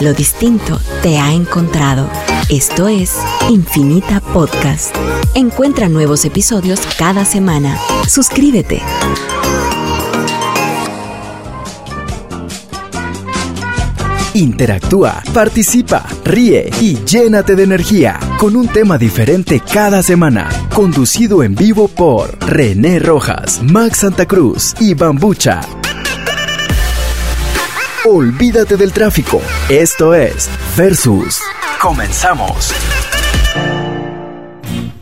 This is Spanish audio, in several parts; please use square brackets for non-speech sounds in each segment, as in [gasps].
Lo distinto te ha encontrado. Esto es Infinita Podcast. Encuentra nuevos episodios cada semana. Suscríbete. Interactúa, participa, ríe y llénate de energía con un tema diferente cada semana. Conducido en vivo por René Rojas, Max Santa Cruz y Bambucha. Olvídate del tráfico. Esto es Versus. Comenzamos.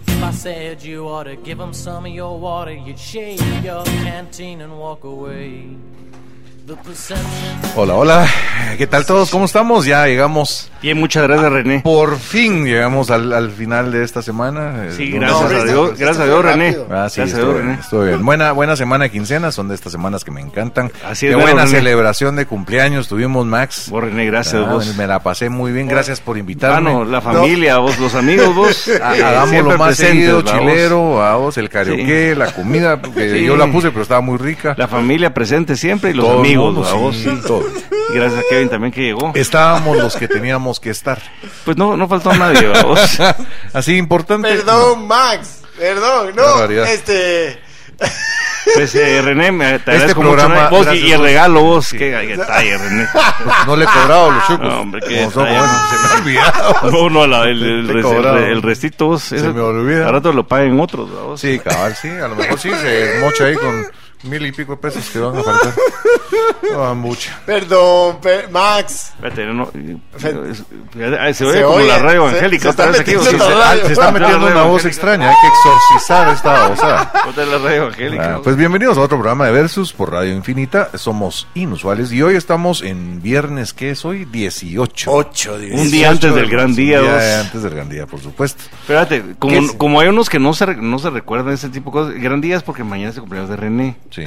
If I said you ought to give 'em some of your water, you'd shake your canteen and walk away. The perception Hola, hola. ¿Qué tal todos? ¿Cómo estamos? Ya llegamos, Bien, muchas gracias, René. por fin llegamos al, al final de esta semana. Eh, Sí, El lunes. gracias a Dios, gracias a Dios, René. Ah, sí, gracias a estuvo Dios, ¿eh? bien, René. estuvo bien. Buena, buena semana de quincenas, son de estas semanas que me encantan. Así Qué es, claro, buena René. celebración de cumpleaños tuvimos, Max. Vos, René, gracias Ah, vos. Me la pasé muy bien, gracias por Ah, invitarme. no, la familia, vos, los amigos, vos. Ah, eh, Hagámoslo siempre más presentes, seguido, ¿va, vos? chilero, a vos, el karaoke, la comida, que Sí. yo la puse, pero estaba muy rica. La familia presente siempre y los Todo el amigos, mundo, ¿va, sí, vos. Sí. todo. Eh, Y [laughs] Gracias a Kevin también que llegó. Estábamos los que teníamos que estar. [laughs] Pues no, no faltó nadie, ¿va, vos. Así importante. [laughs] Perdón, Max. Perdón, Qué no. barbaridad. Este. Pues eh, René, me, te Este agradezco programa, mucho. ¿no? Vos y, gracias, y el vos. regalo, vos. Sí. Qué [laughs] detalle, René. No le he cobrado a los chucos. No, hombre, qué Como son detalle. buenos, se me ha olvidado. No, no, la- el, el Te he res- cobrado. el restito, vos. eso- me olvida. Al rato lo paguen otros, ¿va, vos. Sí, cabal, sí. A lo mejor sí se mocha ahí con mil y pico de pesos que van a faltar. No, mucha. Perdón, per- Max. Espérate, no, Fe- es- ay, se oye como oye, la radio se- evangélica se otra está vez aquí. metiendo o sea, todo el se- radio. Ah, Se está metiendo una voz extraña. Hay que exorcizar esta osada. Otra vez la radio evangélica. Ah, pues bienvenidos a otro programa de Versus por Radio Infinita. Somos inusuales y hoy estamos en viernes, ¿qué es hoy? 18. Ocho, diez. un día antes del gran día. Un vos. antes del gran día, por supuesto. Espérate, ¿Qué como, es? como hay unos que no se, re- no se recuerdan ese tipo de cosas, el gran día es porque mañana es el cumpleaños de René. Sí.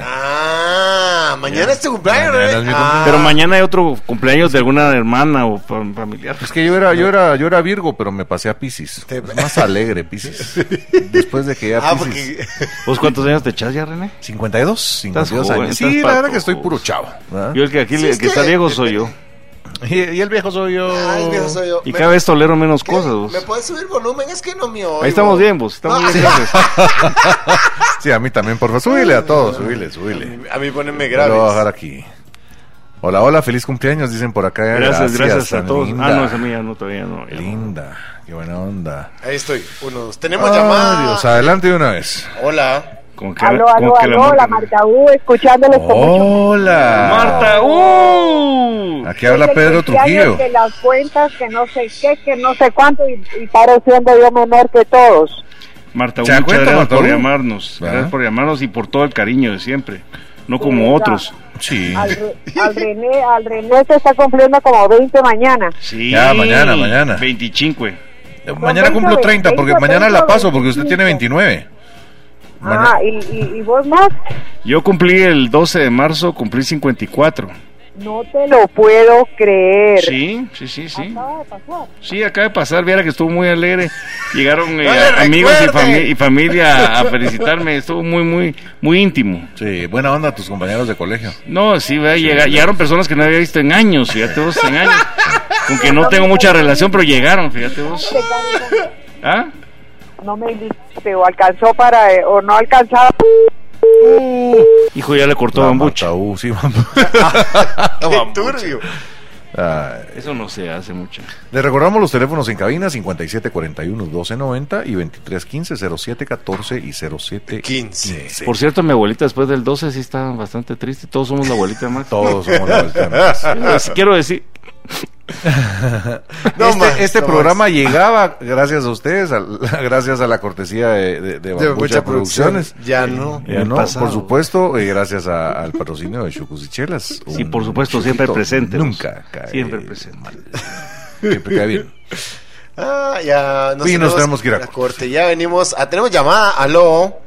Ah, mañana es tu cumpleaños, Mañana ¿eh? es mi Ah. Pero mañana hay otro cumpleaños de alguna hermana o fam- familiar. Es que yo era, yo era, yo era Virgo, pero me pasé a Pisces. Te- Es más alegre, [laughs] Pisces. Después de que ya Ah, Piscis- porque. [laughs] ¿Vos cuántos años te echas ya, René? 52, 52 joven, años. estás Sí, la verdad pato, que estoy puro vos. chavo. ¿verdad? Yo el que aquí, Sí, el es que está que- viejo soy yo. ¿Ah? Y, y el viejo soy yo. Ay, viejo soy yo. Y ¿Me- cada vez tolero menos ¿qué? cosas. vos. ¿Me puedes subir volumen? Es que no me oigo. Ahí estamos bien, vos. Estamos Ah, bien. sí. gracias. Sí, a mí también, por favor. Súbile Mm. a todos, súbile, súbile. A mí ponenme Lo voy a graves. bajar aquí. Hola, hola, feliz cumpleaños, dicen por acá. Gracias, gracias a tan todos. Linda, Ah, no, esa mía no, todavía no. ya no. linda, qué buena onda. Ahí estoy. Uno, dos. Tenemos Ay, llamada. Dios, adelante de una vez. Hola. Como que- Aló, como aló, que aló, marca- la Oh, marca U, escuchándoles con mucho Hola. Ah. Marta, ¡uh! Aquí habla gusto, Pedro el cumpleaños, Trujillo. Que las cuentas, que no sé qué, que no sé cuánto, y, y paro siendo yo menor que todos. Marta, ¿Se muchas da cuenta, gracias Marta? por llamarnos. ¿Verdad? Gracias por llamarnos y por todo el cariño de siempre. No como ¿Verdad? otros. Sí. Al, Re- al René, al René se está cumpliendo como 20 mañana. Sí. Ya, mañana, mañana. 25. Mañana cumplo 30, porque mañana la paso, porque usted tiene 29. Mañana- Ah, ¿y, y, y vos más? Yo cumplí el 12 de marzo, cumplí 54. No te lo puedo creer. Sí, sí, sí, sí. Acaba de pasar. Sí, acaba de pasar, viera que estuvo muy alegre. [laughs] Llegaron eh, No le amigos y, recuerde. fami- y familia a felicitarme. Estuvo muy, muy, muy íntimo. Sí, buena onda tus compañeros de colegio. No, sí, vea, llega- llegaron personas que no había visto en años, fíjate vos, en años. Con que no tengo mucha relación, pero llegaron, fíjate vos. Te canso. ¿Ah? No me invitaste, o alcanzó para, eh, o no alcanzaba. Hijo, ya le cortó La bambucha. Marta, uh, sí, bambucha. Qué turbio. Ay, Eso no se hace mucho. Le recordamos los teléfonos en cabina 5741-1290 y 2315-0714 y 0715. 15. Por cierto, mi abuelita después del 12 sí está bastante triste. Todos somos la abuelita más. Todos somos la vuelta. Quiero decir, [laughs] No este más, este no programa llegaba gracias a ustedes, al- [laughs] gracias a la cortesía de, de, de Bambucha muchas Producciones. producciones. Ya no. Ya El no, pasado. por supuesto, eh, gracias a- al patrocinio de Chucos y Chelas. Sí, Un por supuesto, siempre chuquito presente. pues. Nunca cae Siempre presente. mal. Siempre cae [laughs] bien. Ah, ya. Y nos tenemos que ir a la corte. corte. Ya venimos. Ah, tenemos llamada. Aló.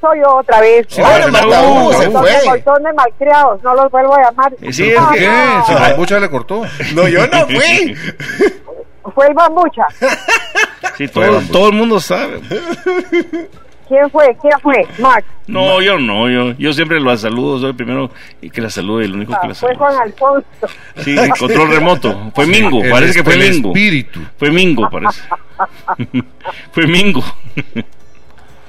Soy yo otra vez. Sí, Ahora Marta, Marta uh, U, se Son de fue. bolsones malcriados, no los vuelvo a llamar. Ah, Sí, es No, ¿Por qué? no, Si Bambucha le cortó. No, yo [laughs] no fui. Fue el bambucha. pues. sí, todo, todo el mundo sabe. ¿Quién fue? ¿Quién fue? Max. No, yo no, yo, yo siempre la saludo, soy el primero y que la salude, el único que la Fue Juan saluda. Alfonso. Sí, sí, control remoto. Fue Mingo, El parece que fue esp- el Mingo. [laughs] espíritu. Fue Mingo, parece. [laughs] fue Mingo.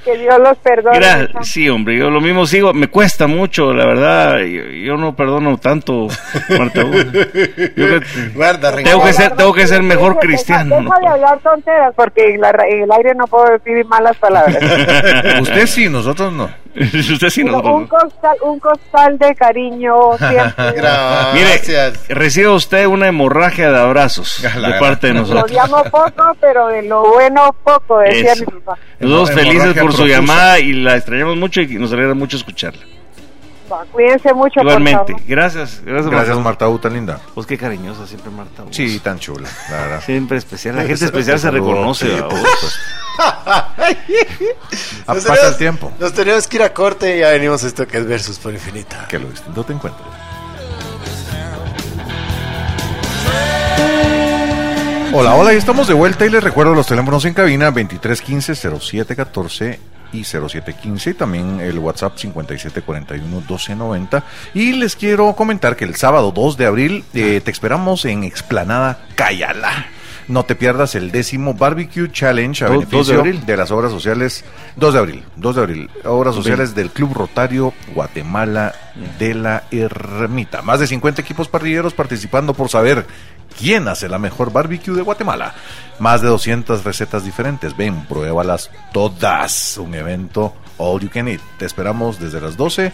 Que Dios los perdone. Mira, ¿no? sí, hombre, yo lo mismo sigo, me cuesta mucho, la verdad, yo, yo no perdono tanto, Marta Hugo. Yo [laughs] creo que- Guarda, tengo que ser, tengo que ser mejor Deja- cristiano. Deja de ¿no? hablar tonteras porque en, la ra- en el aire no puedo decir malas [laughs] palabras. [laughs] Usted sí, nosotros no. Usted sí nos un, costal, un costal de [laughs] cariño siempre. Mire, [laughs] Gracias. recibe usted una hemorragia de abrazos A la de gran- parte de Lo nosotros. odiamos poco, pero de lo bueno poco, decía Eso. mi papá. Nosotros Hemorragia felices por su profusa. llamada y la extrañamos mucho y nos alegra mucho escucharla. Va, Cuídense mucho, por Igualmente. favor. Gracias, gracias, Gracias, Marta. Marta U, tan linda. Pues, Vos qué cariñosa siempre, Marta. vos. Sí, tan chula, la verdad. Siempre especial. La gente especial se reconoce. Sí, a por vos. supuesto. Ah, Nos pasa tenemos- el tiempo. Nos tenemos que ir a corte y ya venimos a esto que es Versus por Infinita. Que lo distinto te encuentres. Hola, hola, y estamos de vuelta y les recuerdo los teléfonos en cabina 2315-0714 y 0715 y también el WhatsApp 5741-1290 y les quiero comentar que el sábado 2 de abril eh, te esperamos en Explanada Cayala. No te pierdas el décimo Barbecue Challenge a Do- 2 de beneficio abril. de las obras sociales 2 de abril, 2 de abril, obras sociales del Club Rotario Guatemala de la Ermita. Más de 50 equipos parrilleros participando por saber quién hace la mejor barbecue de Guatemala. Más de 200 recetas diferentes. Ven, pruébalas todas. Un evento All You Can Eat. Te esperamos desde las 12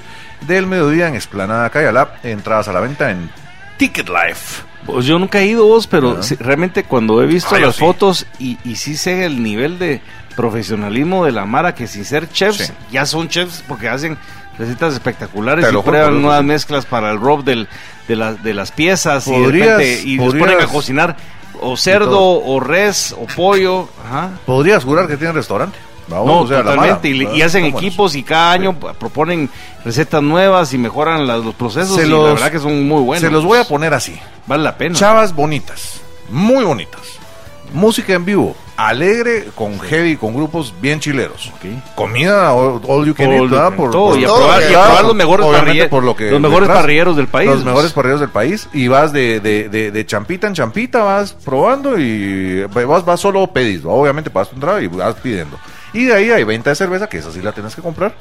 del mediodía en Esplanada Cayalá. Entradas a la venta en Ticket Life. Pues yo nunca he ido vos, pero Ajá. sí, realmente cuando he visto Ah, yo las sí. fotos y, y sí sé el nivel de profesionalismo de la Mara, que sin ser chefs, Sí. ya son chefs porque hacen recetas espectaculares Te lo y juro, por prueban eso nuevas sí. mezclas para el rob del, de, las de las piezas y, de Podrías- repente- y los podrías- ponen a cocinar o cerdo todo. o res o pollo. Ajá. ¿Podrías jurar que tiene restaurante? Vamos, No, o sea, la mala, totalmente. y le- y, ¿verdad? hacen Está bueno. equipos y cada año proponen recetas nuevas y mejoran las- los procesos. Se y los- la verdad que son muy buenos. Se los voy a poner así. Vale la pena. Chavas bonitas, muy bonitas. Música en vivo, alegre, con heavy, con grupos bien chileros. Ok. Comida, all, all you can Todo eat, el ¿verdad? weekend, Por- todo, por- y a todo, probar, y a claro, probar los mejores, obviamente parrille- por lo que los mejores detrás, parrilleros del país. Los mejores parrilleros del país. Y vas de, de, de, de champita en champita, vas probando y vas, vas solo pedís. Obviamente pagas tu entrada y vas pidiendo. Y de ahí hay venta de cerveza, que esa sí la tienes que comprar.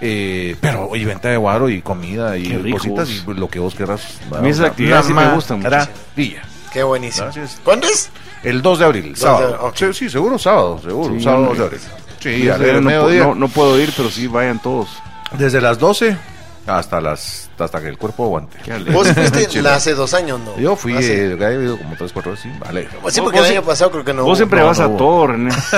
eh, pero y venta de guaro y comida y Qué rico, cositas vos. y lo que vos querrás. A mí esas Una actividades sí me gustan mucho. maravilla. Qué buenísimo. Gracias. ¿Cuándo es? El 2 de abril, de sábado. abril, ok. Sí, sí, seguro sábado, seguro. Sí, sábado no, 2 de abril. Sí, Yo al no, pu- mediodía. no- no puedo ir, pero sí vayan todos. Desde las 12 hasta las hasta que el cuerpo aguante. Qué alegre. [laughs] Vos fuiste Chile. la hace dos años, ¿no? Yo fui, Hace- eh, he ido como 3, 4 veces, sí, [laughs] vale. Oh, Sí, porque vos el Pues sí- año pasado creo que no. Vos siempre no, vas no a hubo. [laughs] todo, René. pues.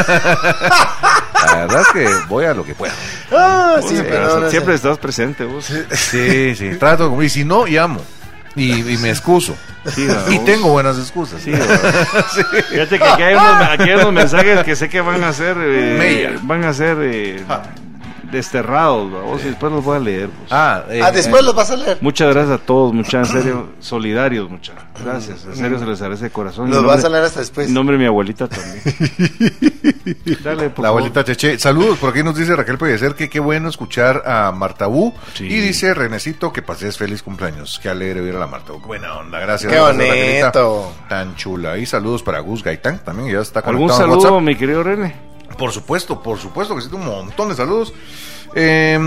La verdad es que voy a lo que pueda. Ah, Vos sí, siempre pero vas a- no, no siempre sé. estás presente vos. Sí, sí, trato de cumplir. Y si no, llamo. Y, y me excuso. Sí, la Y voz. tengo buenas excusas. Sí, la- [laughs] Fíjate que aquí hay, unos, aquí hay unos mensajes que sé que van a ser eh, Mella. van a ser eh, Ah. desterrados, ¿va? vos y después los voy a leer. vos. Ah, eh, Ah, después los vas a leer. Muchas gracias a todos, muchas, en serio, solidarios, muchas. Gracias, en serio se les agradece de corazón. Los En vas a nombre- leer hasta pues. después. En nombre de mi [laughs] abuelita también. Dale, La por favor. abuelita Cheche, saludos, por aquí nos dice Raquel Pellecer que qué bueno escuchar a Marta Bu Sí. y dice Renecito que pases feliz cumpleaños, qué alegre ver a la Marta Bu, buena onda, gracias. Qué gracias, Raquelita. bonito. Tan chula. Y saludos para Gus Gaitán, también ya está ¿Algún conectado en saludo, WhatsApp. mi querido René? Por supuesto, por supuesto que sí, un montón de saludos. Eh,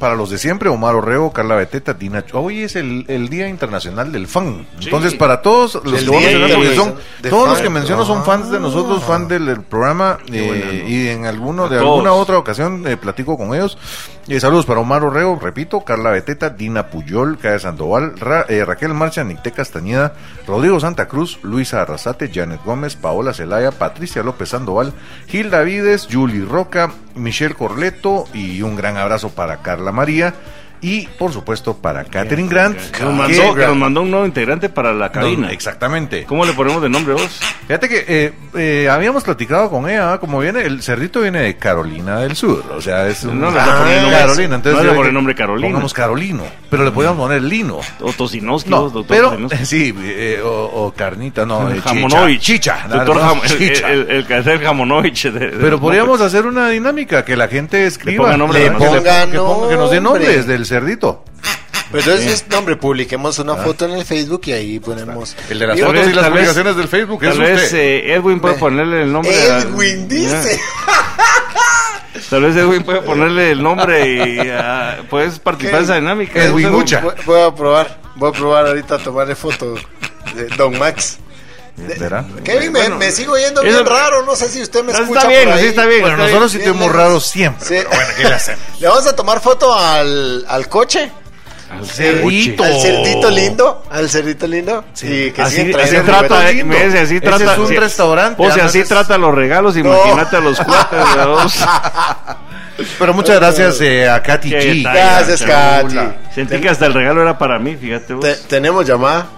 para los de siempre, Omar Orrego, Carla Beteta, Dina. Ch- Hoy es el, el Día Internacional del Fan. Entonces, para todos los El que voy a Día mencionar, porque son, Internacional de todos los Fan. Ah. que menciono son fans de nosotros, fan del, del programa. eh, y en alguno, de alguna todos. otra ocasión eh, platico con ellos. Eh, saludos para Omar Orrego, repito, Carla Beteta, Dina Puyol, Cae Sandoval, Ra- eh, Raquel Marcha, Nicté Castañeda, Rodrigo Santa Cruz, Luisa Arrasate, Janet Gómez, Paola Celaya, Patricia López Sandoval, Gilda Vides, Julie Roca, Michelle Corleto y un gran abrazo para Carla María. Y, por supuesto, para Catherine Grant. Que Nos mandó, que- que nos mandó un nuevo integrante para la cabina. No, exactamente. ¿Cómo le ponemos de nombre vos? Fíjate que eh, eh, habíamos platicado con ella, ¿ah? como viene, el cerdito viene de Carolina del Sur, o sea, es un... Ah, No le voy a poner nombre. Carolina, entonces... No le voy a yo poner dije, nombre Carolina. Pongamos Carolino, pero le podíamos poner Lino. O Tosinowski, No, vos, doctor pero, [laughs] Tosinowski. sí, eh, o, o Carnita, [laughs] no, eh, Jamonovich. Chicha. chicha, Doctor no, Jam- [laughs] el- chicha. El, el, el, el Jamonovich. de- de- Pero podríamos hacer una dinámica que la gente escriba. ponga nombre le- que, a la le- mascota. que ponga- que nos dé Nombre. nombres del cerdito. Pero entonces, no, hombre, publiquemos una Ah. foto en el Facebook y ahí ponemos. El de las Digo, Tal fotos vez- y las tal vez- publicaciones del Facebook. es Tal vez usted. eh, Edwin puede ponerle el nombre. a- Edwin dice. Ya. Tal vez Edwin puede ponerle el nombre y ah, puedes participar en esa dinámica. Edwin Entonces, Gucha. Voy- Voy a probar, voy a probar ahorita a tomarle foto de Don Max. ¿Verdad? Kevin, me, me sigo yendo eso- bien raro, no sé si usted me No, escucha. está bien, por ahí. sí está bien. Bueno, está bien. nosotros sí bien tenemos lejos. raros siempre. Sí. Pero bueno, ¿qué le hacemos? [laughs] Le vamos a tomar foto al, al coche, Al cerdito. al cerdito lindo, al cerdito lindo. Y que Así, siguen así trayendo trata, juguetes. eh, me dice, así Ese trata. es un si- restaurante, O sea, además así es- trata los regalos, imagínate a los cuates de [laughs] dos. Pero muchas gracias eh, a Katy Qué G. detalle. Gracias, Katy. Hola. Sentí que hasta el regalo era para mí, fíjate vos. Te- tenemos llamada.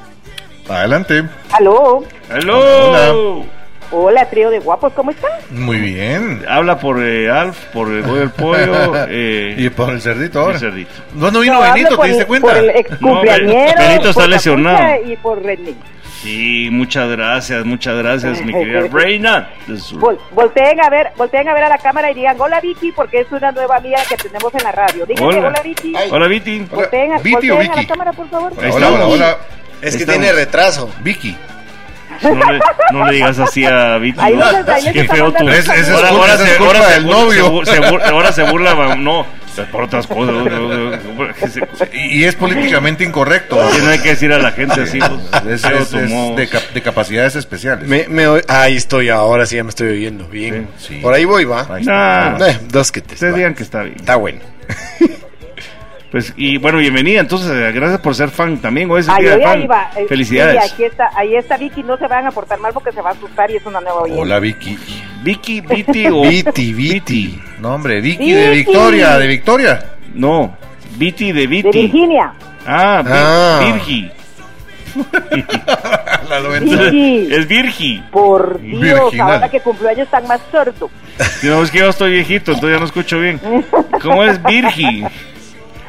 Adelante. Aló, ¡Hello! hola trío de guapos, ¿cómo están? Muy bien. Habla por eh, Alf, por el pollo, el pollo. eh, y por el cerdito el ahora. cerdito. No, no vino Yo hablo Benito, por ¿te diste el- cuenta? Por el ex cumpleañero, No, Benito está por la lesionado. puta Y por René. Sí, muchas gracias, muchas gracias, mi querida Reina. del Sur. Vol- volteen, a ver, volteen a ver a la cámara y digan, hola Vicky, porque es una nueva amiga que tenemos en la radio. Díganle, Hola. hola, Vicky. Ay. Hola, Viti. Volteen, a, Viti o volteen a Vicky. la cámara, por favor. Ahí está. hola, hola. Es que Estamos. tiene retraso. Vicky. No le, no le digas así a Viti. Ahí no les- ahí les Qué está feo tú. mandando Es- esa es culpa- ahora, ahora esa se, es culpa ahora se del burla- novio. se bu- se bur- ahora se burla, va, no, por otras cosas. no, no, no, que se- que Y, y es políticamente [laughs] incorrecto. no hay que decir a la gente así. pues, Es, feo es- tu es modo. de, cap- de capacidades especiales. Me, me oy- ahí estoy, ahora sí ya me estoy oyendo. Bien. Sí, sí. Por ahí voy, va. Ahí está. Nah. Eh, dos que te. Ustedes digan que está bien. Está bueno. Pues, y bueno, bienvenida. Entonces, eh, gracias por ser fan también. Hoy es el Ahí, día ahí, de fan. ahí va. Eh, Felicidades. sí, aquí está, ahí está Vicky, no se van a portar mal porque se va a asustar y es una nueva oyente. Hola, Vicky. Vicky, Viti [laughs] o. Viti, Viti. No, hombre, Vicky de Vicky. Victoria, de Victoria. [laughs] No, Viti de De Viti. Virginia. Ah, Vi- Ah. Virgi. La noventa. [laughs] Vicky. Es Virgi. Por Dios, Virginal. ahora que cumpleaños están más sordos. Si no, es que yo estoy viejito, entonces ya no escucho [laughs] bien. ¿Cómo es Virgi?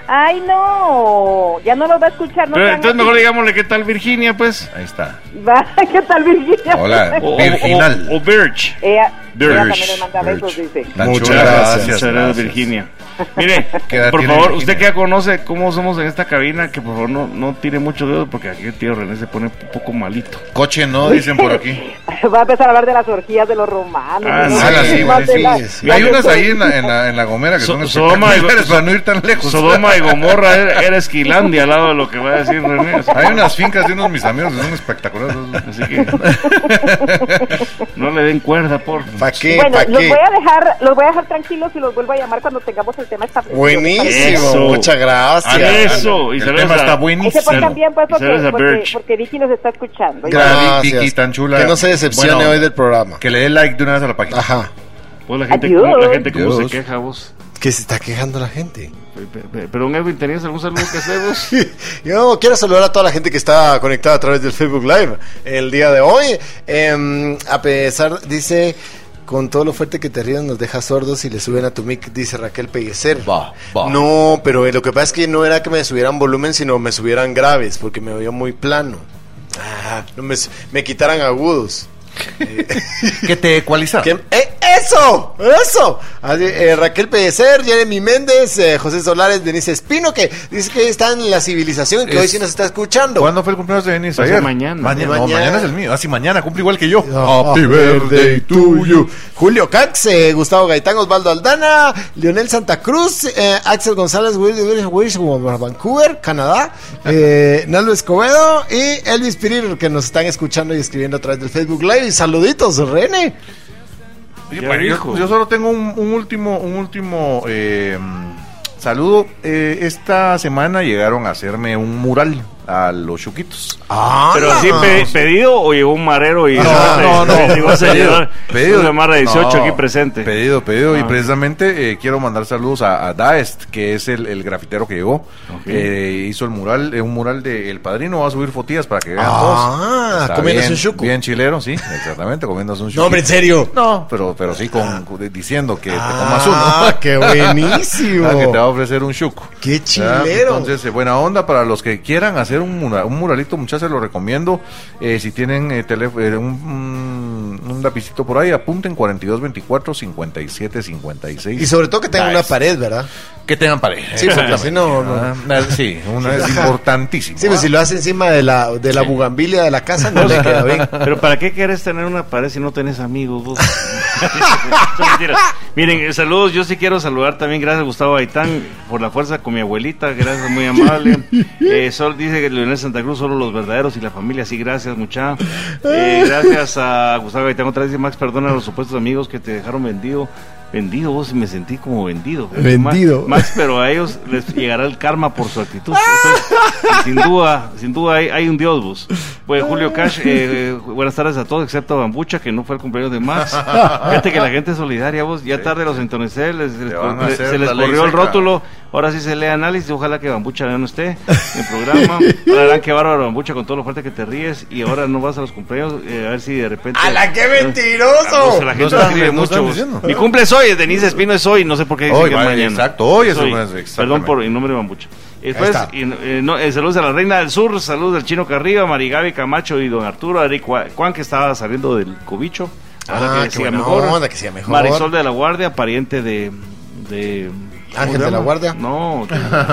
Ay, no. Ya no los va a escuchar. No Pero sean entonces así. mejor digámosle qué tal Virginia, pues. Ahí está. [laughs] Va, ¿Qué tal, Virginia? [laughs] Hola. O, o- Virginal. O, o Birch. Ella, Birch, ella también les manda besos, dice. Tan Muchas chula, gracias. Muchas gracias, Virginia. Mire, [laughs] ¿Qué edad por tiene favor, Virginia? usted que ya conoce cómo somos en esta cabina, que por favor no, no tire mucho dedo, porque aquí el tío René se pone un poco [laughs] malito. Coche no, dicen por aquí. [laughs] Va a empezar a hablar de las orgías de los romanos. Ah, de los sí, romanos, sí, más de sí, la- sí. Hay unas ahí en la, en la, en la Gomera que So- son Sodoma y- espectaculares para no ir tan lejos. Sodoma y [laughs] Gomorra eh, era, era Esquilandia al lado de lo que va a decir René. así- Hay unas fincas de unos de mis amigos que son espectaculares. Así [laughs] que no le den cuerda, por ¿Para qué? Bueno, ¿Para los qué? voy a dejar, los voy a dejar tranquilos y los vuelvo a llamar cuando tengamos el tema establecido. Buenísimo. Eso. Muchas gracias. Eso, y el saludos tema a- está Ese buenísimo. pues también pues Saludos porque, a porque, Birch. porque Vicky nos está escuchando. Gracias, Gracias. Vicky, tan chula. Que no se decepcione Bueno, hoy del programa. Que le dé like de una vez a la página. Ajá. Pues la gente, Adiós. cómo- la gente cómo se Adiós. queja vos. Que se está quejando la gente. Pe- pe- pe- Perdón, Edwin, ¿tenías algún saludo que hacer vos? [laughs] Yo quiero saludar a toda la gente que está conectada a través del Facebook Live el día de hoy. Em, a pesar, dice, con todo lo fuerte que te ríes nos dejas sordos y le suben a tu mic, dice Raquel Pellecer. Va, va. No, pero eh, lo que pasa es que no era que me subieran volumen, sino me subieran graves, porque me oía muy plano. Ah, no me, su- me [laughs] quitaran agudos. Que te ecualiza. ¿Qué- eh, ¡Eso! ¡Eso! Así, eh, Raquel Pellecer, Jeremy Méndez, eh, José Solares, Denise Espino, que dice que está en la civilización y que Es- hoy sí nos está escuchando. ¿Cuándo fue el cumpleaños de Denise? Pasa Ayer. Pues mañana. Mañana, no, Mañana. mañana es el mío. Así mañana cumple igual que yo. Happy birthday to you. Julio Cax, eh, Gustavo Gaitán, Osvaldo Aldana, Leonel Santa Cruz, eh, Axel González, Will- Will- Will- Will- Vancouver, Canadá, eh, Nalo Escobedo y Elvis Pirir, que nos están escuchando y escribiendo a través del Facebook Live. Y saluditos, René. Oye, Ya pues, dijo. yo, yo solo tengo un, un último, un último em, eh, saludo. Eh, esta semana llegaron a hacerme un mural a los chuquitos. Ah, Pero así no. pe- pedido o llegó un marero y No, no, no. Llegó a ser llevar- una Mara 18 No, aquí presente. Pedido, pedido. Y Ah. precisamente eh, quiero mandar saludos a, a Daest, que es el, el grafitero que llegó. Eh, hizo el mural, eh, un mural de El Padrino. Va a subir fotillas para que vean Ah, todos. comiéndose bien, un chuco. Bien chileno, sí, exactamente, comiéndose un chuco. No, hombre, en serio. No, pero, pero sí con, diciendo que te comas uno. Ah, [laughs] qué buenísimo. Ah, que te va a ofrecer un chuco. Qué Ah, chilero. Entonces, eh, buena onda para los que quieran hacer un, mura- un muralito, muchachos, se lo recomiendo. Eh, si tienen eh, teléf- eh, un, un- un lapicito por ahí, apunten 4224 5756. y sobre todo que tenga Nice. una pared, ¿verdad? Que tengan pared. Sí, porque si no, no. Ah, ah, sí, una es importantísimo. Sí, pero Ah, si lo hace encima de la, de la bugambilia de la casa, no le queda bien. Pero ¿para qué querés tener una pared si no tenés amigos vos? [laughs] Son mentiras. Miren, eh, saludos. Yo sí quiero saludar también. Gracias, Gustavo Aitán, por la fuerza con mi abuelita. Gracias, [laughs] muy amable. Eh, Sol dice que Leonel Santa Cruz, solo los verdaderos y la familia. Sí, gracias, mucha. Eh, gracias a Gustavo Aitán. Otra vez dice Max, perdona a los supuestos amigos que te dejaron vendido. Vendido, vos y me sentí como vendido. Vendido. Max, Max, pero a ellos les llegará el karma por su actitud. Entonces, sin duda, sin duda hay, hay un dios bus. Pues Julio Cash, eh, eh, buenas tardes a todos, excepto a Bambucha, que no fue el cumpleaños de Max. Fíjate que la gente es solidaria, vos. Ya tarde los entonces les, les- Te van a hacer se les la ley corrió el seca. rótulo. Ahora sí se lee análisis. Ojalá que Bambucha ya no esté en el programa. Ahora verán que bárbaro Bambucha con todo lo fuerte que te ríes. Y ahora no vas a los cumpleaños. eh, a ver si de repente. ¡A la qué Ah, vos, mentiroso! la No gente están- escribe no mucho. están vos. diciendo. Mi cumple es hoy, Denise Espino es hoy, no sé por qué dicen Hoy, que es vale, mañana. exacto, hoy es Soy. mañana, exactamente. Perdón por el nombre de Bambucha. Después, está. y, eh, no, eh, saludos a la Reina del Sur, saludos al Chino Carriba, Marigabe Camacho y Don Arturo, Ari Cua- Juan que estaba saliendo del cobicho. Ah, Ahora qué que, siga buena mejor. onda, que siga mejor. Marisol de la Guardia, pariente de... de ¿cómo Ángel se de la llama? Guardia. [laughs] No, [laughs]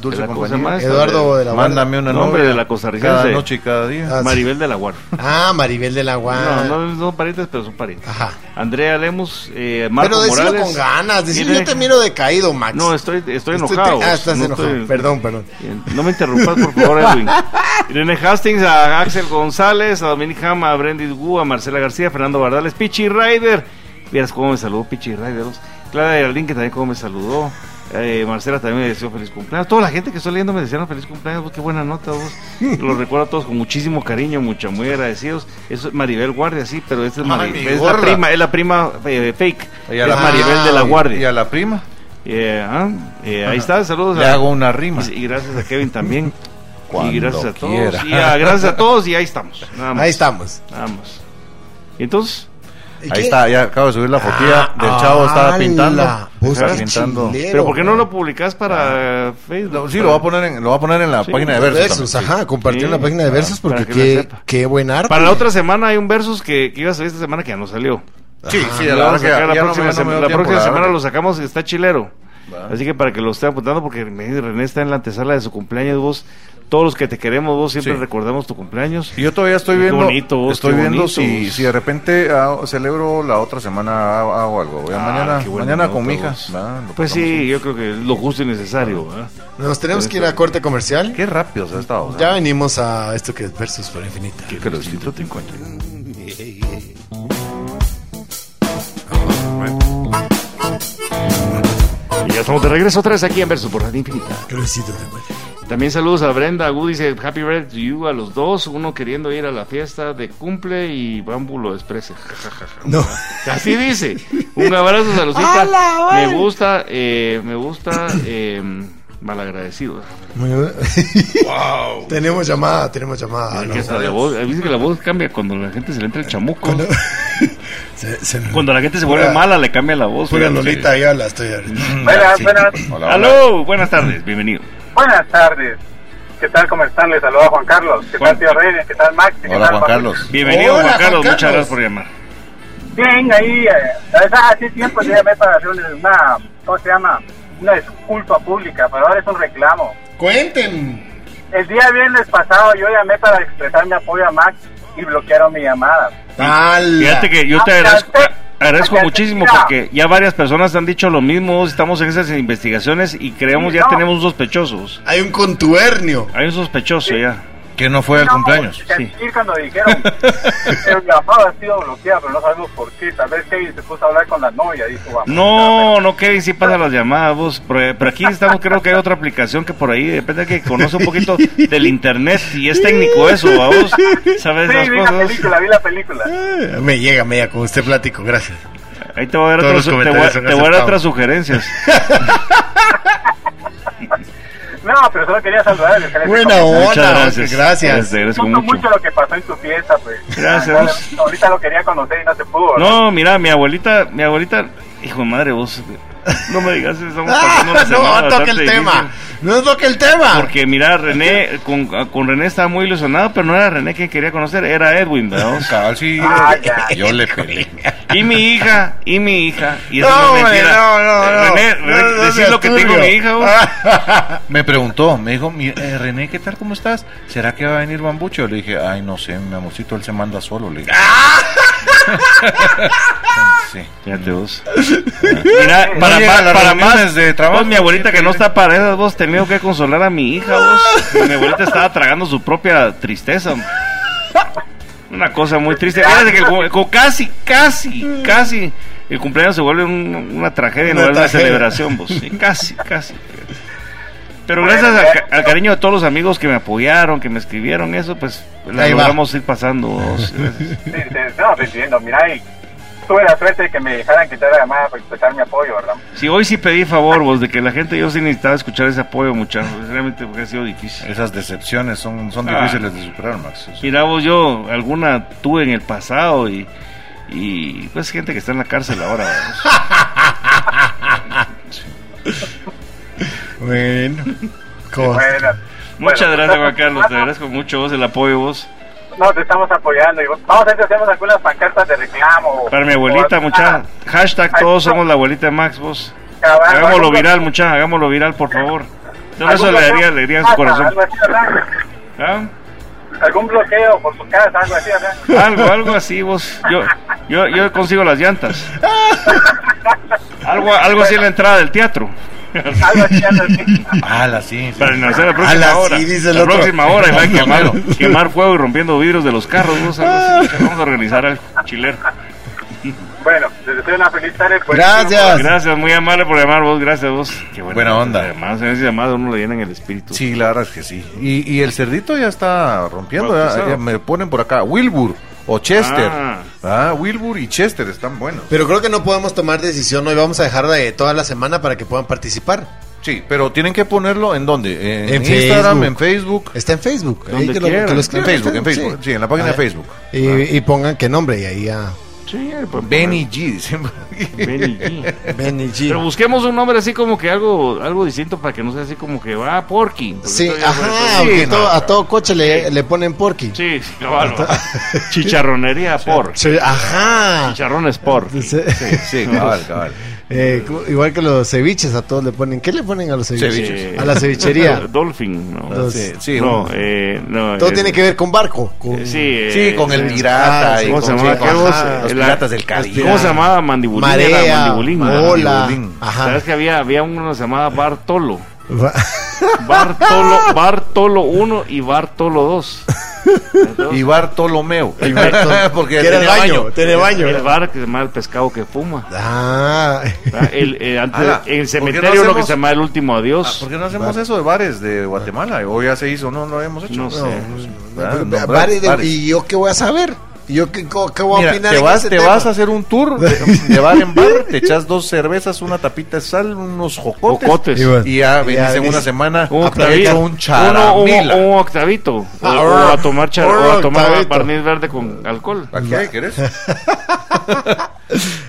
Dulce ¿La cosa compañía. más? Eduardo de la Guardia. Mándame una Nombre novia de la costarricense. Cada noche y cada día. Ah, sí. Maribel de la Guardia. Ah, Maribel del Agua. No, no, no son parientes, pero son parientes. Ajá. Andrea Lemus, eh, Marco Ah. pero decirlo Morales. con ganas. Decirlo, Mire- yo te miro decaído, Max. No, estoy, estoy Estoy enojado. te- Ah, estás No enojado. estoy- Perdón, perdón. Bien, No me interrumpas, por [laughs] favor, Edwin. Irene Hastings, a Axel González, a Dominic Hama, a Brendis Wu, a Marcela García, Fernando Bardales, Pichi Ryder. Vieras cómo me saludó Pichi Ryder. vos. Clara Geraldín, que también cómo me saludó. Eh, Marcela también me deseó feliz cumpleaños. Toda la gente que estoy leyendo me desearon feliz cumpleaños. vos, Qué buena [laughs] nota, vos. Los recuerdo a todos con muchísimo cariño, mucha, muy agradecidos. Eso es Maribel Guardia, sí, pero esta es, Ay, Maribel, mi es la gorda. prima, es la prima eh, fake. Y es a la- Maribel de la Ah, Guardia. Y a la prima Eh, ah, eh, ahí está, saludos. le a- hago una rima. y, y gracias a Kevin también. Cuando y gracias a todos. quiera. Y a- gracias a todos y ahí estamos. Nada más. Ahí estamos. Nada más. Y entonces, ¿Y Ahí qué? está, ya acabo de subir la fotilla del Ah, chavo, estaba ala, pintando. vos Estaba qué pintando. chilero, ¿pero por qué no lo publicás para Facebook? Lo- Ah. sí, lo va a poner en, lo va a poner en la Sí, pues, página de Versus, Versus. también, sí. ajá, compartir Sí, la página de para- Versus porque para que la qué, sepa. qué buen arte. Para la otra semana hay un versus que, que iba a salir esta semana que ya no salió. Sí, sí, a Lo la vamos verdad a que sacar ya- la ya no me- próxima, no me sema- dio la tiempo, próxima la semana verdad. lo sacamos, está chilero. Va. Así que para que lo esté apuntando, porque me- René está en la antesala de su cumpleaños, vos, todos los que te queremos, vos siempre Sí. recordamos tu cumpleaños. Yo todavía estoy Qué viendo, bonito, vos, estoy qué viendo bonito, si, vos. si de repente ah, celebro la otra semana hago hago algo. Ya Ah, mañana qué buena mañana nota, con mi hija. vos. ¿verdad? Lo Pues pasamos sí, juntos. yo creo que es lo justo y necesario. ¿verdad? Nos tenemos que ir a corte comercial. Qué rápido se ha estado. o sea, Ya venimos a esto que es Versus por Infinita. que los distintos te encuentren. Y ya estamos de regreso otra vez aquí en Versus por Radio Infinita. También saludos a Brenda Agu, dice Happy Birthday to you a los dos, uno queriendo ir a la fiesta de cumple y Bambu lo expresa. No. [laughs] Así dice. Un abrazo, saludita. Me gusta, eh, me gusta, eh, malagradecido. [laughs] wow. tenemos llamada, tenemos llamada. Es Ah, no. que hasta la voz- eh, dice que la voz cambia cuando la gente se le entra el chamuco. Cuando, Se, se- la gente se vuelve Pura- mala, le cambia la voz. Pura fíjate. Lolita, yo la estoy ahorita. Mm, Buenas, buenas, Hola, hola. Aló, buenas tardes, bienvenido. buenas tardes. ¿Qué tal? ¿Cómo están? Les saluda Juan Carlos. ¿Qué Juan- tal, tío Reyes? ¿Qué tal, Max? ¿Qué tal, Hola, Juan Juanito? Carlos. Bienvenido, Hola, Juan, Carlos, Juan muchas Carlos. gracias por llamar. Bien, ahí, eh, a veces hace tiempo yo llamé para hacer una, ¿cómo se llama? Una disculpa pública, pero ahora es un reclamo. Cuenten. El día viernes pasado yo llamé para expresar mi apoyo a Max y bloquearon mi llamada. Tal. Fíjate que yo te Ah, agradezco, ya sé. agradezco Ya sé, muchísimo mira. porque ya varias personas han dicho lo mismo, estamos en esas investigaciones y creemos ya No. tenemos sospechosos. Hay un contubernio. Hay un sospechoso ya. Que no fue al No, cumpleaños. sentir cuando dijeron el llamado ha sido bloqueado, pero no sabemos por qué. Tal vez Kevin se puso a hablar con la novia, dijo, vamos. No, no, Kevin, sí pasan las llamadas, vos. Pero, pero aquí estamos, creo que hay otra aplicación que por ahí, depende de que conoce un poquito del internet y es técnico eso, ¿va vos. ¿Sabes Sí, esas vi la cosas? película, vi la película. Eh, Me llega, me llega con usted plático, gracias. Ahí te voy a dar, Todos otras, los te voy a- comentarios son te voy a dar aceptados. otras sugerencias. No, pero solo quería saludar. dejar ese Buena comentario. Muchas onda, gracias. Oscar, gracias. Te agradezco Disfruto mucho. mucho lo que pasó en tu fiesta, pues. Gracias. Ahora, ahorita lo quería conocer y no se pudo. ¿no? No, mira, mi abuelita, mi abuelita, hijo de madre, vos, no me digas, eso, estamos pasando una [laughs] Ah, semana no toque el bastante tema. Ah. difícil. No toque el tema. Porque mira, René, con, con René estaba muy ilusionado, pero no era René quien quería conocer, era Edwin, ¿verdad? [laughs] Cabal, sí, Ah, ya. [laughs] yo le peleé. Y mi hija, y mi hija. Y eso No, no, es hombre, mentira. no, no, Eh, no. René, René, No, no decir seas lo que tengo turbio. Ah, mi hija, vos. Me preguntó, me dijo, "Mi- eh, René, ¿qué tal? ¿Cómo estás? ¿Será que va a venir Bambucho? Le dije, ay, no sé, mi amorcito, él se manda solo. Le [laughs] dije. sí. [laughs] Fíjate vos. Mira, No para, llega más- a las para reuniones más de trabajo. vos, mi abuelita que no está para esas, vos tenido que consolar a mi [laughs] hija, vos. Mi abuelita estaba tragando su propia tristeza. Una cosa muy triste. Fíjate que el cu- co- casi, casi, casi el cumpleaños se vuelve un- una tragedia, no es Una una tragedia. celebración, vos. Sí, casi, casi. Pero gracias al, ca- al cariño de todos los amigos que me apoyaron, que me escribieron eso, pues la Ahí va. logramos ir pasando. vos. Gracias. Sí, sí, no, te entiendo. Mira, y tuve la suerte de que me dejaran quitar la llamada para expresar mi apoyo, ¿verdad? Si hoy sí pedí favor vos de que la gente yo sí necesitaba escuchar ese apoyo, muchachos, realmente porque ha sido difícil. Esas decepciones son, son Ah. difíciles de superar, Max. Mira vos, yo alguna tuve en el pasado y, y pues gente que está en la cárcel ahora. vamos. Bueno. Con- Bueno, [laughs] Muchas Bueno. gracias Juan Carlos, te agradezco mucho vos el apoyo vos. no, te estamos apoyando. Y vamos a ver si hacemos algunas pancartas de reclamo. Para mi O abuelita, alguna- mucha hashtag todos somos la abuelita de Max vos. Cabal, Hagámoslo algo- viral, mucha, hagámoslo viral por favor. Yo algún eso le bloqueo daría alegría en su por corazón. casa, algo así, ¿verdad? ¿Ah? Algún bloqueo por su casa, algo así, ¿verdad? Algo, algo así vos. Yo, yo, yo consigo [laughs] las llantas. Algo, algo así en la entrada del teatro. Algo así, algo [laughs] así. Mala, sí. sí. Para hacer la A próxima Ah, la- hora. sí, dice el la otro. próxima hora y va a No, quemar, no, no. quemar fuego y rompiendo vidrios de los carros. vos, algo así. Ah. Vamos a organizar al chilero. Bueno, les deseo una feliz tarde. pues. Gracias. Gracias, muy amable por llamar vos. Gracias vos. Qué Buena onda. Además, en ese llamado uno le llena en el espíritu. Sí, la verdad es que sí. Y, y el cerdito ya está rompiendo. ya- Bautizado. ya me ponen por acá Wilbur o Chester. Ah. Ah, Wilbur y Chester están buenos. Pero creo que no podemos tomar decisión hoy. Vamos a dejar de toda la semana para que puedan participar. Sí, pero tienen que ponerlo en dónde? En, En Instagram, Facebook. en Facebook. Está en Facebook. Ahí Donde que lo- que lo quieran. escriban En Facebook, en Facebook, sí, en la página de Ah, Facebook. Y, y pongan qué nombre y ahí ya. Sí, pues, Benny G, [laughs] dicen. Benny [laughs] G. Benny Pero busquemos un nombre así como que algo algo distinto para que no sea así como que va Porky. Porque Sí, todavía parece- ajá, Sí, aunque no, todo- a todo coche le, le ponen porky. [laughs] Sí, sí, cabal. Chicharronería por. Sí, ajá. Chicharrones por. Sí. Sí, sí, cabal, cabal. Eh, cu- igual que los ceviches a todos le ponen. ¿Qué le ponen a los ceviches? Ceviches. A la [laughs] cevichería. Eh, Dolphin, no. Los- Sí, sí, no, un- eh, no, Todo eh, tiene que ver con barco. eh, Con Sí, eh, sí, con el eh, pirata. ah, y ¿Cómo con- se llamaba? sí, con- aquel vos? ajá, los Eh, la- piratas del Caribe. ¿Cómo se llamaba? Mandibulín. era marea, mandibulín. ola. mandibulín. Ajá. ¿Sabes que había, había uno que se llamaba Bartolo? [laughs] Va- [laughs] Bartolo, Bartolo 1 y Bartolo 2. Y [laughs] Bartolomeo. Bartol- [laughs] Porque que era el tenía baño, tiene baño. El bar que se llama El Pescado que Fuma. Ah, [laughs] ¿verdad? El, eh, antes- Ala, en el ¿por qué no cementerio uno que hacemos- se llama El Último Ah, Adiós. ¿Por qué no hacemos eso de bares de Guatemala? ¿O ya se hizo? No, no lo hemos hecho. No sé. Ah, Ba- nombrar bares de- bares. ¿Y yo qué voy a saber? ¿Y yo qué, co- qué voy a Mira, opinar? te en vas, ese te tema? vas a hacer un tour [laughs] de, de bar en bar, te echas dos cervezas, una tapita de sal, unos jocotes, Jocotes. Y bueno, y ya y venís ya en una venís. semana Un a octavito. platicar un Uno- charamila. un- un octavito. O, Ah, o a un- tomar, char- un o a tomar octavito. barniz verde con alcohol. Aquí hay, [laughs] ¿querés?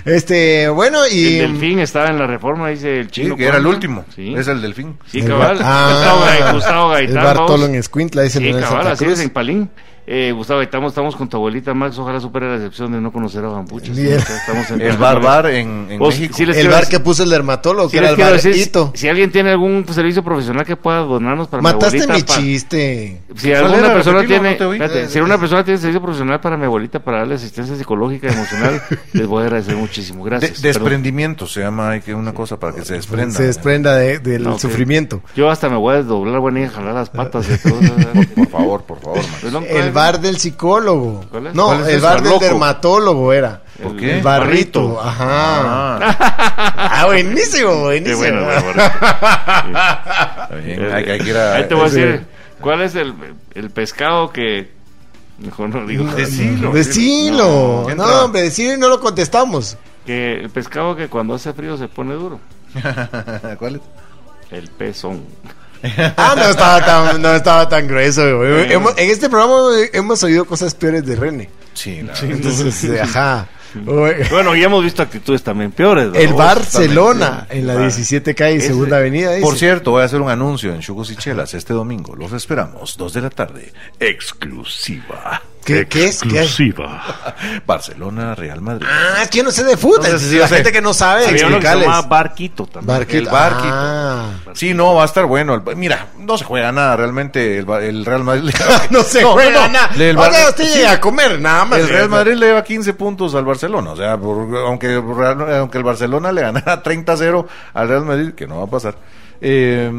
Este, bueno, y. El delfín estaba en la reforma, dice el mm, Sí, chino. que era el Cuarta. último. Sí, Es el delfín. Sí, cabal. Ah, Gustavo Gai- Gustavo el Gaitán. Bartolo vamos. en Escuintla, dice Sí, Leonel cabal, Santa así es Cruz. en Palín. Eh, Gustavo, estamos, estamos con tu abuelita Max. Ojalá supere la decepción de no conocer a Bambuchas. Bien. Estamos en- El barbar en, en Vos, México. Eh, sí les El quiero bar decir- que puso el dermatólogo, sí que era les el quiero decir, barrito. si alguien tiene algún servicio profesional que pueda donarnos para mi Mataste mi abuelita. pa- chiste. si ¿Cuál alguna era? persona Repetilo, tiene, no te oí. espérate, Eh, si una persona tiene servicio profesional para mi abuelita para darle asistencia psicológica, emocional, [laughs] les voy a agradecer muchísimo. De- Gracias. Perdón. desprendimiento se llama hay que una cosa para que se desprenda. Se desprenda de- del No, ok. sufrimiento. Yo hasta me voy a doblar, buena y a jalar las patas. de [laughs] todo. Por favor, por favor, Max. Perdón, ¿cuál El es? bar del psicólogo. ¿Cuál es? ¿Eh? No, ¿Cuál es el eso? bar del Loco. dermatólogo era. ¿Por El qué? barrito. barrito. Ajá. Ah, Ah, buenísimo, Qué buenísimo. bueno, güey, barrito. está bien, hay, hay que ir a. Ahí te voy a Sí. decir, ¿cuál es el, el pescado que... Mejor no digo. Decilo. Decilo. No, No, entra. hombre, decilo y no lo contestamos. Que el pescado que cuando hace frío se pone duro. [laughs] ¿Cuál es? El pezón. Ah, no estaba tan, no estaba tan [laughs] grueso. güey. Hemos- en este programa güey, hemos oído cosas peores de René. Sí, la- Entonces, ajá. Güey. Bueno, ya hemos visto actitudes también peores. ¿no? El Barcelona, en la Bar. 17 calle, Ese- segunda avenida. Por dice. cierto, voy a hacer un anuncio en Chugos y Chelas este domingo. Los esperamos, 2 de la tarde. Exclusiva. ¿Qué, qué es? ¿Qué es? Barcelona, Real Madrid. Ah, es que yo no sé de fútbol. No sé si la yo sé. gente que no sabe, Había uno que se explicarles. llamaba Barquito también. Barquito. El Barquito. Ah. [laughs] Sí, no, va a estar bueno. El- Mira, no se juega nada realmente el, Ba- el Real Madrid. [laughs] No se No, no, juega no. nada. El Oiga, Bar- usted llega a comer, nada más. El Real Madrid le lleva 15 puntos al Barcelona. O sea, por- aunque, aunque el Barcelona le ganara 30-0 al Real Madrid, que no va a pasar. eh,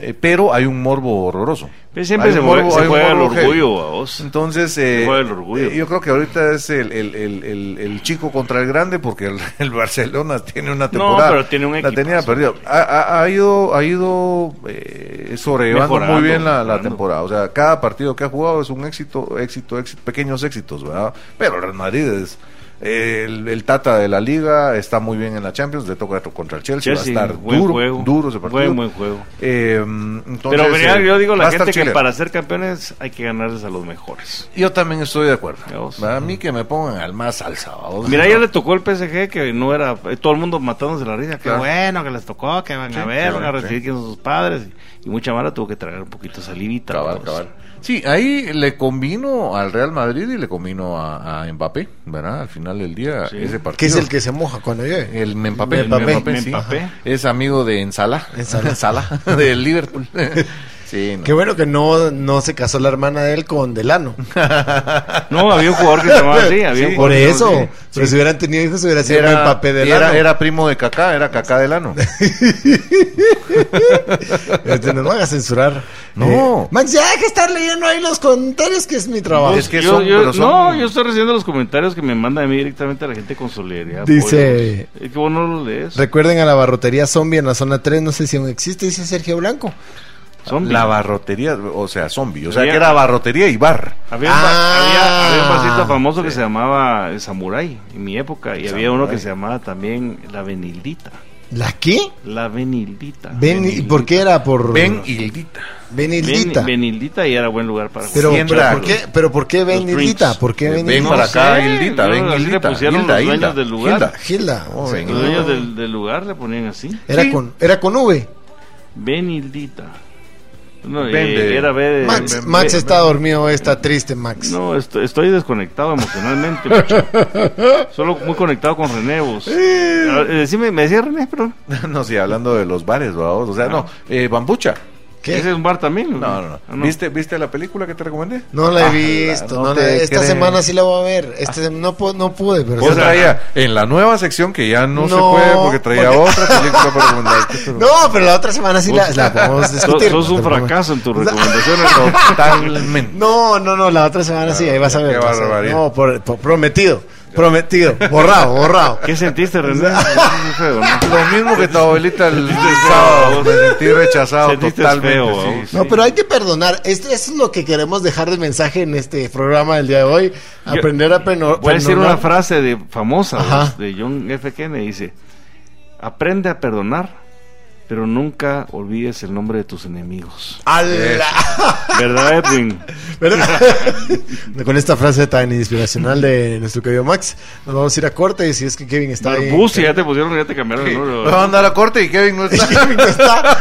eh, pero hay un morbo horroroso. Pero siempre Hay se un mueve- se hay un juega el morbo heavy. orgullo, vos. Entonces, eh, Se juega el orgullo. eh, yo creo que ahorita es el, el- el- el- el chico contra el grande porque el, el Barcelona tiene una temporada. pero tiene un La tenía equipazo. perdida. Ha, ha- ha ido, ha ido eh, sobrellevando muy Mejorando, bien la, la mejorando. temporada. O sea, cada partido que ha jugado es un éxito, éxito, éxito, pequeños éxitos, ¿verdad? Pero el Real Madrid es. eh, El, el Tata de la Liga está muy bien en la Champions, le toca contra el Chelsea, Chelsea, va a estar buen duro, juego. duro ese partido. Buen, buen juego. Eh, entonces, Pero mira, eh, yo digo a va la a estar gente que chilero. para ser campeones hay que ganarles a los mejores. Yo también estoy de acuerdo. Ya vos. A mí que me pongan al más salsa. ¿vos? Mira, ya le tocó el PSG que no era eh, todo el mundo matándose la risa. Qué Claro. bueno que les tocó, que van Sí, a ver, qué van a bueno, recibir sí. quién son sus padres. Y mucha mala tuvo que traer un poquito de salivita. Cabal, vos. cabal. Sí, ahí le combino al Real Madrid y le combino a, a Mbappé, ¿verdad? Al final del día, Sí. ese partido. Que es el que se moja cuando llueve. El Mbappé. El Mbappé. sí. Mbappé. Ajá. Es amigo de Ensala. [laughs] [laughs] Ensala. Ensala, del Liverpool. [laughs] sí, no. Qué bueno que no, no se casó la hermana de él [laughs] con Delano. No, había un jugador que se llamaba así. Había un Sí. jugador Por que se eso. llamaba así. Pero si hubieran tenido hijos, hubiera sido Era, el papel de era, Delano. era primo de Kaká, era Kaká de [laughs] Lano. Este, no me hagas censurar. No. Eh, Max, ya hay que estar leyendo ahí los comentarios, que es mi trabajo. Es que Yo- son- yo- pero son- No, yo estoy recibiendo los comentarios que me mandan a mí directamente a la gente con solidaridad. Dice- apoyo. Es que vos no lo lees. Recuerden a la barrotería zombie en la zona 3, no sé si aún existe, dice Sergio Blanco. Zombie. La barrotería, o sea, zombie. O sea, Había- que era barrotería y bar. Había, un ba- Ah, había- había un vasito sí. famoso que se llamaba el Samurai en mi época y había uno Samurái. que se llamaba también la Benildita. ¿La qué? La Benildita. Ben, ¿Y por qué era? Por Ben Hildita. Benildita. Ben- Benildita y era buen lugar para pero, jugar. Siempre pero a- ¿por qué, pero ¿por qué Benildita? drinks. Ah, Eh, ¿Por qué Ven Benildita? para No acá, sé, Hildita, yo ven así le Hildita. pusieron Hilda, los dueños Hilda, del lugar. Hilda. Gilda. Oh, sí. Ben. Los dueños del, Eh, del lugar le ponían así. Era, Sí. con, era con V. Benildita. No, Ben eh, de- era B de- Max, Ben- Max Ben- está dormido, hoy, está triste, Max. No, est- estoy, desconectado emocionalmente. muchacho. [laughs] Solo muy conectado con René. vos. Ah, eh, Decime, me decía René, pero [laughs] No, sí, hablando de los bares, ¿verdad? O Ah. sea, no, eh, Bambucha. ¿Qué? ese es un bar también. ¿o No, qué? no, Ah, no. ¿Viste, ¿Viste la película que te recomendé? No la he Ah, visto. no no te la- esta creo. semana sí la voy a ver. Este, sem- no, pu- no pude, pero... Yo sí- traía en la nueva sección que ya no, se No, puede porque traía porque- otra película para [laughs] recomendarte. pero- No, pero la otra semana sí la, la podemos So- discutir. Sos No un te preocupes. fracaso [laughs] en tus recomendaciones. Totalmente. ah, No, no, no, la otra semana sí, ahí vas Ah, a ver. qué vas a ver. barbaridad. No, por- por- prometido, prometido, borrado, borrado. ¿Qué sentiste, [laughs] René? ¿Sentiste feo, no? Lo mismo que tu abuelita el Sentiste sábado. feo. Me sentí rechazado Sentiste totalmente. feo, sí, ¿no? sí. No, pero hay que perdonar. Esto, eso es lo que queremos dejar de mensaje en este programa del día de hoy. Aprender a perdonar. Voy a decir una frase de famosa Ajá. vos, de John F. Kennedy. Dice, aprende a perdonar pero nunca olvides el nombre de tus enemigos. ¡Ala! [laughs] ¿Verdad, Edwin? [laughs] ¿Verdad? Con esta frase tan inspiracional de nuestro querido Max, nos vamos a ir a corte y si es que Kevin está ahí- Arbusti, ya te pusieron, ya te cambiaron el Vamos número. a mandar a corte y Kevin eh. no [laughs] está. Kevin no está.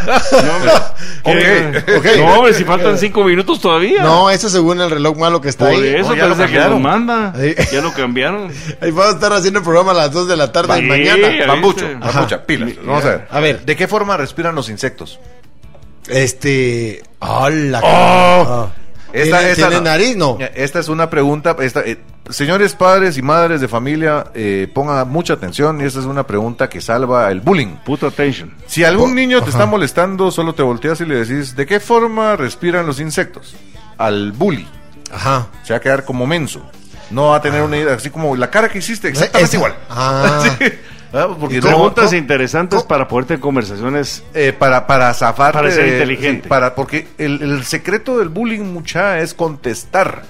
¿Qué? eh, ok, ok. No, hombre, si faltan cinco minutos todavía. [laughs] No, eso según el reloj malo que está Por ahí. eso No, ya lo pensé que lo cambiaron. manda. Ahí. Ya lo cambiaron. Ahí vamos a estar haciendo el programa a las 2 de la tarde Sí, mañana. ahí Bambucho, está. bambucha, pilas. Vamos a ver. A ver. ¿De qué forma respiran los insectos? Este. ¡Hola! Ah. Oh. ¿Tiene, tiene nariz? No. Eh, Esta es una pregunta. esta, eh, señores padres y madres de familia, eh, pongan mucha atención. Y esta es una pregunta que salva el bullying. Puto attention. Si algún niño te Ajá. está molestando, solo te volteas y le decís, ¿de qué forma respiran los insectos? Al bully. Ajá. Se va a quedar como menso. No va a tener una idea, así como la cara que hiciste, Esa- exactamente igual. Ah. [laughs] Sí. Ah, Porque no- Preguntas no- interesantes para ponerte en conversaciones. eh, para, para zafar. Para ser inteligente. para, porque el, el secreto del bullying, mucha, es contestar.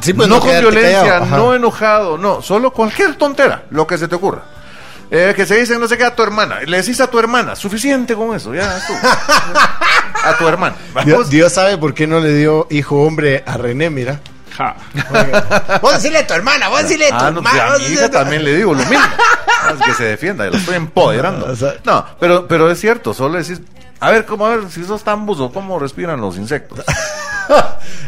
Sí, pues, no con quédate violencia, callado. Ajá. no enojado, no, solo cualquier tontera, lo que se te ocurra. Eh, que se dice, no sé qué, a tu hermana. Le decís a tu hermana, suficiente con eso, ya [laughs] tú. a tu hermana. Dios, Vamos. Dios sabe por qué no le dio hijo hombre a [laughs] René, mira. Ja. Pues Vos decirle a tu hermana, vos decirle Ah, no, pues, a mi hija también le digo lo [laughs] mismo. Ah, es que se defienda, la estoy empoderando. O sea- No, pero, pero es cierto, solo decís, a ver, ¿cómo, a ver, si sos tan buzo, ¿cómo respiran los [laughs] insectos?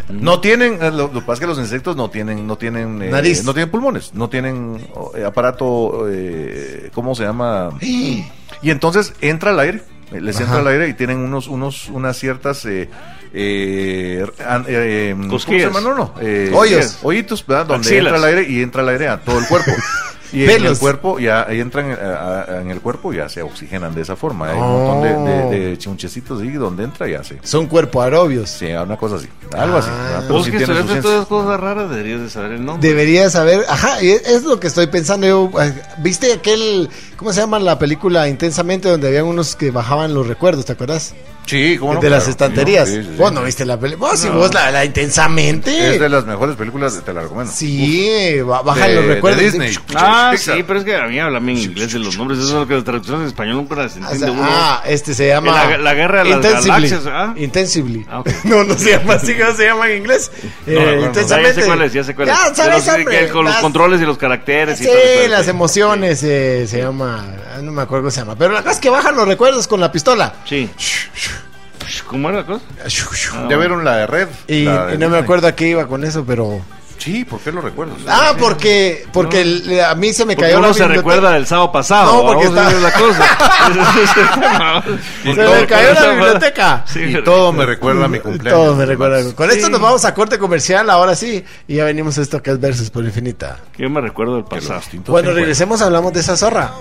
No tienen, eh, lo, lo que pasa es que los insectos no tienen, no tienen, eh, Nariz. no tienen pulmones, no tienen oh, eh, aparato, eh, ¿cómo se [gasps] llama? Y entonces entra el aire, eh, les entra Ajá. el aire y tienen unos, unos, unas ciertas eh, eh, an- eh, ¿cómo se Cosquillas. llama? No, no, eh, Hoyos. hoyitos, ¿verdad? Donde Axilas. entra el aire y entra el aire a todo el [laughs] cuerpo. Y en Pelos. el cuerpo ya ahí entran eh, a- a- en el cuerpo ya se oxigenan de esa forma. Hay un Oh. montón de, de- de chunchecitos ahí donde entra ya se. Son cuerpo aerobios. Sí, una cosa así. Algo así. Ah. ¿verdad? Pero Vos sí que tiene su ciencia. estudiaste todas esas cosas raras deberías de saber el nombre. Deberías saber, ajá, y es, es lo que estoy pensando yo. eh, ¿Viste aquel, cómo se llama la película Intensamente donde habían unos que bajaban los recuerdos, ¿te acuerdas? Sí, cómo no, de las claro. estanterías. Sí, sí, sí. Vos no viste la película. Vos sí, vos la, la Intensamente. Es de las mejores películas, te la recomiendo. Sí, ba- Uf, bajan de- los de recuerdos. Disney. Ah, Pixar. sí, pero es que a mí hablan en inglés de los nombres. Eso es lo que las traducciones en español nunca las Ah, o entiende sea, uno. ah, este se llama. La- la guerra de las galaxias, ¿ah? Intensively. Ah, ok. [laughs] No, no se llama así, no se llama en inglés. Eh, No, no, no, no. intensamente. Ya sé cuál es, ya sé cuál es. Ya De sabes, los- de- hombre, que Con los las- controles y los caracteres y Sí, todo eso. las emociones eh, se llama. ah, No me acuerdo cómo se llama. Pero la cosa es que bajan los recuerdos con la pistola. Sí. ¿Cómo era la cosa? Ya vieron la de Red. Y, La de y no me Disney. acuerdo a qué iba con eso, pero. Sí, ¿por qué lo recuerdo? Ah, porque, porque el- a mí se me Porque cayó uno la se biblioteca. recuerda del sábado pasado. No, porque vamos a ver está- la [laughs] cosa. Y Se todo- me [laughs] cayó la biblioteca. Sí, Y pero- todo me recuerda a mi cumpleaños. Todos me recuerdan. Con esto Sí. nos vamos a corte comercial, ahora sí. Y ya venimos a esto que es Versus por Infinita. Yo me recuerdo del Que los pasado. distintos Cuando se encuentran. regresemos hablamos de esa zorra.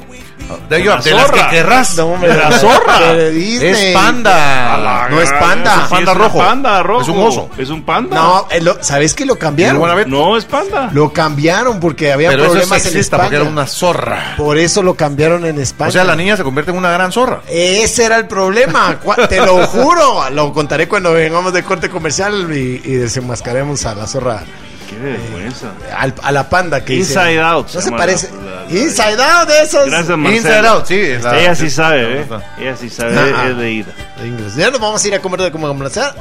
De, yo, La de las que zorra. querrás. No, hombre, De la- la zorra. de Disney. Es A la Ah, panda. No es gran- panda. eso Ah, sí panda es un rojo. Panda rojo. Es un oso. Es un panda. No, eh, lo- ¿sabés que lo cambiaron? Buena Vez. No, es panda. Lo cambiaron porque había Pero eso es problemas sexista en porque España. era una zorra. Por eso lo cambiaron en España. O sea, la niña se convierte en una gran zorra. Ese era el problema, cua- te lo juro. Lo contaré cuando vengamos de corte comercial y, y desenmascaremos a la zorra, Qué vergüenza. al- a la panda que Inside hicieron. Out se No se llama parece. la- la- la- Inside Out de esos. Gracias, Marcelo. Inside Out, sí. es la- Ella sí sabe, ¿eh? Ah, Ella sí sabe, Ah, ah. es de ida. De inglés. Ya nos vamos a ir a comer de [laughs] como comercial.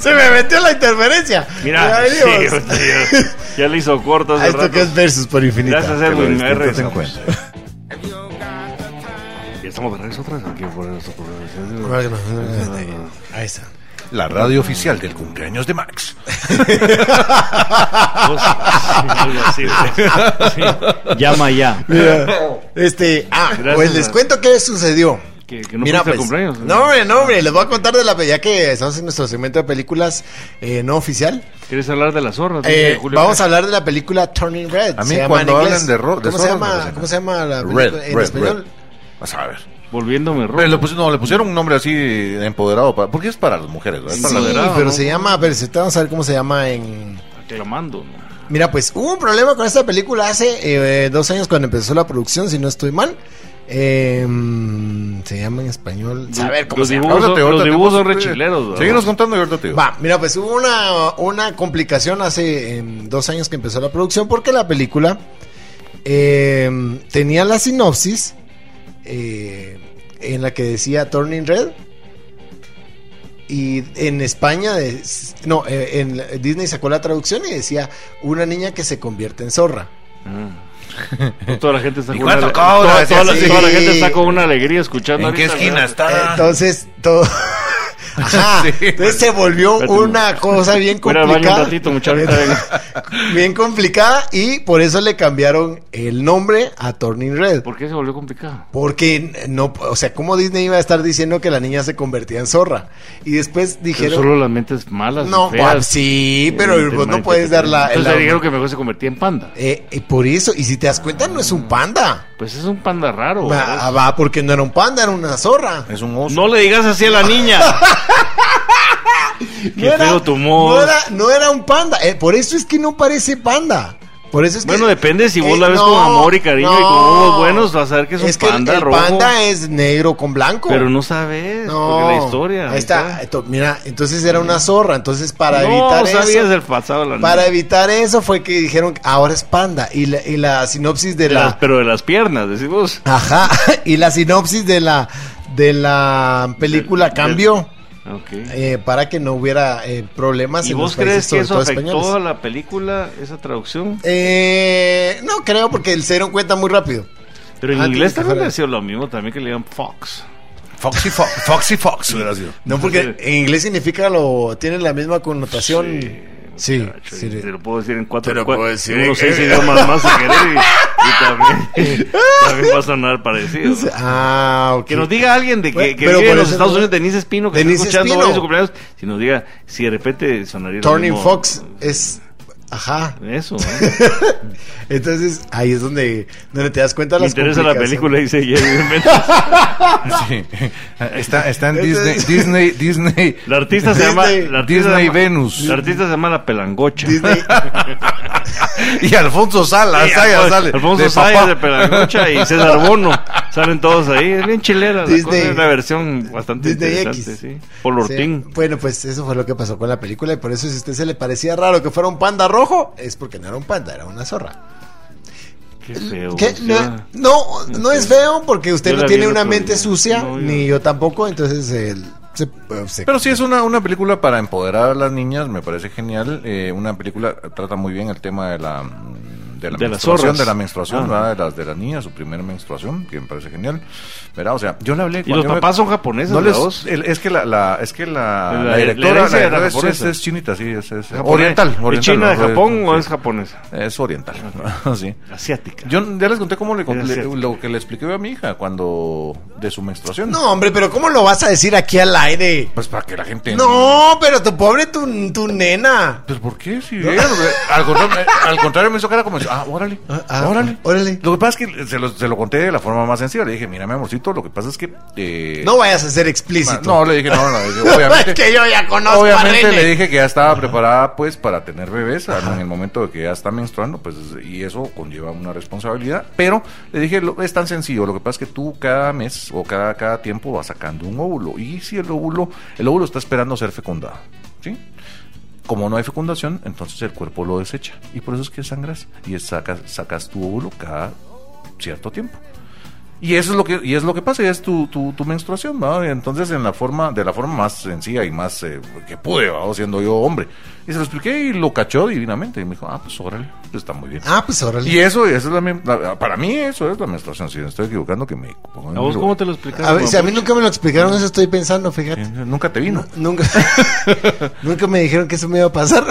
Se me metió la interferencia. Ya Mira, sí, [laughs] venimos. ya, [laughs] ya le hizo corto A hace esto rato. que es versus por infinita. Gracias, que lo Edwin. distinto ahí se regresamos. encuentra. [laughs] Ya estamos de regreso otra vez. Aquí por nuestro [laughs] programa. [laughs] Ahí está. La radio oficial del cumpleaños de Max. Algo así, sí. Llama ya. Mira, este, ah, Gracias, pues les Mar- cuento qué sucedió. Que, que no Mira, fuiste pues, al cumpleaños. no, hombre, no, hombre, les voy a contar de la ya que estamos en nuestro segmento de películas eh, no oficial. ¿Quieres hablar de las zorras? Eh, dice Julio? vamos a hablar de la película Turning Red. A mí se llama cuando en hablan inglés. de ro- de ¿Cómo se zorros me llama? fascina. ¿Cómo se llama la película Red, en red, español? red. Vas a ver. Volviéndome rojo. Pero le pusieron- no, le pusieron un nombre así de empoderado. para- porque es para las mujeres, ¿verdad? Es para Sí, las- moderado, pero ¿no? se llama, pero se- vamos a ver cómo se llama en Aclamando. ¿no? Mira, pues hubo un problema con esta película hace eh, dos años cuando empezó la producción, si no estoy mal. Eh, se llama en español. Saber cómo los se llama. dibujos, Ahorita te- son- ahorita los te- dibujos son ahorita te- rechileros. ¿verdad? Seguimos contando y ahorita te digo. Va, mira, pues hubo una, una complicación hace em, dos años que empezó la producción porque la película em, tenía la sinopsis eh, en la que decía Turning Red. Y en España, de- no, eh, en la- Disney sacó la traducción y decía una niña que se convierte en zorra. [laughs] Pues toda la gente está ¿Y con una cuánto ale- cobra? toda- toda la- Sí. toda la gente está con una alegría escuchando. ¿En qué ahorita, esquina ¿verdad? está? Entonces, todo. [laughs] [laughs] Ajá. Sí. Entonces se volvió Vete, una cosa bien Voy a ir al baño un complicada. ratito, muchacho, ahorita vengo. bien complicada y por eso le cambiaron el nombre a Turning [laughs] Red. ¿Por qué se volvió complicado? Porque no, o sea, ¿cómo Disney iba a estar diciendo que la niña se convertía en zorra? Y después dijeron. solo las mentes malas. y No, feas. pues, sí, pero Eh, vos no te- puedes dar la- Entonces la- le dijeron que mejor se convertía en panda. Eh, eh, por eso, y si te das cuenta, no es un panda. Pues es un panda raro. Va, ah, va, porque no era un panda, era una zorra. Es un oso. No le digas así a la [laughs] niña. Qué no, era, feo tu humor. no era- no era un panda. eh, por eso es que no parece panda. Por eso es que- Bueno, depende si vos Eh, la ves con no, amor y cariño y con no. ojos buenos, vas a ver que es un el- panda el rojo. panda es negro con blanco. Pero no sabes, No, porque la historia. Ahí está. Esto- mira, entonces era una zorra. Entonces, para no evitar sabías eso. el pasado de la Para niña. evitar eso fue que dijeron ahora es panda. Y la, y la sinopsis de De las- la. pero de las piernas, decimos. Ajá. [laughs] Y la sinopsis de la de la película Del- cambió. Ok. eh, para que no hubiera eh, problemas ¿Y en vos los crees países, que sobre eso todo afectó españoles. a la película, esa traducción? Eh, no creo porque el cero cuenta muy rápido. Pero en Ah, tiene inglés que también fuera. ha sido lo mismo, también que le digan Fox. Foxy Fox. Foxy Fox hubiera sido. Ah, No porque en inglés significa lo tiene la misma connotación. Sí, Muchacho, sí. y Te lo puedo decir en cuatro, Te lo cua- puedo decir en unos en- seis idiomas más si querés y, y [laughs] también, también va a sonar parecido. Ah, ok. Que nos diga alguien de que, Bueno, que pero vive en por los eso Estados no- Unidos, Denise Espino, que Denise está escuchando Espino. hoy en su cumpleaños, si nos diga si de repente sonaría lo Turning mismo. Fox es. [laughs] Ajá. [laughs] Eso, ¿eh? Entonces ahí es donde, donde te das cuenta Me las interesa la complicaciones. película, dice Jerry [laughs] Méndez. Sí. [laughs] Está, está en Disney, Entonces- Disney, Disney, La artista se llama... Disney- La artista se Disney llama- Venus. La artista se llama La Pelangocha. [laughs] Disney, [laughs] y Alfonso Salas, Sí, Salas, Alfonso- sale, Alfonso de Sayas papá. de Pelangocha y [laughs] César Bono. Salen todos ahí. Es bien chilera. La, Disney- cosa es la versión bastante Disney interesante, X. sí. Por Sí. Ortín. Bueno, pues eso fue lo que pasó con la película y por eso si a usted se le parecía raro que fuera un panda rojo, es porque no era un panda, era una zorra. Qué feo. ¿Qué? o No, sea, no, no es feo porque usted Yo no la vi tiene el una otro mente día. sucia, No, yo- ni yo tampoco, entonces el- se- eh, se- Pero sí es una, una película para empoderar a las niñas, me parece genial. Eh, una película que trata muy bien el tema de la mm, de la De las menstruación, zorras. de la menstruación, Ah. ¿verdad? de las de las niñas, su primera menstruación, que me parece genial. ¿Verdad? O sea, yo le hablé Y los yo me- papás son japoneses, no les- ¿verdad? el- es que la, la- es que la, La- la la directora herencia la era directora es- japonesa. es, chinita, sí, es, es Japonés. oriental, ¿Es oriental, China de ¿no? Japón o Sí. es Ah, japonesa? Es oriental, [laughs] sí. Asiática. Yo ya les conté cómo le, Era le- cierto. lo que le expliqué a mi hija cuando de su menstruación. No, hombre, pero ¿cómo lo vas a decir aquí al aire? Pues para que la gente No, pero tu pobre, tu, tu nena. ¿Pero por qué? Si ella lo ve- al, contrario, al contrario, me hizo cara como, ah, órale, Ah, ah, órale. órale. Lo que pasa es que se lo, se lo conté de la forma más sencilla. Le dije, mira, mi amorcito, lo que pasa es que... eh, No vayas a ser ma- explícito. no, le dije, no, no, le [laughs] dije, es obviamente... que yo ya conozco a Obviamente René. le dije que ya estaba preparada pues para tener bebés ah, en el momento de que ya está menstruando pues y eso conlleva una responsabilidad pero le dije lo- es tan sencillo lo que pasa es que tú cada mes o cada, cada tiempo vas sacando un óvulo y si el óvulo el óvulo está esperando ser fecundado ¿sí? como no hay fecundación, entonces el cuerpo lo desecha. Y por eso es que sangras y sacas, sacas tu óvulo cada cierto tiempo. Y eso es lo que, y es lo que pasa, y es tu, tu, tu menstruación, ¿no? Y entonces en la forma, de la forma más sencilla y más eh, que pude, ¿no? siendo yo hombre. Y se lo expliqué y lo cachó divinamente. Y me dijo, ah, pues órale, pues está muy bien. Ah, pues órale. Y eso, eso es la, men- la- para mí eso es la menstruación. Si me estoy equivocando, que me pongo en ¿A mi vos lugar. cómo te lo explicas? A ver, si a mí nunca me lo explicaron, eso estoy pensando, fíjate. Eh, Nunca te vino. Nunca, [laughs] nunca me dijeron que eso me iba a pasar.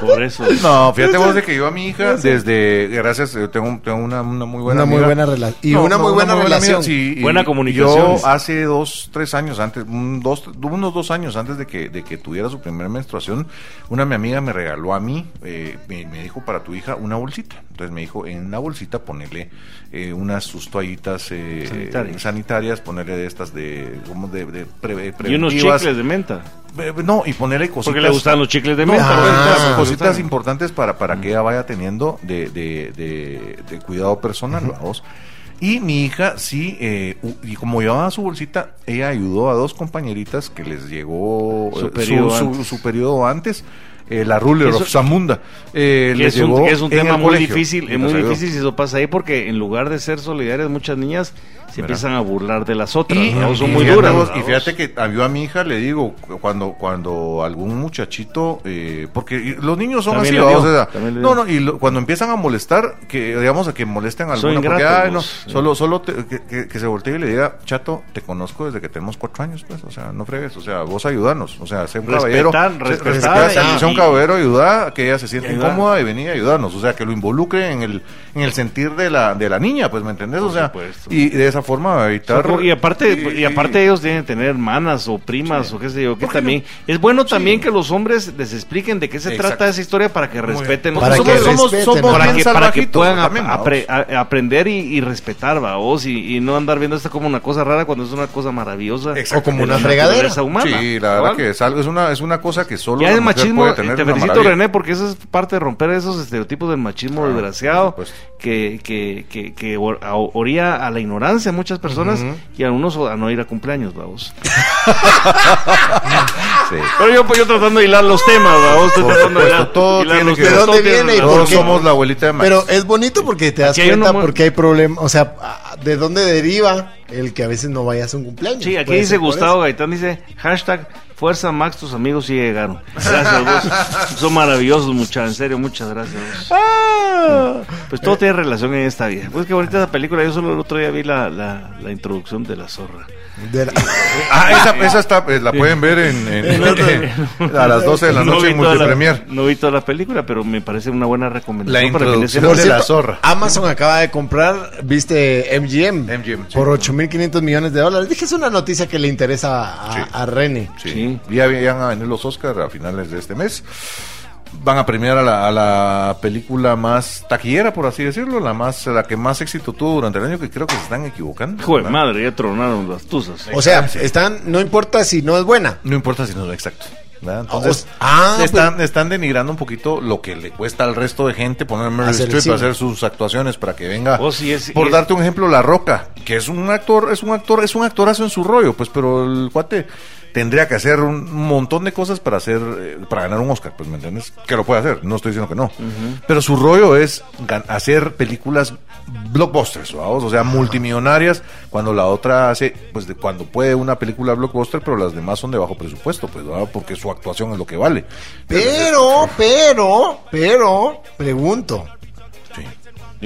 Por eso. [laughs] [laughs] No, fíjate vos de que yo a mi hija, desde, gracias, eh, tengo, tengo una, una muy buena Una muy amiga. buena rela- y una muy buena relación. sí, y- Buena y comunicación. Yo hace dos, tres años antes, un- dos, unos dos años antes de que, de que tuviera su primera menstruación, una mi amiga me regaló a mí, eh, me, me dijo para tu hija una bolsita. Entonces me dijo, en la bolsita ponele eh, unas sus toallitas eh, Sanitarias. sanitarias, ponerle de estas de, como de, de pre- Y unos preventivas. chicles de menta. Eh, No, y ponerle cositas. Porque le gustan los chicles de No, menta. Ah, güey. cositas- Ah, cositas sí. importantes para, para que ella vaya teniendo de, de- de- de cuidado personal, vamos. Y mi hija, sí, eh, u- y como llevaba su bolsita, ella ayudó a dos compañeritas que les llegó eh, Su periodo su, antes. su periodo antes. eh, la ruler Eso- of Zamunda eh, Que les es un, llegó que es un en tema el muy colegio. difícil, es Entonces, muy ayudó. difícil si eso pasa ahí porque en lugar de ser solidarias muchas niñas ¿verdad? se empiezan a burlar de las otras. Y, ¿no? Son y muy fíjate duras. vos, y ¿no? fíjate que a- yo a mi hija le digo, cuando, cuando algún muchachito, eh, porque los niños son También así, le dio, vamos, o sea, también le no, dio. no, y lo- cuando empiezan a molestar, que digamos a que molesten a Son alguna, porque, ingratos, ay, no, vos. solo, solo te- que, que- que se voltee y le diga, chato, te conozco desde que tenemos cuatro años, pues, o sea, no fregues, o sea, vos ayudanos, o sea, sé un Respetar, caballero, sé- respetar sé- y- sé un caballero, ayuda, a que ella se sienta Ayudar. incómoda y venía a ayudarnos, o sea, que lo involucre en el, en el sentir de la, de la niña, pues, ¿me entendés? O Por sea, supuesto. y de esa forma va a evitar Son como- Y aparte, Sí, y aparte ellos tienen que tener hermanas o primas o qué sé yo, que también es bueno también que los hombres les expliquen de qué se Exacto. trata esa historia para que bien. respeten Porque Para los que hombres. somos- somos para bien que, para que salvajitos puedan también, ap- ¿va? apre- a- aprender y, y respetar, va vos, y, y no andar viendo esto como una cosa rara cuando es una cosa maravillosa. Exacto. O como de una la fregadera. naturaleza humana. Sí, la verdad ¿Cabal? que es, algo, es, una, es una cosa que solo Ya la el mujer machismo, eh, puede te tener, es una felicito maravilla. René, porque eso es parte de romper esos estereotipos del machismo Ah, desgraciado por supuesto. que, que, que, que or- a- oría a la ignorancia a muchas personas y a unos a no ir a cumpleaños, vamos. Sí. Pero yo, pues, yo tratando de hilar los temas, vamos. Estoy Por tratando de supuesto, hilar, todo hilar tiene los que- temas, [laughs] ¿De dónde todo tiene viene y relación. Todos por qué? somos la abuelita de Max. Pero es bonito porque te das Aquí hay cuenta una mu- porque hay problemas, o sea, ah, de dónde deriva el que a veces no vayas a un cumpleaños. Sí, aquí Puede dice ser por Gustavo Gaitán, dice hashtag Fuerza Max, tus amigos sí llegaron. Gracias a [laughs] vos. Son maravillosos, muchachos, en serio, muchas gracias. vos. Ah. Pues todo tiene relación en esta vida. Pues qué bonita esa película, yo solo el otro día vi la, la, la introducción de la zorra. eso. De la- Ah, esa, esa está, eh, la pueden ver en, en- en- a las 12 de la noche vi en toda la- Multipremier. no vi toda la película, pero me parece una buena La recomendación. para el fin de introducción semana. de la zorra. Amazon acaba de comprar, viste, MGM, MGM, sí. por 8.500 millones de dólares. Dije, es una noticia que le interesa a, Sí. a René. Sí. Sí. Ya vi- ya van a venir los Oscars a finales de este mes. Van a premiar a la, a la película más taquillera, por así decirlo, la más la que más éxito tuvo durante el año, que creo que se están equivocando. Joder, ¿verdad? madre, ya tronaron las tuzas. O sea, están, no importa si no es buena. No importa si no es exacto. ¿verdad? O Entonces, sea, ah, están, están denigrando un poquito lo que le cuesta al resto de gente poner a Meryl Hacer el Streep cine. a hacer sus actuaciones para que venga. Oh, sí, es- Por es- darte un ejemplo, La Roca, que es un actor, es un actor, es un actorazo en su rollo, pues, pero el cuate tendría que hacer un montón de cosas para hacer, eh, para ganar un Oscar, pues, ¿me entiendes? Que lo puede hacer, no estoy diciendo que no. Pero su rollo es gan- hacer películas blockbusters, ¿vamos? o sea, multimillonarias, cuando la otra hace, pues, de, cuando puede una película blockbuster, pero las demás son de bajo presupuesto, pues, ¿verdad? porque su actuación es lo que vale. Pero, pero, pero, pregunto. Sí.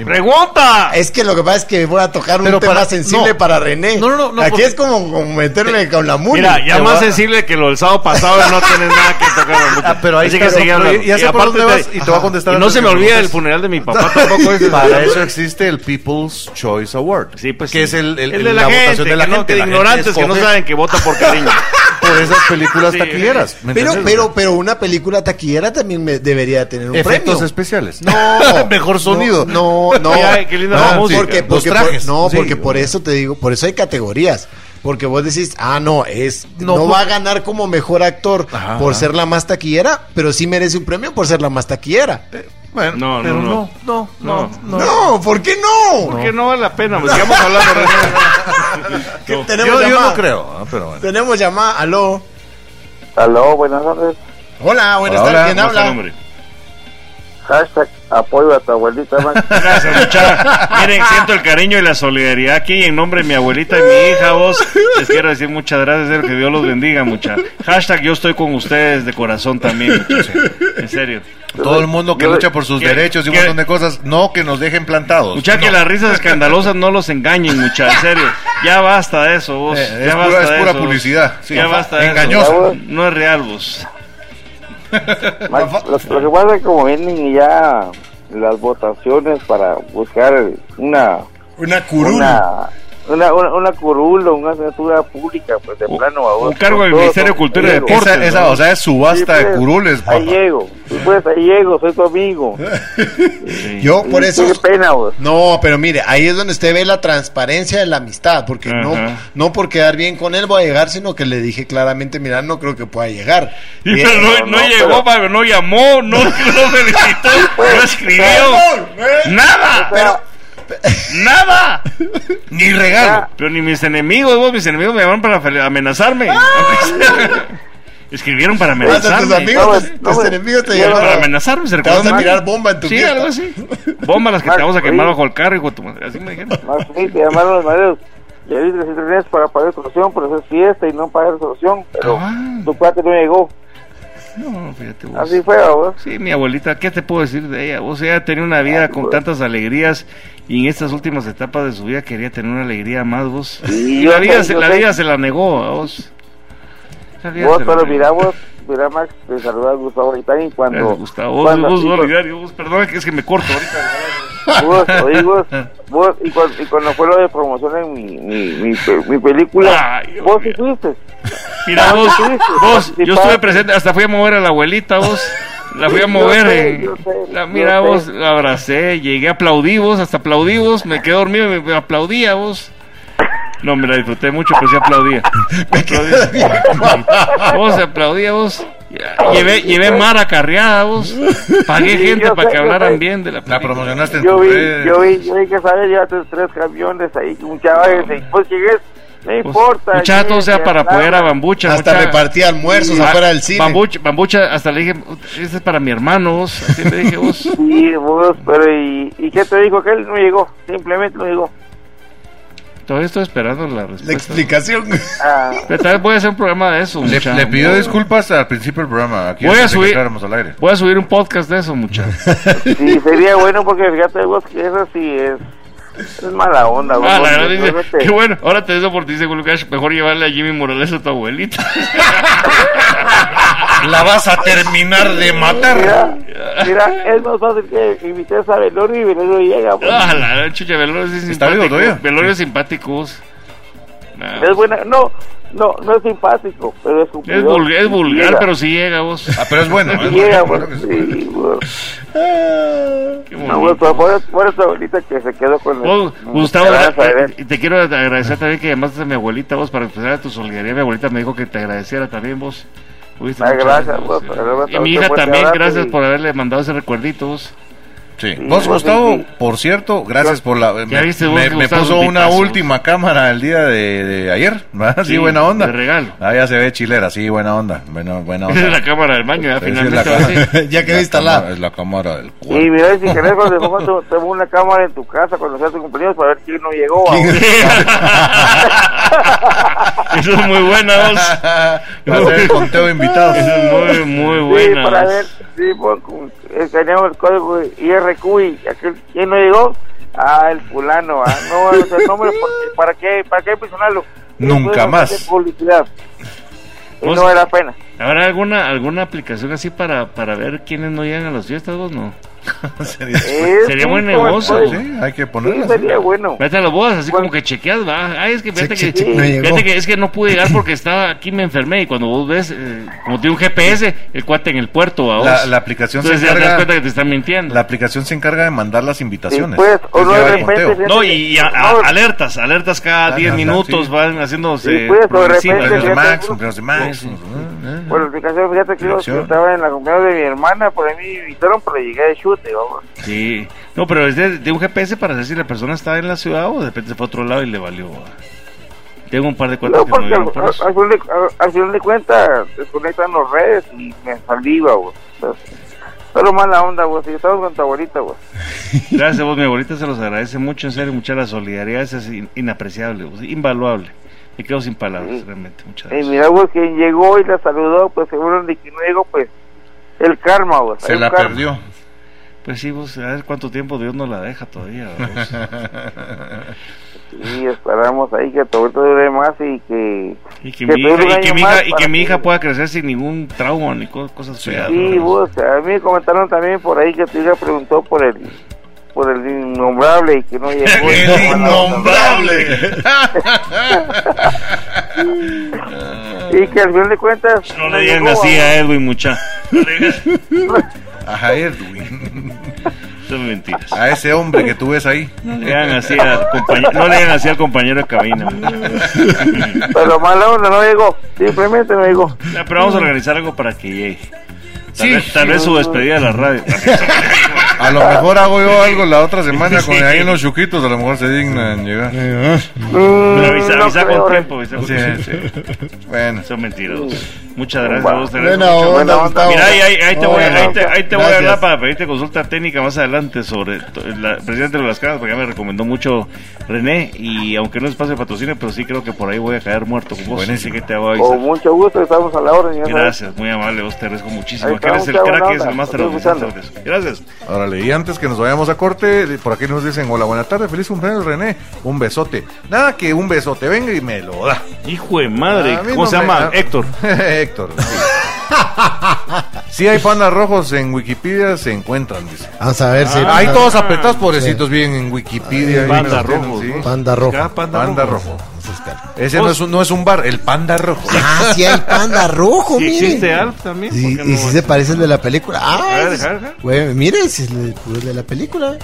¡Pregunta! Es que lo que pasa es que voy a tocar un Pero tema para- sensible no. para René. No, no, no, no, Aquí porque- es como, como meterle con la mula. Mira, ya Te más voy a- sensible que lo del sábado pasado no tienes nada que tocar. Rambuca. Ah, pero ahí Así está, que seguí pero hablando. ya sé por aparte dónde vas y te voy a contestar y no antes se que me olvida preguntes. el [laughs] funeral de mi papá tampoco. [laughs] es- Para eso existe el People's Choice Award. Sí, pues que sí. es el, el- Es de la, la gente, votación de la que no- gente. de La gente ignorantes que no escoge saben que vota por [laughs] cariño. por esas películas Sí. taquilleras. ¿me pero, entiendes? pero, pero una película taquillera también me- debería tener un efectos premio. especiales. [laughs] No, mejor sonido. No, no, no. Ay, qué linda No, la música. Porque, Los porque trajes. por, no, Sí, porque por bueno. eso te digo, por eso hay categorías. Porque vos decís, ah, no, es no, No, por- va a ganar como mejor actor Ajá, por ajá. ser la más taquillera, pero sí merece un premio por ser la más taquillera. Bueno, No, pero no, no. no, no, no, No. no. No, ¿por qué no? Porque no vale la pena. Pues, sigamos hablando. René. [laughs] No. Yo, Tenemos yo llamada. no creo, ah, pero bueno. Tenemos llamada, aló. Aló, buenas tardes. Hola, buenas Hola, tardes, ¿quién ¿Cómo está el habla? hombre? Hashtag apoyo a tu abuelita, Max. [laughs] Gracias, muchachos. Miren, siento el cariño y la solidaridad aquí en nombre de mi abuelita y mi hija, vos. Les quiero decir muchas gracias, en serio, que Dios los bendiga, muchachos. Hashtag yo estoy con ustedes de corazón también, muchachos. En serio. Todo el mundo que Yo- lucha por sus ¿Qué- derechos y un qué- montón de cosas, no que nos dejen plantados. Mucha que las risas escandalosas no los engañen, mucha, en serio. Ya basta de eso, vos. Eh, ya es pura- basta es de pura eso, vos. publicidad, sí. ya basta de eso. Engañosa. No es real, vos. Max, lo, lo que pasa es que como vienen ya las votaciones para buscar una Una una una, una, una curula, una asignatura pública, pues de Un- plano a un cargo del Ministerio de Cultura y Deportes. Esa, esa, ¿no? o sea, es subasta pues, de curules. Eh, pues, Ahí papá. llego, sí, pues ahí llego, soy tu amigo. Yo por Y eso Qué pena, vos. No, pero mire, ahí es donde usted ve la transparencia de la amistad, porque no, Ajá. no por quedar bien con él voy a llegar, sino que le dije claramente, mira, no creo que pueda llegar. Eh, Y Bien. pero no, no, no no, llegó, pero- pa- no llamó, no, no felicitó, no escribió. ¿Eh? ¡Nada! Pero- ¡Nada! Ni regalo. Pero ni mis enemigos, vos, mis enemigos me llamaron para fel- amenazarme. [laughs] Escribieron para Hasta tus amenazarme. amigos, No, tus- no, tus no, enemigos te no, llevan Para a- amenazarme, se Te vas a recordaron. tirar bomba en tu Sí, fiesta. algo [laughs] así. Bombas las que te vamos a quemar bajo el carro, hijo de tu madre. Así me dijeron. Más sí, te llamaron los maridos. Y ahorita les internet para pagar solución, pues, por hacer fiesta y no pagar solución. Pero Ah. tu cuate no llegó. No, fíjate vos. Así fue, vos. Sí, mi abuelita, ¿qué te puedo decir de ella? O sea, tenía una vida pues. con tantas alegrías y en estas últimas etapas de su vida quería tener una alegría más, vos. Sí, Y la yo vida, sé, se, yo la sé. vida se la negó, a vos. La vida Vos, se la pero negó. mira vos, mira Max, te saluda Gustavo Gaitán y cuando... Gracias, Gustavo. Vos, cuando- vos, y cuando- solidario, vos, perdona que es que me corto ahorita. Vos, oí [laughs] vos, vos, y, cuan- y cuando fue lo de promoción en mi, mi, mi, pe- mi película, Ay, Dios vos sí mío. fuiste. Mira, Ah, [laughs] vos, sí, sí, vos, sí, yo pa- estuve presente, hasta fui a mover a la abuelita, vos. La fui a [laughs] Yo mover. sé, eh. yo sé, La- yo mira, sé. vos, la abracé, llegué, aplaudí, vos, hasta aplaudí, vos. Me quedé dormido y me, me aplaudía, vos. No, me la disfruté mucho, pero sí [laughs] aplaudía. Aplaudía. [laughs] vos aplaudía, vos. Llevé, llevé mar acarreada, vos. Pagué Sí, gente yo para sé, que yo hablaran sé. bien de la La película. promocionaste en Yo tu vi, red. yo vi, yo vi que sabes, llevaste tres camiones ahí, un chaval, y pues llegues, no Pues, importa. mucha, todo sea para apoyar a Bambucha. Hasta mucha. repartía almuerzos Ba- afuera del cine. Bambucha, ah, Bambucha, hasta le dije, este es para mi hermano, vos. Así le dije, vos. [laughs] Sí, vos, pero ¿y, ¿y qué te dijo? Que él no llegó, simplemente no llegó. Todavía estoy esperando la La respuesta. explicación. Ah, Pero tal vez voy a hacer un programa de eso, Le, mucha. le pidió disculpas al principio del programa. Aquí Voy a antes de que subir- entráramos al aire. Voy a subir un podcast de eso, mucha. sí, sería bueno porque fíjate vos que eso sí es, es mala onda. vos, Ah, la porque verdad dice, realmente- qué bueno, ahora te dejo por ti, según Lucas, mejor llevarle a Jimmy Morales a tu abuelita. [laughs] La vas a terminar de matar. Mira, mira, es más fácil que invites a Velorio y Velorio llega. pues. Ah, la verdad, chucha, Velorio es simpático. ¿Está vivo todavía? Velorio es simpático. vos. Nah, Es buena, no, no, no es simpático, pero es es, cumplidor. vulgar, es vulgar, Llega. pero sí llega vos. Ah, pero es [laughs] bueno. es Llega, bueno, pues, claro que sí. sí, pues. Qué No, bonito. pues, por, por eso ahorita que se quedó con el- Vos, Pues, Gustavo, eh, Esperanza, te, ¿verdad? te quiero agradecer también que llamaste a mi abuelita vos para empezar a tu solidaridad. Mi abuelita me dijo que te agradeciera también vos. Tuviste Ay, muchas gracias, vos. vos, Roberto, Y mi un hija fuerte también, abrazo gracias y- por haberle mandado ese recuerdito vos. Sí. Sí, Vos, sí, Gustavo, sí. por cierto, gracias por la. Me, viste vos me- que me Gustavo es puso un una tipazo. última cámara el día de, de ayer. ¿verdad? [laughs] Sí, Sí, buena onda. de regalo. Ah, ya se ve chilera, sí, buena onda. Bueno, buena Esa [laughs] es onda. la cámara del baño, ya Esa es la finalmente. ahora cámara. sí. [laughs] [laughs] ya quedó La instalada. cámara- Es la cámara [laughs] del cuerpo. [laughs] Y mira, y si querés, cuando te pongas tu- te pongo una cámara en tu casa cuando seas tu cumpleaños para ver quién no llegó. vamos. [laughs] Eso es muy buena vos. Va a ser el conteo de invitados. [laughs] Eso [laughs] es muy, muy Sí, buena para vos. ver, sí, pues, con- escaneamos el código IRQ y aquel, ¿quién no llegó? Ah, el fulano, ah, no, no sé el nombre, porque, ¿para qué, para qué mencionarlo? Nunca Eso es más. hacer Publicidad. Y Vos- no vale [laughs] la pena. ¿Habrá alguna, alguna aplicación así para, para ver quiénes no llegan a las fiestas vos? No. Es Sería un buen negocio, pues, Sí, hay que Sí, ponerla. así. sería bueno. Vete a las bodas, así Bueno. como que chequeas, va. Ay, es que fíjate Sí, que, sí, sí, no llegó. fíjate que es que no pude llegar porque estaba aquí, me enfermé. Y cuando vos ves, eh, como tiene un GPS, el cuate en el puerto, va. vos. La, la aplicación Entonces se ya te das encarga. cuenta que te están mintiendo. La aplicación se encarga de mandar las invitaciones. Después, o Les no, lleva de el repente, conteo. No, y a- a- No. alertas, alertas cada Ah, 10 ajá, minutos sí. van haciéndose Sí, pues, de progresivas. repente Cumpleaños de ya Max, tengo- cumpleaños de Max. Bueno, en mi caso, fíjate que yo, Dirección. yo estaba en la compañía de mi hermana, por ahí me invitaron, pero llegué de chute, vamos. Sí. No, pero es de, de un GPS para saber si la persona estaba en la ciudad o de repente se fue a otro lado y le valió. va. Tengo un par de cuentas No, que no porque al, llegaron por al- eso. al final de, al- al final de cuentas desconectan las redes y me salí, vos. Solo mala onda, vos. Y estamos con tu abuelita, vos. Gracias vos, mi abuelita se los agradece mucho, en serio, mucha la solidaridad, esa es in- inapreciable, vos, invaluable. Me quedo sin palabras, Sí. realmente, muchas Y gracias. mira, vos, quien llegó y la saludó, pues seguro de que no llegó, pues el karma, vos. Se Hay un la karma. perdió. [laughs] Pues sí, vos, a ver cuánto tiempo Dios nos la deja todavía. vos. Y esperamos ahí que tu abuelita dure más y que. Y que Que mi dure un hija, y que año mi más hija, y que para mi que- hija pueda pues. crecer sin ningún trauma ni co- cosas feas. Sí, ¿no? [laughs] vos, a mí me comentaron también por ahí que tu hija preguntó por el por el innombrable y [laughs] que no llegó. ¡El innombrable! Y que al final de cuentas. No le digan llegó, así vos. a Edwin, mucha. No le digan- A Edwin. Son mentiras. A ese hombre que tú ves ahí. No le digan así al compañero, no le digan así al compañero de cabina. mucha. Pero mala onda, no llegó. Simplemente no llegó. Ya, Pero vamos a organizar algo para que llegue. Tal, Sí. vez, tal vez su despedida a la radio. A lo mejor hago yo algo la otra semana con ahí unos chuquitos, a lo mejor se dignan llegar. Pero Mm, avisa, no avisa creo, con Ren. tiempo, avisa con tiempo. Sí, sí. Bueno, Son mentirosos. Muchas gracias. Bueno, vos tenés Buena mucho- Buena onda, onda. Gustavo. Mira, ahí, ahí- ahí te, No, voy, bueno, ahí te, ahí te voy a gracias. hablar para pedirte consulta técnica más adelante sobre to- la presidente de las casas, porque ya me recomendó mucho René, y aunque no es espacio de patrocinio, pero sí creo que por ahí voy a caer muerto con vos, así Buenísimo. que te voy a avisar. Con mucho gusto, estamos a la orden. ya sabes. Gracias, muy amable, vos te agradezco muchísimo. Ahí Acá eres está, el mucha crack, buena eres el onda, máster. estoy de las escuchando. tardes. Gracias. órale, y antes que nos vayamos a corte, por aquí nos dicen, hola, buena tarde, feliz cumpleaños René, un besote. Nada que un besote, venga y me lo da. Hijo de madre, A mí ¿cómo no se me- llama? a- Héctor. [laughs] Héctor. Sí. Sí hay pandas rojos en Wikipedia, se encuentran, dice. Vamos a ver si. Ahí todos apretados, pobrecitos, bien en Wikipedia. ahí Pandas los tienen, rojos, sí. Ah, ¿no? Panda rojo. Cada panda, Panda rojo. rojo. Ese no es, un, no es un bar, el panda rojo. [laughs] Ah, sí hay panda rojo, ¿Y mire. existe Alf también? ¿Por Y, qué y no? si se parece al de la película. A Ah, ver, es- a ver, a ver. güey, mire, si es el el de la película. eh.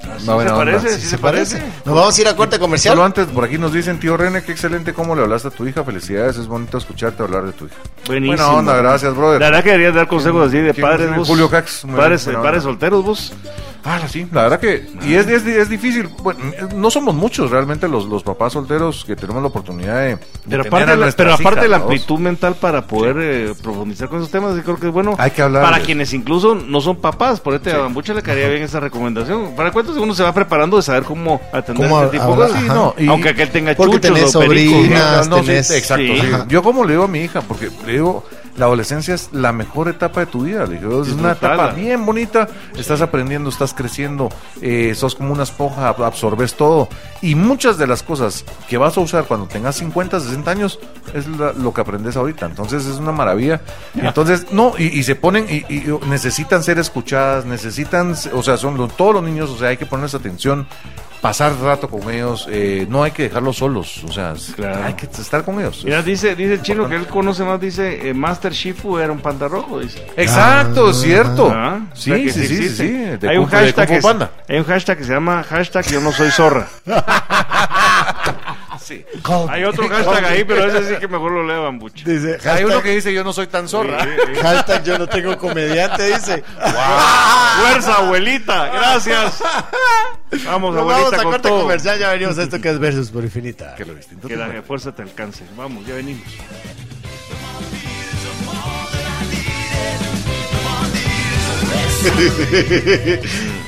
¿Sí No, se buena onda. parece? ¿Sí Sí se parece? Nos vamos a ir a corte comercial. Solo antes, por aquí nos dicen, tío René, qué excelente cómo le hablaste a tu hija. Felicidades, es bonito escucharte hablar de tu hija. Buenísimo. Buena onda, gracias, brother. La verdad que deberías dar consejos así de ¿Quién padres, es? vos. Julio Cax, muy Padres, buena padres onda. solteros, vos. Ah, sí, la verdad que. Y es, es, es difícil. Bueno, no somos muchos realmente los, los papás solteros que tenemos la oportunidad de. de Pero tener aparte, a la, nuestras pero aparte hijas, de la ¿no? amplitud mental para poder eh, profundizar con esos temas, yo creo que es bueno. Hay que hablar Para de- quienes incluso no son papás, por este a Bambucha le caería bien esa recomendación. ¿Para cuántos uno se va preparando de saber cómo atender Cómo este tipo de hablar, cosas? Sí, ajá. no, y- Aunque aquel tenga Porque chuchos tenés o pericos. Sí, sobrinas, no, no, sí, tenés- exacto. Sí. sí. Yo como le digo a mi hija, porque le digo, la adolescencia es la mejor etapa de tu vida. Le digo, es una Disfrutala. etapa bien bonita. Estás aprendiendo, estás creciendo, eh, sos como una esponja, ab- absorbes todo. Y muchas de las cosas que vas a usar cuando tengas 50, 60 años es la- lo que aprendes ahorita. Entonces es una maravilla. Entonces, no, y, y se ponen y, y necesitan ser escuchadas, necesitan, o sea, son los- todos los niños, o sea, hay que ponerles atención. Pasar rato con ellos, eh, no hay que dejarlos solos, o sea, Claro. hay que estar con ellos. Mira, dice, dice el chino que él conoce más, dice eh, Master Shifu era un panda rojo, dice. Exacto, Ah. cierto. Ah, o Sí, sea que sí, sí, sí, existe. sí, de Hay un, Kung Fu- de hashtag Kung Fu que, Panda. hay un hashtag que se llama hashtag yo no [laughs] soy zorra. Hay otro hashtag ahí, pero ese sí que mejor lo leo, Bambucha. Dice, Hay uno hashtag, que dice yo no soy tan zorra. Ah, hashtag yo no tengo comediante, dice. Fuerza, abuelita. Gracias. Vamos, Nos abuelita, vamos a con corte todo. comercial, ya venimos a esto que es Versus por Infinita. [laughs] Que lo distinto Que te la fuerza te alcance. Vamos, ya venimos.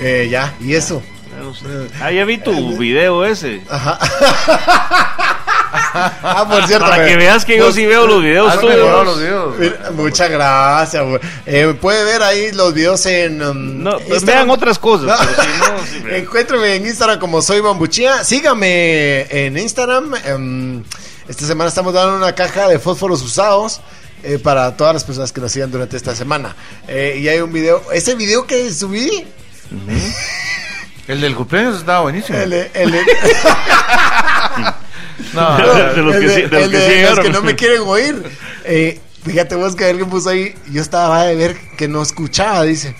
Eh, ya, y eso. Ya no sé. Ah, ya vi tu video ese. [laughs] Ah, por cierto. Para me- que veas que yo nos- sí veo los videos Ah, no, no, los videos. tuyos. Mira, muchas gracias. güey. Eh, puede ver ahí los videos en. um, No, pues Instagram. vean otras cosas. No. pero si no, [laughs] sí, mira. Encuéntrame en Instagram como soy Bambuchía. Sígame en Instagram. em, esta semana estamos dando una caja de fósforos usados. eh, para todas las personas que nos sigan durante esta semana. Eh, y hay un video. Ese video que subí. El del cumpleaños estaba buenísimo. El, el- [laughs] No, Ah, De los que el de- sí- de los el que de sí los llegaron. que no me quieren oír. Eh, fíjate vos que alguien puso ahí. Yo estaba de ver que no escuchaba, dice.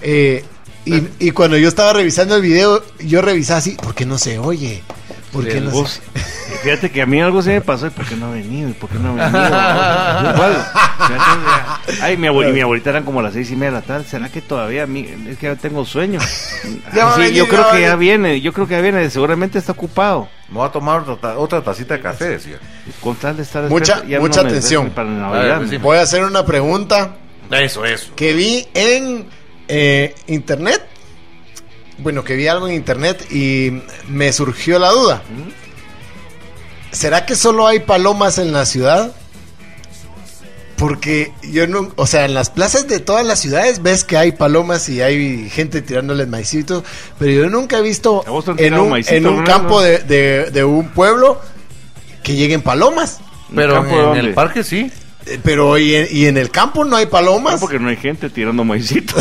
Eh, y, y cuando yo estaba revisando el video, yo revisaba así, ¿por qué no se oye? ¿Por qué El no se bus. Fíjate que a mí algo se me pasó. ¿Y por qué no ha venido? ¿Y por qué no ha venido? Igual. Fíjate, Ay, mi abuelita, mi abuelita eran como las seis y media de la tarde. ¿Será que todavía? mi- Es que ya tengo sueño. Ya va a Sí, venir, yo ya creo va a que ya venir. viene. Yo creo que ya viene. Seguramente está ocupado. Me voy a tomar otra, ta- otra tacita de café, decía. Con tal de estar Mucha- despierto, ya mucha me atención. despierto ni Para Navidad, A ver, ¿no? Voy a hacer una pregunta Eso, eso. que vi en eh, internet. Bueno, que vi algo en internet y me surgió la duda. ¿Será que solo hay palomas en la ciudad? Porque yo no, o sea, en las plazas de todas las ciudades ves que hay palomas y hay gente tirándoles maicitos, pero yo nunca he visto ¿A vos te han en tirado un, maicito en un alguna vez, no? campo de, de- de un pueblo que lleguen palomas. Pero ¿Campo en, dónde? el parque sí. Eh, Pero y en, y en el campo no hay No, palomas. porque no hay gente tirando [laughs] maicito.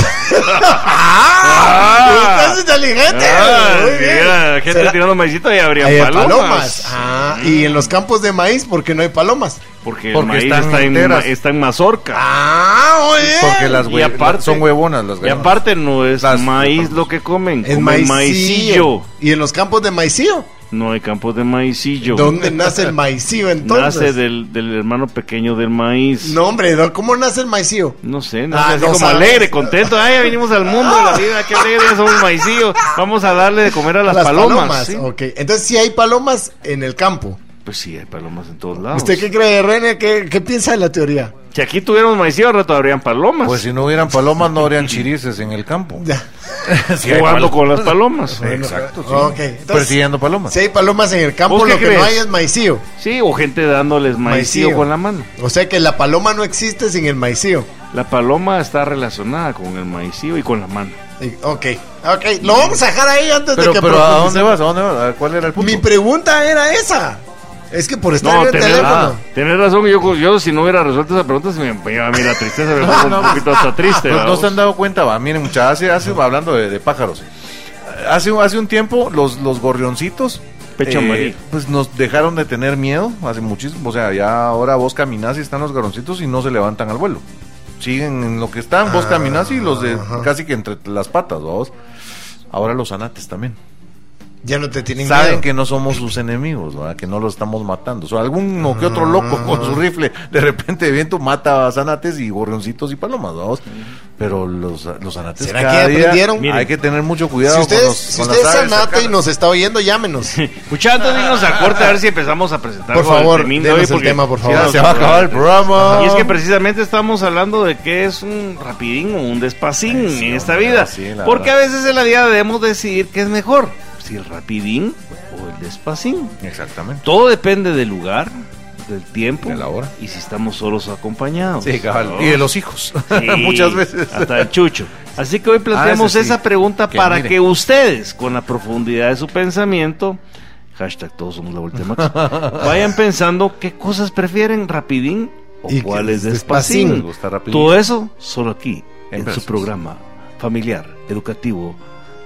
¡Ah! Ah. ¡Estás inteligente! Ah, Muy si bien. hubiera gente ¿Será- tirando maicito y habría Hay palomas. Mm. palomas. Ah, y en los campos de maíz, porque no hay palomas? Porque, el Porque maíz están está en, enteras. ma- está en mazorca. ¡Ah, oye! Porque las Y hue- aparte- son huevonas las y gallinas. aparte no es Pues Las- maíz lo que comen, Es comen maicillo. maicillo. ¿Y en los campos de maicillo? No hay campos de maicillo. [laughs] ¿Dónde nace el maicillo entonces? Nace del, del hermano pequeño del maíz. No, hombre, ¿dó- ¿cómo nace el maicillo? No sé, no Ah, sé, así no como sabes. alegre, contento. Ay, ya vinimos al mundo, la vida, qué alegre, somos maicillo. Vamos a darle de comer a las, palomas. ¿sí? Ok, entonces sí hay palomas en el campo. Pues sí, hay palomas en todos lados. ¿Usted qué cree, René? ¿Qué, qué piensa de la teoría? Si aquí tuviéramos maicillo, al rato habrían palomas. Pues si no hubieran palomas, no habrían chirises en el [laughs] campo. Si hay jugando pal- con las palomas. Exacto. sí. Ok, entonces- Persiguiendo palomas. Si hay palomas en el campo, ¿Vos qué lo que no crees? hay es maicillo. Sí, o gente dándoles maicillo, Maicillo. con la mano. O sea que la paloma no existe sin el maicillo. La paloma está relacionada con el maicillo y con la mano. Eh, Ok, ok, lo vamos a dejar ahí antes Pero, de que pero ¿a profundice. dónde vas? ¿A dónde vas? ¿A ¿Cuál era el punto? Mi pregunta era esa. Es que por estar No, en el tenés, teléfono. ah, tenés razón. Yo, yo, si no hubiera resuelto esa pregunta, se me iba a mí la [laughs] tristeza. Me pongo un poquito hasta triste. No, no Este, ¿vamos? se han dado cuenta, va. Miren, muchachos, hace, hace- hablando de, de pájaros. eh, Hace, hace un tiempo, los, los gorrioncitos. Pecho amarillo. Pues nos dejaron de tener miedo hace muchísimo. O sea, ya ahora vos caminás y están los gorrioncitos y no se levantan al vuelo. Siguen en lo que están, Ah, vos caminás y los de casi que entre las patas, vos. Ahora los anates también. Ya no te tienen Saben miedo. que no somos sus enemigos, ¿verdad? que no los estamos matando. O sea, alguno que otro loco con su rifle de repente de viento mata a zanates y gorrioncitos y palomas, ¿verdad? Pero los, los zanates ¿Será cada que día aprendieron? hay Miren. que tener mucho Si cuidado usted, con los si con usted es las aves sanate y cercanas. nos está [laughs] oyendo, llámenos. Muchachos, dinos a corte a ver si empezamos a presentar Por algo del favor, Fermín de denos hoy, el porque tema, por ya favor. Ya se va a acabar el programa. Y es que precisamente estamos hablando de qué es un rapidín o un despacín Ay, sí, en esta hombre, vida. sí, la porque a veces en la vida debemos decidir qué es mejor, si el rapidín o el despacín. Exactamente. Todo depende del lugar, del tiempo De la hora. y si estamos solos o acompañados. Sí, cabal. ¿No? Y de los hijos. Sí, [laughs] Muchas veces. Hasta el chucho. Así que hoy planteamos Ah, ese sí. esa pregunta Que para mire. que ustedes, con la profundidad de su pensamiento, hashtag todos somos la Voltemax, [laughs] vayan pensando qué cosas prefieren, rapidín o Y cuál que es despacín. despacín. Me gusta Rapidín. Todo eso solo aquí, en, Brazos. su programa familiar, educativo,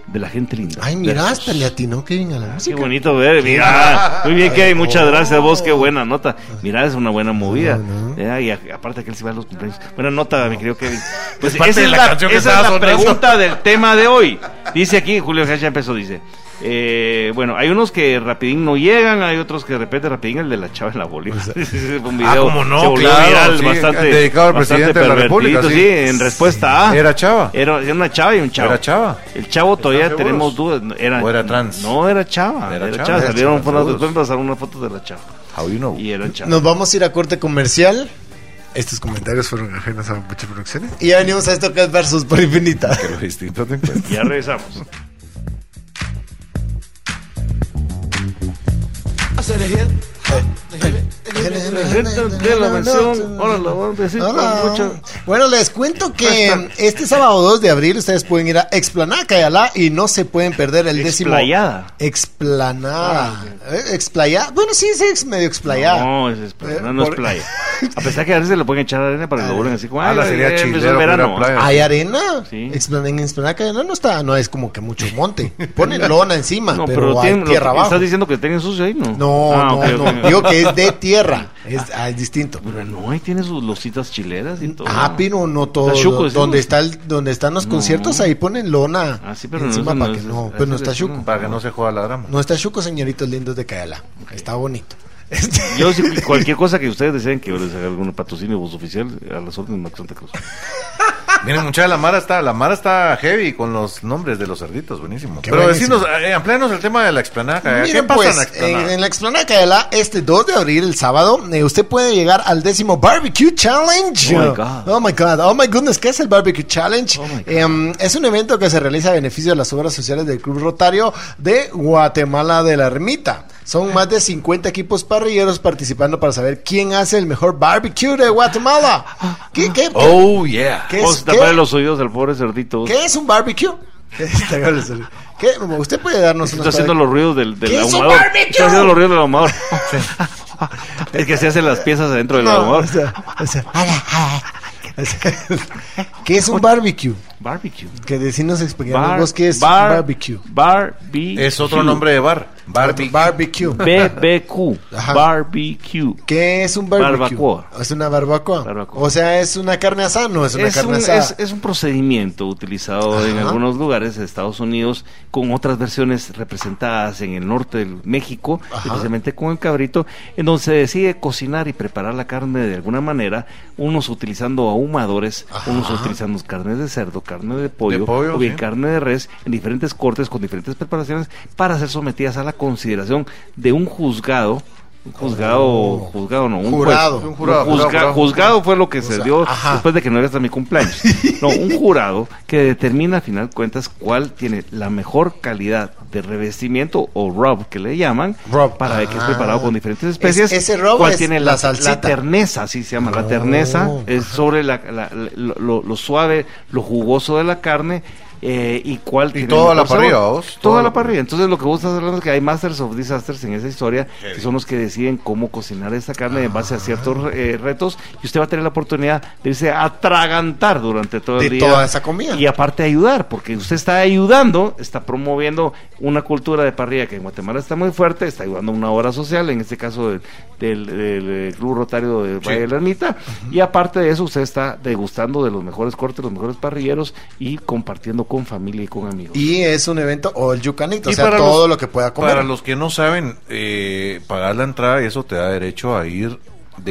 de la gente linda. Ay, mira, Brazos. hasta le atinó que venga la Qué música. bonito [laughs] ver, mira. Muy bien que Oh. hay, muchas gracias vos, qué buena nota. Mira, es una buena movida. No, no. Eh, Y a- aparte que él se va a los cumpleaños. Buena nota, mi [laughs] querido Kevin. Pues Es parte esa de es la la, canción que esa es estaba la sonando. pregunta del tema de hoy. Dice aquí, Julio Gáez ya empezó, dice. eh, bueno, hay unos que rapidín no llegan, hay otros que de repente rapidín el de la chava en la Bolívar. [laughs] Fue un Ah, ¿cómo no? se volvió Claro, viral, sí, bastante, dedicado al bastante presidente de la República, pervertidito, sí. en respuesta a... Era chava. Era, era una chava y un chavo. Era chava. El chavo todavía seguros? tenemos dudas. no, Era, ¿O era trans? No, era chava. Era Era, chava, chava. era Salieron chava, fotos, seguros. después pasaron unas fotos de la chava. How you know? Y era chava. Nos vamos a ir a corte comercial. Estos comentarios fueron ajenos a muchas producciones. Y ya venimos a esto que es Versus por Infinita. Que los distintos te encuentran. Ya regresamos. de la mención, ahora la vamos a decir con Hola. mucha- Bueno, les cuento que este sábado 2 de abril ustedes pueden ir a Explanada Cayalá y no se pueden perder el décimo. Explayada. Ah, Explanada. Eh, Explayada. Bueno, sí, sí, es medio explayada. No, es, es playa, Eh, no, no es por- playa. [laughs] A pesar que a veces le pueden echar arena para que lo vuelvan así como. eh, Ah, la sería empezó el chilero, verano. pura playa. Hay arena. Sí. Explan- en Explanada Cayalá no está, no es como que mucho monte. [laughs] Ponen lona encima, No, pero, pero, hay tienen- lo- tierra abajo. estás diciendo que tienen sucio ahí, ¿no? No, Ah, no, ok, ok, no. ok. Digo que es de [laughs] tierra. Es, ah, es distinto. Pero no, ahí tiene sus lositas chileras y todo. Ah, pero no todo. Está chuco, lo- sí, donde, no. está el- donde están los No. conciertos, ahí ponen lona. Ah, sí, pero no, encima eso para no que es- no. eso Pero no es está eso, chuco. no. Mm, Para que no se juega la drama. No está chuco, señoritos lindos de Cayala. Está bonito. Este- Yo, si cualquier cosa que ustedes deseen que yo les haga algún patrocinio o voz oficial, a las órdenes de Max Santa Cruz. Miren, muchacha, la Mara está, la Mara está heavy con los nombres de los cerditos, buenísimo. Qué Pero buenísimo. decinos, eh, amplíanos el tema de la explanada. ¿eh? ¿Qué Miren, pasa en la pues, en, explanada? en la explanada de Cayala, este 2 de abril, el sábado, eh, usted puede llegar al décimo Barbecue Challenge. Oh, my God. Oh my God, oh my goodness, ¿qué es el Barbecue Challenge? Oh, my God. Em, es un evento que se realiza a beneficio de las obras sociales del Club Rotario de Guatemala de la Ermita. Son más de 50 equipos parrilleros participando para saber quién hace el mejor barbecue de Guatemala. ¿Qué, qué, Oh, yeah. qué Vamos es, a tapar qué- los oídos al pobre cerdito. qué es un barbecue? [laughs] Este, ¿Qué? ¿Usted puede darnos Está una haciendo los ruidos del, del ¿Qué es un ahumador. barbecue? Está haciendo los ruidos del ahumador. [laughs] es que se hacen las piezas adentro del No, ahumador. [laughs] o sea, o sea, ala, ala. O sea, [laughs] ¿Qué es un barbecue? Barbecue. Que decirnos explicamos Bar- vos qué es un bar- barbecue. Barbecue. Es otro nombre de bar. Barbie. Barbecue. BBQ. Ajá. Barbecue. ¿Qué es un barbecue? Barbacoa. Es una barbacoa. Barbacoa. O sea, es una carne asada, no es una Es carne un, asada. es- es un procedimiento utilizado en Ajá. algunos lugares de Estados Unidos con otras versiones representadas en el norte de México, Ajá. especialmente con el cabrito, en donde se decide cocinar y preparar la carne de alguna manera, unos utilizando ahumadores, Ajá. unos utilizando carnes de cerdo, carne de pollo, De pollo, o bien sí. carne de res, en diferentes cortes con diferentes preparaciones para ser sometidas a la consideración de un juzgado. un Juzgado, Oh. juzgado no, un Jurado. juez. Un jurado, Un juzga- jurado, jurado. juzgado fue lo que se sea, dio ajá. después de que no era hasta mi [laughs] cumpleaños. No, un jurado que determina al final cuentas cuál tiene la mejor calidad de revestimiento o rub que le llaman Rub, para ver que es ah. preparado con diferentes especies. Es- ese rub cuál es tiene la la, salsita. la terneza, así se llama, Oh, la terneza es ajá. sobre la, la- la- lo, lo suave, lo jugoso de la carne. eh, y cuál tiene el toda la mejor sabor. parrilla, ¿vos? toda Toda la la- parrilla entonces lo que vos estás hablando es que hay masters of disasters en esa historia que son los que deciden cómo cocinar esta carne en base a Ah. ciertos eh, retos y usted va a tener la oportunidad de irse a atragantar durante todo De el día toda esa comida. y aparte ayudar porque usted está ayudando está promoviendo una cultura de parrilla que en Guatemala está muy fuerte está ayudando a una obra social en este caso del, del- del, eh, Club Rotario de Valle de la Ermita y aparte de eso usted está degustando de los mejores cortes los mejores parrilleros y compartiendo con familia y con amigos Y es un evento o el yucanito, o Y sea, para todo los- lo que pueda comer. Para los que no saben, eh, pagar la entrada, eso te da derecho a ir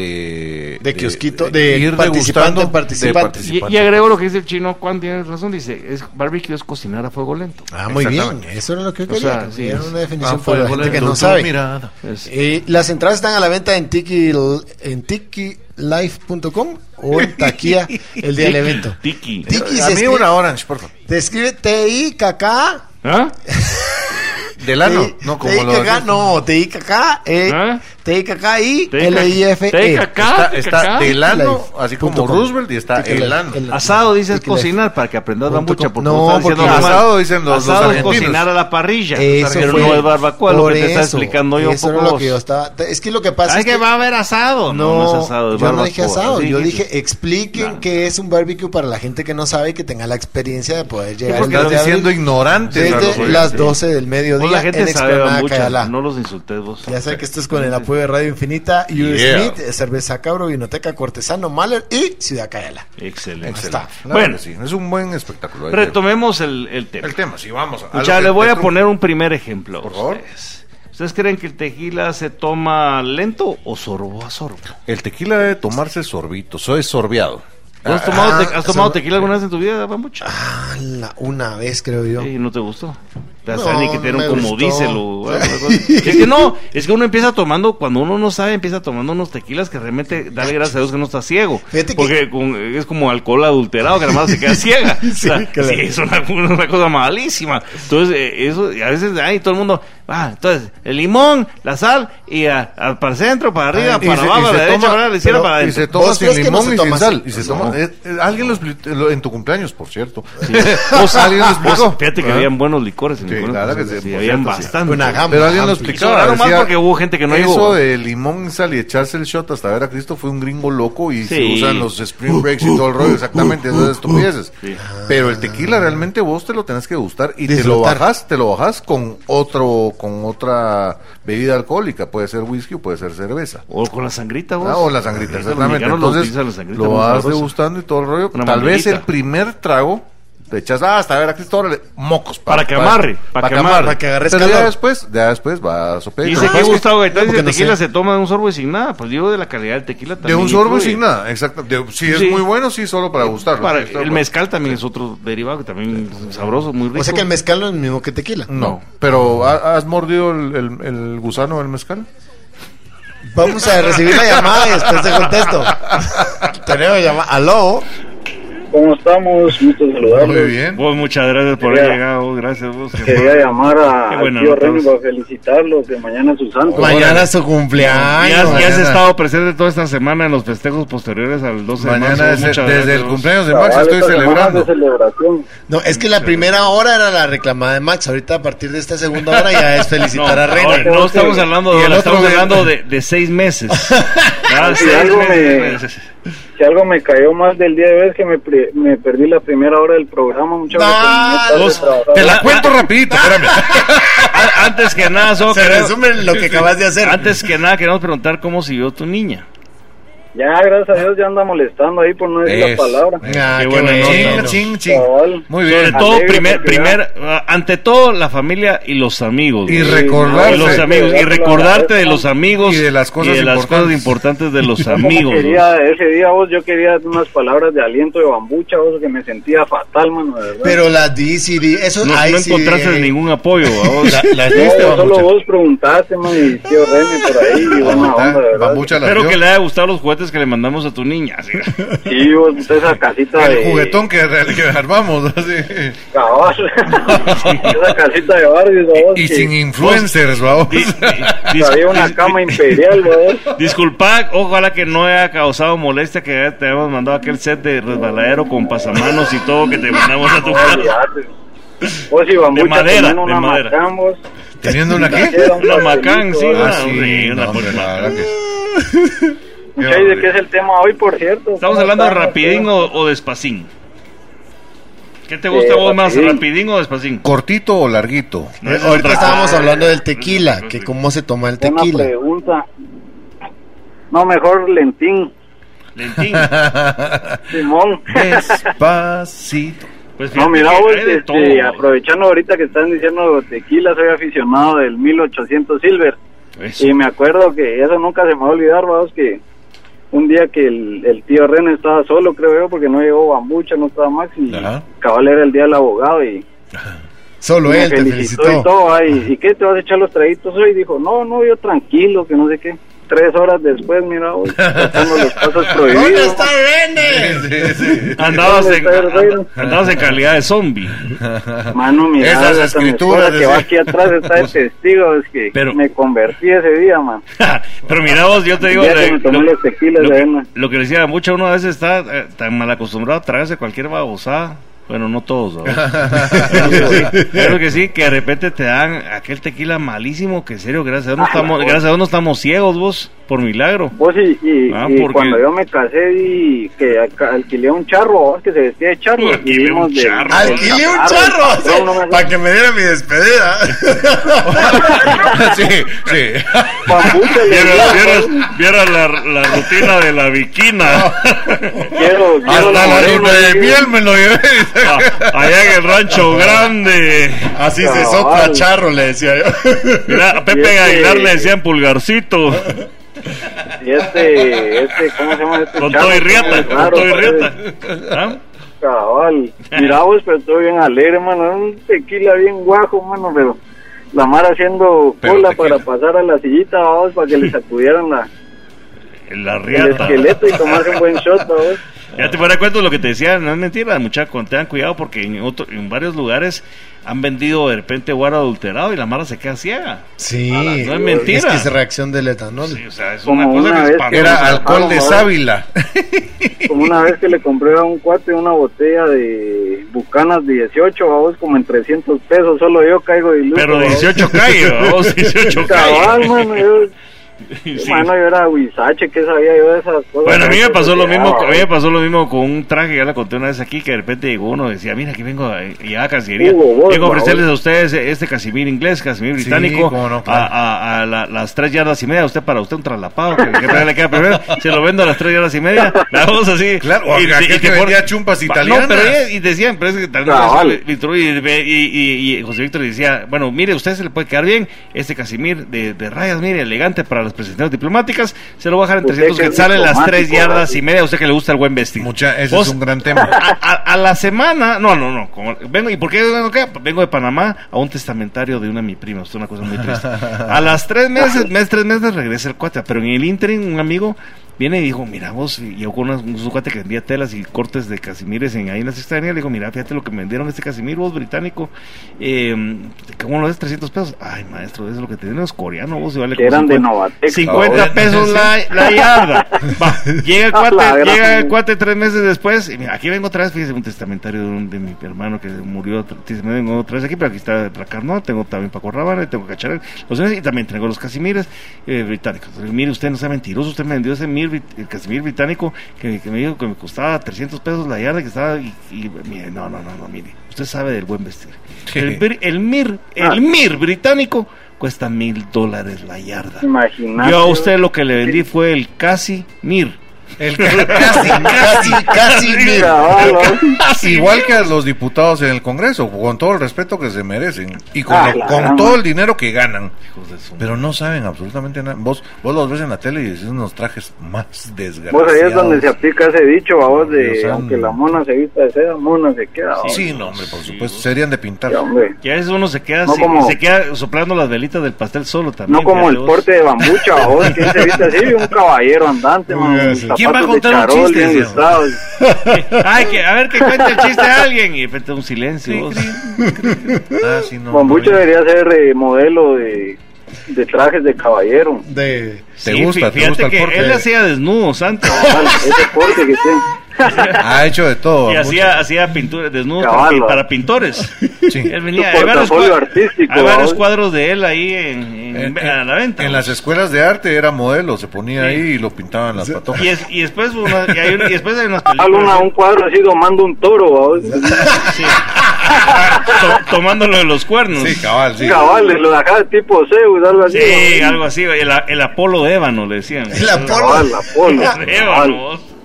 de... De kiosquito, de participante en degustando, participante. Y, y agrego lo que dice el chino, Juan tiene razón, dice, es barbecue es cocinar a fuego lento. Ah, muy bien. Exactamente. Eso era lo que O quería. sea, que sí, dieran es- pues, una definición Ah, para la fue gente que lento, no tu sabe. mirada. Es- Eh, las entradas están a la venta en tiki en tikilife.com o en [laughs] taquilla el día del evento. Tiki. Tiki a se mí escribe, una orange, por favor. te escribe T I K K eh, ¿Ah? Del ano, no como lo T-I-K-K, no, T-I-K-K, eh, ¿Ah? T-I-K-K y Te- L-I-F-E. te- acá, Ah, Está, te- está acá. del ano, Life así punto como com. Roosevelt, y está Tiki el Life, ano. el- Asado dices Tiki Life. cocinar para que aprendas la E. Punto mucha com. porque No, no, estás porque diciendo lo mal. asado dicen los- los Asado es argentinos. cocinar a la parrilla. Eso pero fue. no es barbacoa lo Por que te está eso, explicando yo. Eso era poco lo que yo vos. estaba. Es que lo que pasa Ay, es que que. va a haber asado. No, no, es asado, es yo no barbacoa. dije asado. Sí, Yo sí, dije, sí. expliquen No. que es un barbecue para la gente que no sabe y que tenga la experiencia de poder llegar porque el Estás día de diciendo abril ignorantes. a los desde oyentes. las 12 del Vos mediodía Pues la en gente Explanada sabe mucho, Cayalá. no los insultes vos. Ya sé que esto es con el apoyo de Radio Infinita, U Yeah. Smith, Cerveza Cabro, Vinoteca Cortesano, Maler y Ciudad Cayala. Excelente. Excelente. está. Claro Bueno. que sí, es un buen espectáculo. Ahí Retomemos el, el te- tema. El tema, sí, vamos. a- a Escucha, lo le que- voy a otro- poner un primer ejemplo. a Por favor. ustedes. ¿Ustedes creen que el tequila se toma lento o sorbo a sorbo? El tequila debe tomarse sorbito, soy sorbeado. ¿Tú ¿Has tomado, te- ah, has tomado sorbo- tequila alguna vez en tu vida, Pamucha? Ala, Una vez, creo yo. ¿Y no te gustó? Te has No, tenido que no tener un me como gustó. diésel o alguna cosa. [laughs] Es que no, es que uno empieza tomando, cuando uno no sabe, empieza tomando unos tequilas que realmente, dale gracias a Dios que no está ciego. Fíjate que- porque con- es como alcohol adulterado que nada más se queda [laughs] ciega. O sea, Sí, claro. sí, es una, una cosa malísima. Entonces, eh, eso, y a veces, ahí todo el mundo, ah, entonces, el limón, la sal, y a- a- para el centro, para arriba, Y para se- y se abajo, para la derecha, toma- para la izquierda, pero- para Y se adentro. toma ¿Vos sin crees que no limón se y toma sin así? sal. Y se No. toma, eh, eh, alguien lo expli- lo- en tu cumpleaños, por cierto. [laughs] Vos- alguien lo explicó. vos- Fíjate que Ah. habían buenos licores en Sí, el cuerpo, claro que sí, sí, por habían cierto, sí. bastante. Una gama. Pero alguien lo amplia. Y explicaba. sobraron más decía, porque hubo gente que no Eso llegó. de limón y sal y echarse el shot hasta ver a Cristo fue un gringo loco y se Sí. usan los spring breaks y todo el rollo. Exactamente, esas estupideces. Sí. Pero el tequila realmente vos te lo tenés que gustar y te lo Disfrutar. bajas, te lo bajas con otro, con otra bebida alcohólica. Puede ser whisky o puede ser cerveza. O con la sangrita, vos. Ah, o la sangrita, Los exactamente. mexicanos lo Entonces, utilizan, la sangrita lo muy vas sabrosa. degustando y todo el rollo. Una Tal vez manguerita. el primer trago te echas ah, hasta ver a Cristo, órale, mocos. Para que amarre, para que amarre. Para que agarres Pero ya calor. después, ya después va a sopear. Dice Lo que pasa es Gustavo Gaitán dice porque no tequila sé. se toma de un sorbo y sin nada. Pues digo de la calidad del tequila De también. un sorbo influye. sin nada, exacto. De- si es Sí. muy bueno, sí, solo para gustarlo. Para- Sí, está el bueno. mezcal también es otro derivado que también es sabroso, muy rico. O sea que el mezcal no es el mismo que tequila. No, pero ¿ha- ¿has mordido el, el- el gusano del mezcal? Vamos a recibir la llamada y después te [laughs] contesto. Tenemos llamada. Aló. ¿Cómo estamos? Gusto saludarlos. bien. Vos, muchas gracias por Quería- haber llegado. Gracias, vos. que Quería fue- llamar a, Qué al buena tío nota, Remy vos. para felicitarlo, que mañana es su santo. Mañana es su Ya, cumpleaños. ya has mañana. estado presente toda esta semana en los festejos posteriores al 12 de marzo. Mañana es el- Muchas desde gracias, el vos. cumpleaños de Cabal, Max estoy esta semana celebrando. es de celebración. No, es que la primera hora era la reclamada de Max. Ahorita a partir de esta segunda hora ya [laughs] es No, felicitar a ahora, René. no estamos Y hablando el de hora, otro estamos de- [laughs] hablando de, de seis meses. Ya, Y seis algo me- meses. Si algo me cayó más del día de hoy es que me, pre- me perdí la primera hora del programa, muchas No, gracias. Te la cuento rapidito, espérame. A- [laughs] Antes que nada, solo Se queremos- resume en lo que acabas de hacer. antes que nada queremos preguntar cómo siguió tu niña. Ya, gracias a Dios, ya anda molestando ahí por no decir la Eso. palabra. Ah, Qué buena Ching, nota. ching, ching. Chaval. Muy Sobre bien. todo, Alegre, primer, porque primer, ah, ante todo la familia y los amigos. Y güey. recordarse. Y los amigos y recordarte de los amigos Y de las cosas y de las importantes. cosas importantes [laughs] de los amigos. güey. Quería, ese día vos, yo quería unas palabras de aliento de bambucha, vos, que me sentía fatal, mano, de verdad. Pero la DCD, eso No, ahí no sí- encontraste ningún apoyo. vamos. [laughs] La [laughs] No, diste, solo babucha. vos preguntaste, man, y tío Remy por ahí, y buena onda, de verdad. Ah, Bambucha la Espero dio. que le haya gustado los juguetes que le mandamos a tu niña. así. [laughs] Sí, vos, esa casita de... El juguetón que, que armamos. así. Cabal. [laughs] esa casita de Barbies, vos, Y, que sin influencers, vamos. Di- di- había dis- una cama imperial, [laughs] vos. Disculpa, ojalá que no haya causado molestia que te hayamos mandado aquel set de resbaladero con pasamanos y todo que te mandamos a tu casa. Olvídate. Vos y bambucha De madera, tenían de una madera. macán, vos. ¿Teniendo una qué? Era un Una macán, pastelito, sí, vos. una, Ah, sí, sí, una no, hombre, porca. la verdad que- Mucha, ¿y de qué es el tema hoy, por cierto? ¿Estamos ¿Cómo hablando de estamos, eh, rapidín tío? o, o despacín? ¿Qué te gusta a Eh, vos más, rapidín. rapidín o despacín? ¿Cortito o larguito? No, esa es Ahorita otra cosa. estábamos hablando del tequila, que cómo se toma el Una tequila. pregunta. No, mejor lentín. Lentín. Simón. Despacito. Pues fíjate [laughs] No, mira, que vos, hay de este, todo, güey. aprovechando ahorita que están diciendo tequila, soy aficionado del 1800 Silver. Eso. Y me acuerdo que eso nunca se me va a olvidar, vamos, que un día que el, el tío Ren estaba solo, creo yo, porque no llegó Bambucha, no estaba Max, y Ajá. cabal era el día del abogado y Solo me él te y felicitó. todo. ay, ¿Y qué te vas a echar los traguitos hoy? Dijo, no, no, yo tranquilo, que no sé qué. Tres horas después, mira, vos, tocando los pasos prohibidos. ¿Dónde está Rene? Sí, sí. Andabas en, Pero, pero- andabas en calidad de zombie. Mano, mira, Esas esa escrituras, escrituras que decía. va aquí atrás está de testigo, es que Pero- me convertí ese día, man. [laughs] Pero mira vos, yo te digo, Ya que le- me tomé los tequilas, lo, la verdad. lo que le decía mucho, uno a veces está eh, tan mal acostumbrado a tragarse cualquier babosada. Bueno, no [laughs] todos, ¿verdad? Pero que sí, que de repente te dan aquel tequila malísimo, que en serio, gracias a Dios no Ah, estamos, la gracias a Dios no estamos ciegos vos, por milagro. Vos y, y- Ah, y ¿por qué? cuando yo me casé y que alca- alquilé un charro, vos que se vestía de charro. Alquilé y vimos un de- charro. del Alquilé un caparro, charro [laughs] el patrón, Ah, no me para acuerdo. que me diera mi despedida. Sí, sí. [laughs] Bambucha le Viera, digo, vieras- vieras la, la rutina de la viquina. quiero, [laughs] quiero Hasta la lavar luna una de vez. miel me lo llevé. Ah, Allá en el rancho grande. Ah, Así se Cabal. sopla charro, le decía yo. [laughs] Mira, a Y este, es Pepe que- Aguilar le decían [laughs] pulgarcito. Y este, este, ¿cómo se llama este Con charro? pues, todo y Muy riata, con raro, todo y parece. riata. ¿Ah? Cabal. Mira, vos, pero estoy bien alegre, mano. Un tequila bien guajo, mano, pero la mar haciendo Pero cola tequila. para pasar a la sillita, vos, [laughs] para que le sacudieran la, La el riata. esqueleto y tomarse un buen shot, vos. Ya te fuera cuento lo que te decía, no es mentira, muchachos, tengan cuidado porque en, otro- en varios lugares han vendido de repente guaro adulterado y la mara se queda ciega. Sí, no es mentira. Ah, Es que es reacción del etanol. Sí, o sea, es Como una cosa una que vez espantosa. Era alcohol de sábila. Como una vez que le compré a un cuate una botella de Bucanas 18, vos, como en 300 pesos, solo yo caigo de luz. Pero 18 [laughs] calle, vamos, 18 Cabal, mano, calle. yo, [laughs] Sí. mano, yo era huizache, ¿qué sabía yo de esas cosas? Bueno, a mí me pasó lo mismo, a mí me con pasó lo mismo con un traje, ya la conté una vez aquí, que de repente llegó uno y decía, mira que vengo a, ya a Cancillería, Hugo Boss, vengo a ofrecerles babón. a ustedes este Casimir inglés, Casimir Sí, británico, cómo no, a- claro. a, a la- las tres yardas y media, usted para usted un traslapado, que, que todavía le [laughs] queda primero, se lo vendo a las tres yardas y media, la vamos así. Claro, o aquel que por- vendía chumpas Va, italianas. No, pero ella- y decían, pero es que también Cabal. le- le introdujo y, ve- y- y- y José Víctor le decía, bueno, mire, usted se le puede quedar bien, este Casimir de, de rayas, mire, elegante para las presentaciones diplomáticas, se lo voy a dejar en Usted 300 que Pues, es quetzales, las tres diplomático, yardas ¿verdad? y media, a usted que le gusta el buen vestir. Mucha, ese Vos- es un gran tema. a, a- a la semana, no, no, no. como- vengo, ¿Y por qué vengo acá? Vengo de Panamá a un testamentario de una de mis primas. Es una cosa muy triste. A las tres [laughs] meses, mes, tres meses regresa el cuate. Pero en el interim, un amigo viene y dijo: Mira, vos, y yo con unas- un, un cuate que vendía telas y cortes de Casimires en ahí en la sexta avenida. Le digo: Mira, fíjate lo que me vendieron este Casimir, vos británico. Eh, ¿Cómo lo ves? 300 pesos. Ay, maestro, eso es lo que tenemos coreano, vos, y vale Que como eran de 50. Novatec. 50 pesos la, la [laughs] yarda. Va, llega el A la cuate, gran. llega el cuate tres meses después. y mira, aquí vengo otra vez, fíjese, un testamentario de, un- de mi hermano que murió. otra- dice, Me vengo otra vez aquí, pero aquí está Tracarno, tengo también Paco Rabanne, tengo Cacharel, los señores, y también traigo los Casimires eh, británicos. Le digo, Mire, usted no sea mentiroso, usted me vendió ese mil Casimir, Brit- el Casimir británico que, que me dijo que me costaba 300 pesos la yarda que estaba y, y, mire, no, no, no, no, mire, usted sabe del buen vestir. El, bir- el mir, Ah. el mir británico cuesta mil dólares la yarda. Imagínate. Yo a usted lo que le vendí fue el Casimir. [laughs] El casi, casi, casi. mira. Cabrón, Igual que a los diputados en el Congreso, con todo el respeto que se merecen y con, Ah, lo- la con gran- todo el dinero que ganan. Hijos de su Pero no saben absolutamente nada. Vos, vos los ves en la tele y decís unos trajes más desgraciados. Pues ahí es donde se aplica ese dicho, vamos, de Dios santo. aunque la mona se vista de seda, mona se queda. vamos. Sí, no, hombre, por Sí, supuesto. vos- Serían de pintar. Ya, hombre. Que a veces uno se queda, No se, como- se queda soplando las velitas del pastel solo también. No como el fíjate vos. porte [laughs] de bambucha, vamos, que se viste así, un caballero andante, man, ¿Quién zapatos va a de contar un charol, chiste, bien digamos? [laughs] listados. Ay, que, a ver que cuente el chiste a alguien. Y de repente un silencio. vos. Ah, sí, no, Bambucha no, debería ser eh, modelo de, de trajes de caballero. De. ¿Te Sí, gusta? fí- ¿Te gusta Fíjate el que porte? él hacía desnudos [laughs] antes. Cabal, Ese porte que tiene. [laughs] Ha hecho de todo. Y hacía, Bambucha. hacía pintura, desnudos para, Caballo. para pintores. [laughs] Sí. Él venía, Su hay varios, portafolio cua- artístico, hay varios ¿no? cuadros de él ahí en, Eh, En, en- a la venta. en las escuelas de arte era modelo, se ponía Sí. ahí y lo pintaban las patojas. y, es- y después una- y hay una- y después hay unas Cabal, una- películas ¿eh? un cuadro así domando un toro, vamos. [laughs] sí. To- tomándolo de los cuernos. Sí, cabal, sí. Cabal, lo dejaba tipo Zeus, algo así. Sí, vamos. algo así, el, el Apolo de ébano le decían. El Apolo. Cabal, [laughs] Apolo. de cabal. ébano.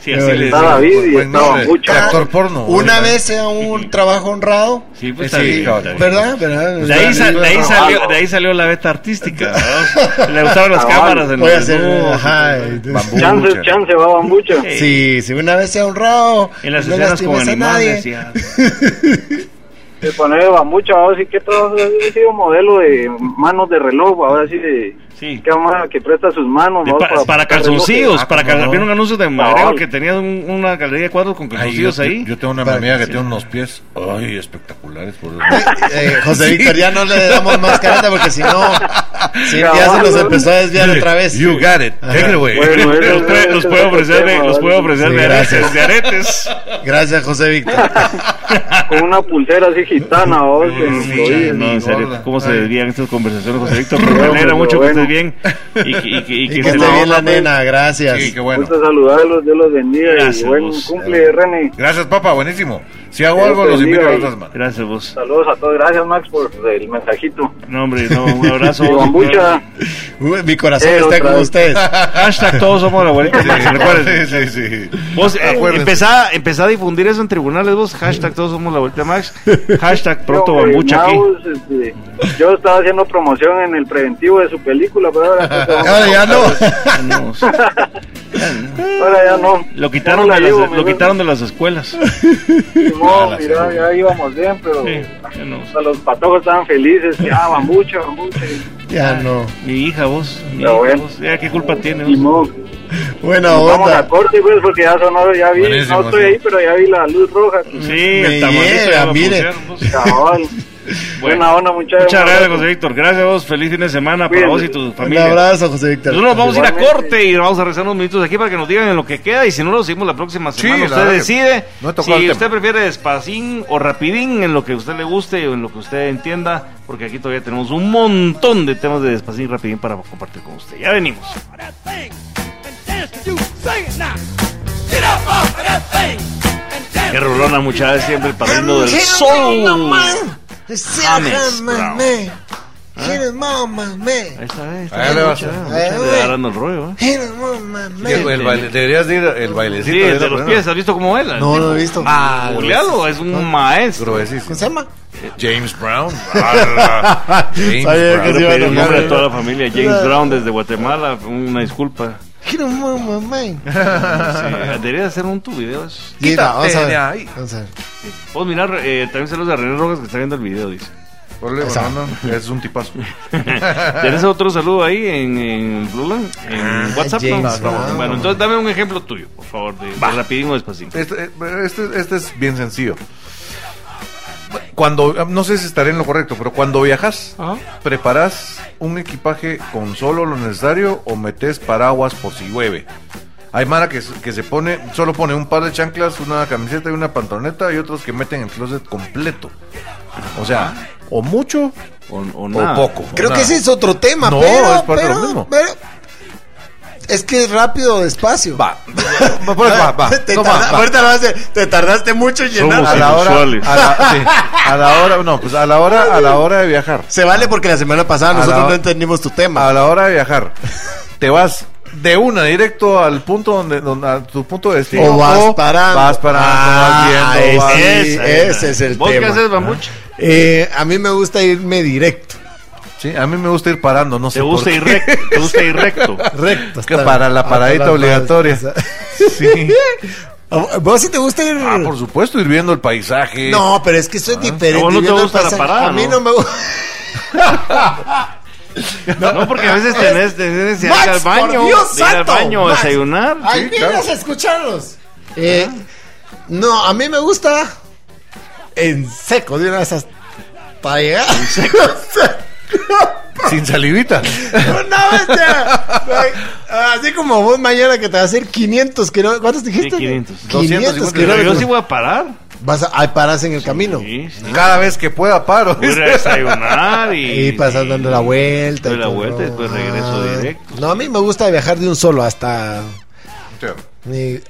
Sí, así le Está decían. David y Buen estaba nombre. Bambucha. Actor porno. Una oiga. vez sea un trabajo honrado. Sí, pues Sí, está bien, cabrón. está bien. ¿Verdad? ¿Verdad? De ahí, sal- de ahí Trabajo. salió, de ahí salió la beta artística. ¿verdad? Le gustaron las Trabajo. cámaras. en Voy a los hacer. desnudos. Ajá. este, Bambucha. Chance, chance, va Bambucha. Sí. Sí, si una vez sea honrado. En las no escenas con lastimes a animales. nadie. ya. Se pone mucho, ahora sí que todo ha sido modelo de manos de reloj, ahora sí de Sí. que, ama- que presta sus manos De ¿no? pa- para sacar calzoncillos, Ah, para cómo calzoncillos. no. Vieron anuncios de Magrego que tenía un- una galería de cuadros con Ay, yo, calzoncillos te- ahí. yo tengo una Para- amiga que sí. tiene unos pies ay, espectaculares. Por [laughs] Eh, José Víctor, ya no le damos más careta porque si no. Sí, ya se nos empezó a desviar otra vez. You got it. Ajá. Take it away. Bueno, [laughs] ese- los, puede, ese los es puede otro ofrecer, de, tema, los ¿vale? puede ofrecer Sí, de aretes. gracias. De aretes. Gracias, José [laughs] Víctor. Con una pulsera así [laughs] gitana, ¿no? Que nos Sí, lo ya, dice. no, en serio, gorda. cómo se Ay. desvían estas conversaciones, José Víctor. Pero me Bueno, alegra pero mucho que bueno. estés bien y que, y que- y Y que que se esté la- bien la nena, gracias. Sí, qué bueno. Gusto saludarlos, Dios los bendiga Gracias, y buen vos. cumple, René. Gracias, papá. Buenísimo. Si hago Dios algo, los bendiga invito a y- otras manos. Gracias vos. Saludos a todos, gracias Max por el mensajito. No, hombre, no, un abrazo. [laughs] Y Bambucha, Uy, mi corazón Eh, está otra con [laughs] vez. ustedes. Ah, Hashtag todos somos la abuelita [laughs] Max, [laughs] recuerden. Sí, sí, sí. Vos eh, Acuérdense. empezá, empezá a difundir eso en tribunales vos, hashtag todos somos la abuelita Max, hashtag pronto yo, eh, bambucha aquí. Maus, este, yo estaba haciendo promoción en el preventivo de su película, pero [laughs] ahora, pues, vamos- Ah, Ahora ya no. [laughs] No, ahora ya no. Lo Ya quitaron no de la llevo, las, me lo veo. quitaron de las escuelas. No, Ala, mira, seguro. ya íbamos bien, pero Sí, ya no. hasta los patojos estaban felices. que, Ah, bambucha, bambucha. Ya no. Mi hija vos, mi Pero hija bueno. vos, ya qué culpa tiene Y vos. mo, Buena vamos a onda. corte, pues, porque ya sonó, ya vi. Buenísimo, no estoy sí. ahí, pero ya vi la luz roja. Sí, Me el tamalito llega, ya va a mire. funcionar, vos. Cabal. Buena onda, muchachos. Muchas gracias, José Víctor. Gracias a vos. Feliz fin de semana para Cuídense. vos y tu Un familia. abrazo, José Víctor. Nosotros nos vamos a ir a Igualmente. corte y vamos a rezar unos minutos aquí para que nos digan en lo que queda y si no lo seguimos la próxima Sí, semana. la usted verdad que decide no he tocado el si tema. usted prefiere despacín o rapidín en lo que a usted le guste o en lo que usted entienda, porque aquí todavía tenemos un montón de temas de despacín y rapidín para compartir con usted. Ya venimos. that thing and dance to you. Sing it now. Get up off of that thing and dance. Qué rolona muchachos, siempre el padrino del soul. James Brown. ¿Ah? Ahí está, ahí está. Ahí le vas. mucha, mucha, Ahí le voy. va agarrando el rollo, ¿eh? Sí, el baile- deberías de ir el bailecito. Sí, de el esa de los persona. pies, ¿has visto cómo baila? No, no lo he visto. Ah, goleado, es un maestro. Gruesísimo. Eh, ¿Cómo se llama? James Brown. Ah, Ala. Sabía James que Quiero se iba a pedir el enojar, nombre ¿eh? de toda la familia. James Brown desde Guatemala, una disculpa. Hit 'em up, my man. Sí, debería hacer un tu video. eso. Sí, va, vamos a de ver. ahí. Vamos a ver. Vos mirar, eh, también saludos a René Rojas que está viendo el video, dice. Problema, Esa. no, no, Es un tipazo. ¿Tenés otro saludo ahí en, en Blue Line? ¿En WhatsApp? no? James No, Brown. Bueno, entonces dame un ejemplo tuyo, por favor, de, de rapidín o despacito. Este, este- este es bien sencillo. Cuando, no sé si estaré en lo correcto, pero cuando viajas, Ajá. ¿preparás un equipaje con solo lo necesario o metes paraguas por si llueve? Hay Mara que, se- que se pone, solo pone un par de chanclas, una camiseta y una pantaloneta, y otros que meten el closet completo. O sea, o mucho O, o o nada. poco. o Creo que nada. ese es otro tema, No, pero, es parte de lo pero- mismo. pero- Es que es rápido o despacio. Va. Pues va, va. [laughs] Te Toma, tarda- va. ahorita lo vas a hacer. Te tardaste mucho en Somos A llenar. la hora, a inusuales. la, sí, a la hora, no, pues a la hora, a la hora de viajar. Se vale porque la semana pasada A la nosotros hora- no entendimos tu tema. A la hora de viajar, te vas de una directo al punto donde, donde- a tu punto de destino. o vas parando. Vas parando, Ah, vas viendo, eh, vas- ese, es, ese es el ¿Vos qué tema. haces, Bambuche? Eh, a mí me gusta irme [laughs] directo. Sí, a mí me gusta ir parando, no sé Te gusta por ir recto. Te gusta ir recto. Recto. Que para la paradita obligatoria. qué. [laughs] [laughs] Sí. [laughs] ¿A ¿Vos sí te gusta ir? Ah, por supuesto, ir viendo el paisaje. No, pero es que eso es diferente. ¿A vos no te viendo el gusta la paisaje. parada, A mí no? no, me [laughs] gusta. No, porque a veces tenés tendencia a ir al Max, por baño, Dios de ir al santo, baño a Max. Ah. desayunar. Ahí Sí, vienes claro. a escucharlos. Eh, no, a mí me gusta en seco, de una vez hasta para llegar. En [laughs] seco. Sin [laughs] salivita. una vez ya. Ay, Así como vos mañana que te vas a hacer 500 kilómetros. ¿Cuántos dijiste? Sí, 500. 500 Pero yo kilómetros. sí voy a parar. Vas a, ahí paras en el camino. Sí, sí. Cada vez que pueda paro. Voy a ir a [laughs] desayunar y. Y pasas dando la vuelta. Doy la todo. vuelta y después regreso Ah, directo. No, a mí me gusta viajar de un solo hasta... Este, eh,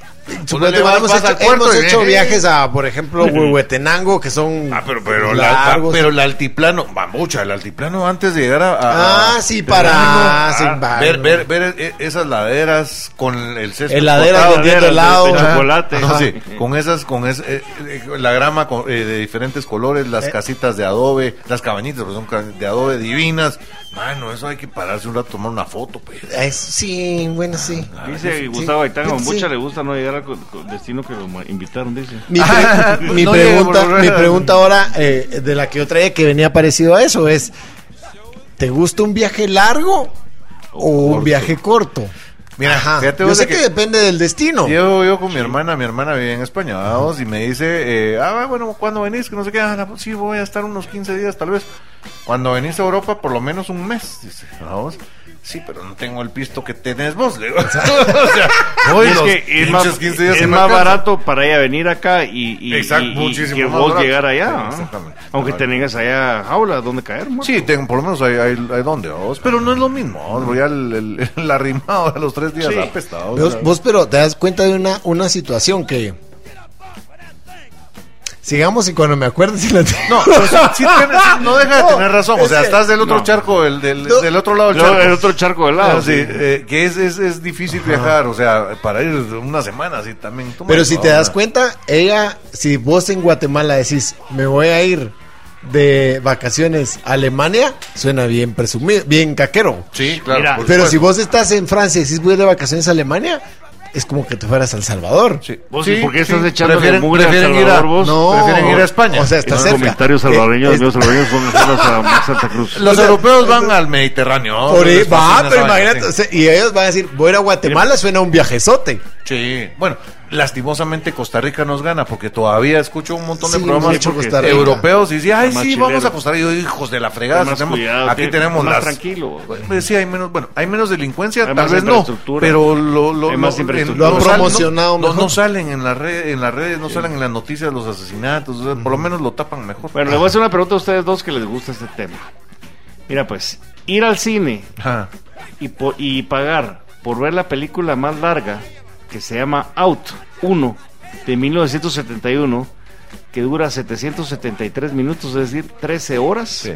suponete, Pues le va, hemos vas al hecho, puerto hemos y hecho viaje. viajes a, por ejemplo, Huehuetenango, que son Ah, pero, pero, la, largos. pero el altiplano, bambucha, el altiplano antes de llegar a. a- ah, sí, de para... ah, verano, sí, para- Ver, ver, ver e- esas laderas con el césped. Heladeras cortado. vendiendo Heladeras de helado. chocolate. Ajá. chocolate. Ajá, sí, con esas, con es, eh, eh, la grama con- eh, de diferentes colores, Eh. las casitas de adobe, las cabañitas pues, son ca- de adobe divinas. Mano, eso hay que pararse un rato, tomar una foto. Pues. Eh, sí, bueno, sí. Ah, Dice Sí, Gustavo Gaitán, a sí. mucha le gusta no llegar al co- co- destino que lo ma- invitaron, dice. Mi, pre- Ah, mi no llegué pregunta, por volver mi a- pregunta ahora, eh, de la que yo traía que venía parecido a eso, es: ¿te gusta un viaje largo o un corto. viaje corto? Mira, fíjate Yo vos sé de que, que- depende [laughs] del destino. Llevo yo con mi hermana, mi hermana vive en España, vamos, y me dice, eh, ah, bueno, ¿cuándo venís? Que no sé qué, ah, no, sí, voy a estar unos 15 días tal vez. Cuando venís a Europa, por lo menos un mes, dice, vamos. Sí, pero no tengo el pisto que tenés vos, le digo. [laughs] [laughs] o sea, voy Y es los que es pinches más, 15 días es y me más alcanza. barato para ella venir acá y, y, Exacto, y- y muchísimo que más vos barato. llegar allá. Sí, ¿no? exactamente. Aunque Claro. tengas allá jaula donde caer, muerto. Sí, tengo, por lo menos hay, hay, hay donde, vamos, pero no es lo mismo, vamos, porque ya el, el- el arrimado de los tres días Sí. apesta, vamos. Vos, vos, pero te das cuenta de una, una situación que. Sigamos y cuando me acuerdes [laughs] si la tengo. No, pues, pero sí- sí tienes- no deja de [laughs] No, tener razón, o es sea, que- estás del otro no. charco, del, del, No. del otro lado del Luego charco. el otro charco de lado. Ah, sí, eh, que es, es, es difícil viajar, o sea, para ir una semana así también. toma Pero eso, si te das ahora. cuenta, ella, si vos en Guatemala decís, me voy a ir de vacaciones a Alemania, suena bien presumido, bien caquero. Sí, claro. Mira, por Pero supuesto. si vos estás en Francia y decís, voy de vacaciones a Alemania, es como que te fueras a El Salvador. Sí. Vos, ¿y por qué estás sí, echándole prefieren- mugre a prefieren ir Salvador, a- vos? No. Prefieren ir a España. O sea, está Los cerca. comentarios Eh, salvadeños, es- amigos salvadoreños, son mejores a Max Santa [laughs] Cruz. los europeos van al Mediterráneo. ¿no? Por ahí- Les va, fascina pero esa vaina, imagínate, sí. o sea, y ellos van a decir, voy a ir a Guatemala, suena un viajezote. Sí. Bueno, lastimosamente Costa Rica nos gana porque todavía escucho un montón de Sí, programas mucho porque Costa Rica. europeos y dicen, ay, Más sí, chilero. vamos a Costa Rica. Y yo, hijos de la fregada, Ten más tenemos- cuidado, aquí tiene- tenemos más las... tranquilo. Pues sí, hay menos, bueno, hay menos delincuencia, Hay tal más vez no, infraestructura. pero lo, lo, Hay más lo- en- infraestructura. Lo han sal- no, promocionado mejor. no salen en las redes, en las redes, no salen en las noticias los asesinatos, o sea, por lo menos lo tapan mejor. Bueno, le voy a hacer una pregunta a ustedes dos que les gusta este tema. Mira, pues, ir al cine Ajá. y, po- y pagar por ver la película más larga que se llama Out 1 de 1971 que dura 773 minutos, es decir, 13 horas.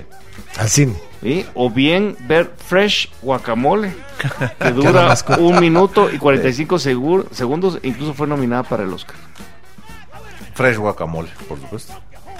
Así. ¿sí? O bien ver Fresh Guacamole que Cada dura más corta. un minuto y 45 segur- segundos, e incluso fue nominada para el Oscar. Fresh guacamole, por supuesto.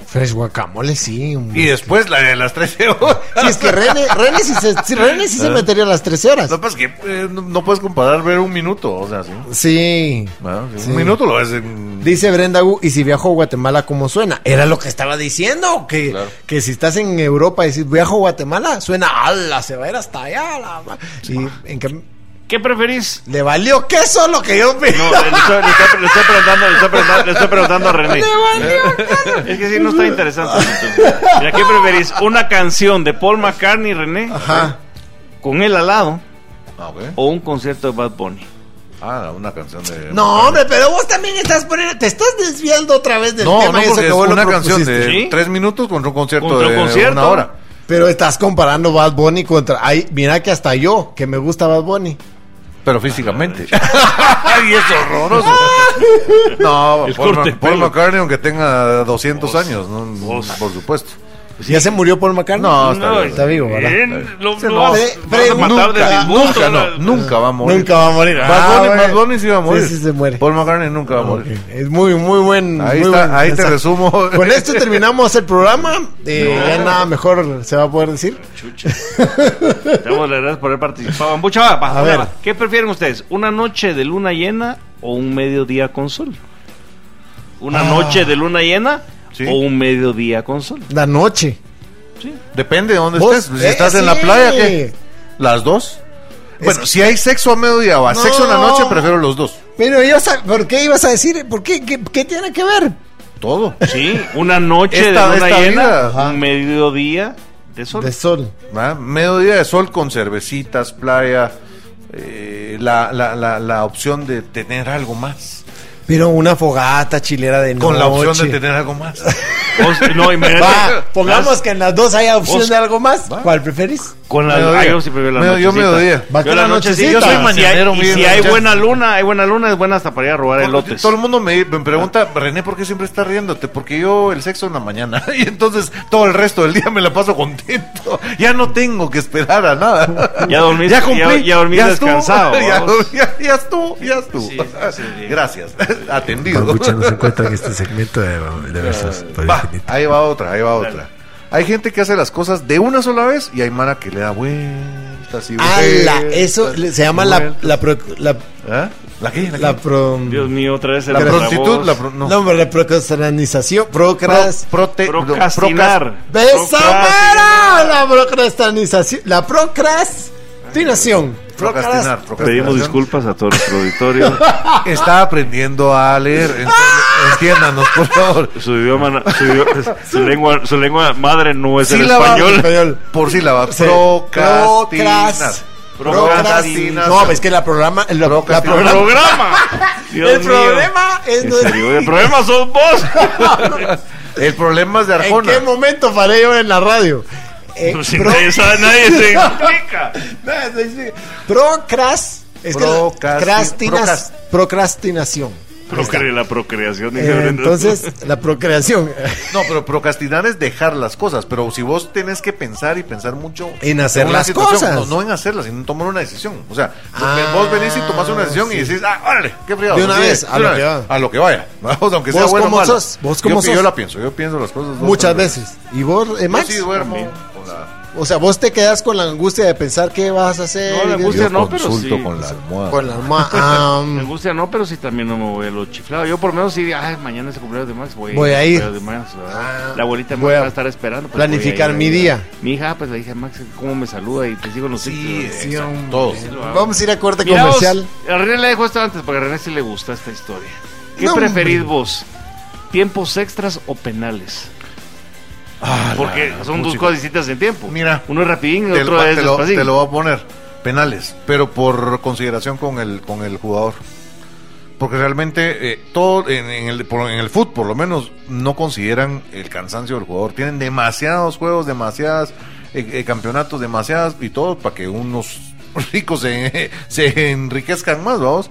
Fresh guacamole, sí. un- Y después la de las 13 horas. [laughs] Sí, es que René, René sí se, sí, René sí se metería a las 13 horas. Lo que pasa es que eh, Ah. no, no puedes comparar ver un minuto, o sea, sí. Sí. Bueno, sí, Sí. Un minuto lo ves en... Dice Brenda Gu, ¿y si viajo a Guatemala, cómo suena? Era lo que estaba diciendo, que, Claro. que si estás en Europa y si viajo a Guatemala, suena, ala, se va a ir hasta allá. la ma-". Y en cambio, ¿Qué preferís? le valió queso lo que yo pedí. No, le estoy, le estoy- le estoy preguntando, le estoy preguntando, le estoy preguntando a René. [laughs] Es que sí, no está interesante. entonces. Mira, ¿qué preferís? ¿Una canción de Paul McCartney, René, Ajá. con él al lado, Ah, ok. o un concierto de Bad Bunny? Ah, una canción de... No, hombre, pero vos también estás poniendo, te estás desviando otra vez del No, tema no, y eso porque que es vos lo una canción propusiste. de ¿Sí? tres minutos contra un concierto Contra un de concierto. una hora. Pero estás comparando Bad Bunny contra. Ay, mira que hasta yo, que me gusta Bad Bunny. Pero físicamente. Ah, y es horroroso. No, El Paul, corte de Ma- Paul pelo. McCartney, aunque tenga 200 años, ¿no? por supuesto. ¿Ya se murió Paul McCartney? Pues No, está bien. está vivo, ¿verdad? Bien, lo, Se lo no, vas- pre- vas a matar de nunca, disgusto. nunca, ¿verdad? no, nunca va a morir. Nunca va a morir. Bad Bunny, Ah, Bad Bunny sí va a morir. Sí, sí se muere. Paul McCartney nunca va a morir. Es muy, muy buen. Ahí muy está, buen ahí te mensaje. resumo. [laughs] Con esto terminamos el programa. Eh, Ya nada mejor se va a poder decir. Chucha. Te damos las gracias por haber participado. Mucha va, va, A ver. va. ¿Qué prefieren ustedes? ¿Una noche de luna llena o un mediodía con sol? ¿Una noche de luna llena Ah. Sí. o un mediodía con sol? [laughs] La noche. Depende de dónde Vos- estés. Si eh, estás en la sí. playa, ¿qué? ¿Las dos? Bueno, si hay sexo a mediodía o a No. sexo en la noche, prefiero los dos. Pero ibas a- ¿por qué ibas a decir? ¿Por qué? ¿Qué, qué tiene que ver? Todo. Sí, una noche Esta- de luna esta llena, vida, ajá. un mediodía de sol. De sol. ¿va? Mediodía de sol con cervecitas, playa, eh, la, la- la- la opción de tener algo más. Pero una fogata chilera de noche. Con la opción de tener algo [laughs] más. O- no, [laughs] imagínate. Va, pongamos Vas que en las dos haya opción Os- de algo más. ¿Cuál preferís? Con la, Mediodía. ah, yo sí prefiero la Medio- yo nochecita. mediodía. Va con Yo la la nochecita. nochecita. Yo soy Si mañanero. hay- y miren, si hay ya- buena luna, hay buena luna, es buena hasta para ir a robar Porque elotes. Todo el mundo me, me pregunta, René, ¿por qué siempre estás riéndote? Porque yo el sexo en la mañana [laughs] y entonces todo el resto del día me la paso contento. [laughs] Ya no tengo que esperar a nada. Ya dormiste- ya cumplí, ya- ya dormiste estuvo, [laughs] descansado, Ya, vamos. ya- ya estuvo, ya estuvo. Sí, sí, sí. [laughs] Gracias, atendido. Papucha no se encuentra en este segmento de, de [laughs] Pues, versos. Todavía Va, finito. ahí va otra, ahí va otra. Hay gente que hace las cosas de una sola vez y hay mana que le da vueltas y vueltas. ¡Hala! Eso le- se llama la, la, pro- la, ¿Ah? ¿La qué? ¿La, la qué? pro- Dios mío, otra vez el ¿La otra prostitución. voz. La pro- no. No, hombre, la procrastinización. Procras. Pro- prote- no, procras- Procrastinar. ¡Besamera! La procrastinización. La procrastinación. Procrastinar, Procras- procrastinar. Pedimos disculpas a todo nuestro auditorio. [laughs] Está aprendiendo a leer. enti- Entiéndanos, por [laughs] favor. Su idioma, na- su, idio- su lengua, su lengua madre no es Sílaba- el [laughs] español. Por sílaba. Sí. Procrastinar. Procras- Procrastinar. No, pues que la programa. la- la Procrastinar. El programa- programa. Dios el mío. problema es. ¿En no- [laughs] serio? El problema sos vos. El problema es de ¿En Arjona. qué momento paré yo en la radio? Eh, No, Pues si pro- nadie sabe, nadie [laughs] se explica. No, sí, sí. Procras. Es que la- Procrasti- crastinas- procras- procrastinación. Procre, la procreación. dice Eh, Brenda. entonces, la [laughs] procreación. No, pero procrastinar es dejar las cosas. Pero si vos tenés que pensar y pensar mucho En hacer una las situación, cosas. No, no en hacerlas, sino en tomar una decisión. O sea, Ah, vos venís y tomás una decisión sí. y decís, ah, órale, qué fregado. De una así vez, a lo que va. A lo que vaya. Vamos, [laughs] aunque sea ¿Vos bueno o cómo malo. sos? ¿Vos cómo yo, sos? yo la pienso, yo pienso las cosas. dos, Muchas tres veces. ¿Y vos, eh, Yo Max? sí duermo. con la- O sea, vos te quedas con la angustia de pensar qué vas a hacer. No, la Y- angustia Yo no, pero consulto sí. con la almohada. Con la almohada. Ah, [laughs] Me mm, gusta, no, pero sí también no me voy a lo chiflado. Yo por lo menos sí, ay, mañana es el cumpleaños de Max, voy, Voy a ir. Ah. cumpleaños de Max, ¿verdad? la abuelita me voy a va a estar esperando. pues, voy a planificar ir, voy mi a ir. día. Mi hija, pues le dije, Max, ¿cómo me saluda? Y te sigo en los Sí, sitios. sí, todos. Vamos a ir a corte Mira vos, Ah, comercial. A René le dejo esto antes porque a René sí le gusta esta historia. ¿Qué No, preferís hombre. vos? ¿Tiempos extras o penales? Ah, Porque la son dos puchica. cosas distintas en tiempo. Mira. uno es rapidín y Te otro lo, es te, lo, despacito. te lo voy a poner. Penales, pero por consideración con el, con el jugador. Porque realmente eh, todo en, en el, por- en el fútbol, por lo menos, no consideran el cansancio del jugador. Tienen demasiados juegos, demasiadas eh, eh, campeonatos, demasiadas y todo para que unos [laughs] ricos se, se enriquezcan más, vamos.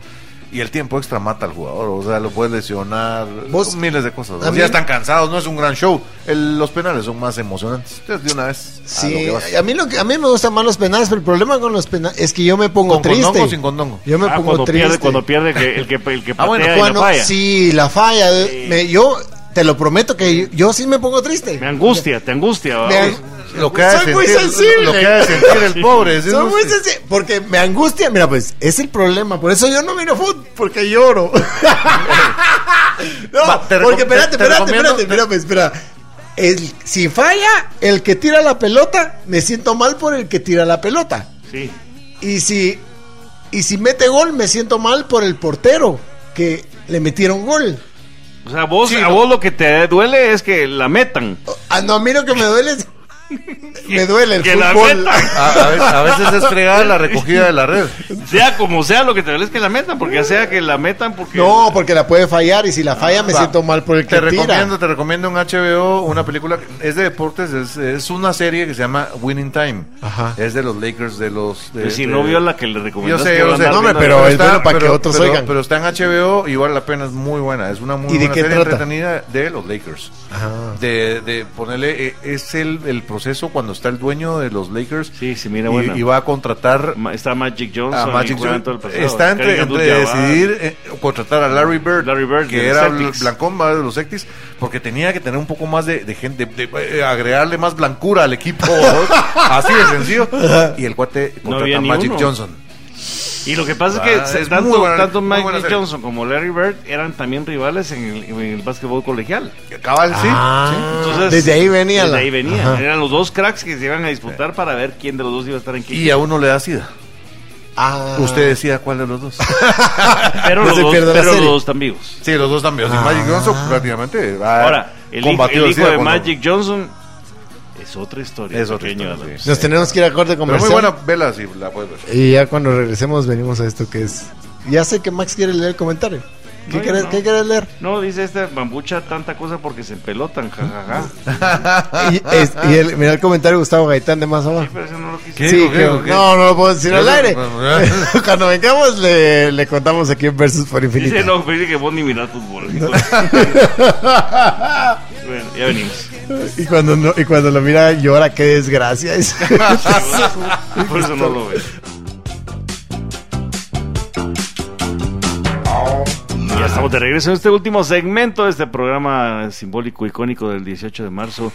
Y el tiempo extra mata al jugador, o sea, lo puedes lesionar, Vos- miles de cosas. a ¿no? mí- Ya están cansados, no es un gran show. El- los penales son más emocionantes. Entonces, de una vez. a lo Sí, que vas. a mí, lo que, a mí me gustan más los penales, pero el problema con los penales es que yo me pongo ¿Con triste. condongo o sin condongo? Yo me Ah, pongo cuando triste. pierde, cuando pierde que, el que [laughs] el que patea Ah, bueno, y no Bueno, falla. sí, la falla. me- yo te lo prometo que yo, yo sí me pongo triste. Me angustia, te angustia. Me ¿va? ang- Lo que ha de Soy muy sentir- sensible. Lo que ha de sentir el pobre. es Soy muy usted. sensible, porque me angustia. Mira, pues es el problema. Por eso yo no miro fútbol, porque [laughs] lloro. [laughs] no, Va, te recom- porque te- espérate, te espérate, recomiendo- espérate, mira, pues, espera. El, si falla el que tira la pelota, me siento mal por el que tira la pelota. Sí. Y si, y si mete gol, me siento mal por el portero que le metieron gol. O sea, vos, a vos lo que te duele es que la metan. Ah, no, a mí lo que me duele es [laughs] Me duele el Que la fútbol. metan. A, a ve- a veces es fregada la recogida de la red. Sea como sea, lo que te duele es que la metan, porque ya sea que la metan, porque. No, porque la puede fallar y si la falla me Va. siento mal por el que Te tira. recomiendo, te recomiendo un HBO, una película, que- es de deportes, es, es una serie que se llama Winning Time. Ajá. Es de los Lakers, de los... de- Pues si de- no vio la que le Yo recomendaste. sé, yo va a sé. andar No, hombre, viendo- pero Está- es bueno para que otros pero- oigan. Pero está en HBO y vale la pena, es muy buena. Es una muy ¿Y de buena qué serie trata? entretenida de los Lakers. Ah. De, de ponerle, eh, es el, el proceso cuando está el dueño de los Lakers Sí, sí, mira, y- bueno. y va a contratar Ma- Está Magic Johnson. Ah, Magic y juegan Johnson. todo el pasado. Está entre, Karim entre Abdul-Jabbar. decidir eh, contratar a Larry Bird, Larry Bird de que los era el Celtics. blancón va, de los Celtics, porque tenía que tener un poco más de, de gente, de- de- eh, agregarle más blancura al equipo, ¿no? [laughs] así de sencillo. Y el cuate No contrata había a ni Magic uno. Johnson. Y lo que pasa Ah, es que es muy tanto, buena- tanto muy buena Magic serie. Johnson como Larry Bird eran también rivales en el, en el básquetbol colegial. Cabal, sí, Ah. sí. Entonces, Desde ahí venía Desde la- ahí venía. Ajá. Eran los dos cracks que se iban a disputar para ver quién de los dos iba a estar en qué. Y a uno le da sida. Ah. Usted decía cuál de los dos. pero no los, se dos, pierda la pero los serie. dos están vivos. sí, los dos también. Ah. Magic Johnson prácticamente ha Ahora, el, hijo- combatido el el hijo SIDA de cuando- Magic Johnson es otra historia. Es otra pequeño historia, Adams. Nos tenemos que ir a corte Pero muy comercial. buena vela, sí, la puedes ver. Y ya cuando regresemos venimos a esto que es... Ya sé que Max quiere leer el comentario. No, ¿Qué, yo querés, no. qué querés leer? No, dice esta bambucha tanta cosa porque se [laughs] pelotan, jajaja. Y, es- y el, mira el comentario de Gustavo Gaitán de más abajo. Pero eso no lo quise. ¿Qué Sí, dijo, qué que- dijo, qué? no, no lo puedo decir al Eso- aire. [laughs] Cuando vengamos le, le contamos aquí en Versus por Infinito. Dice, no, dice que vos ni mirás fútbol. bueno, ya venimos. Y cuando, no- y cuando lo mira llora, qué desgracia. [laughs] es. Por eso no lo veo. Ya estamos de regreso en este último segmento de este programa simbólico icónico del 18 de marzo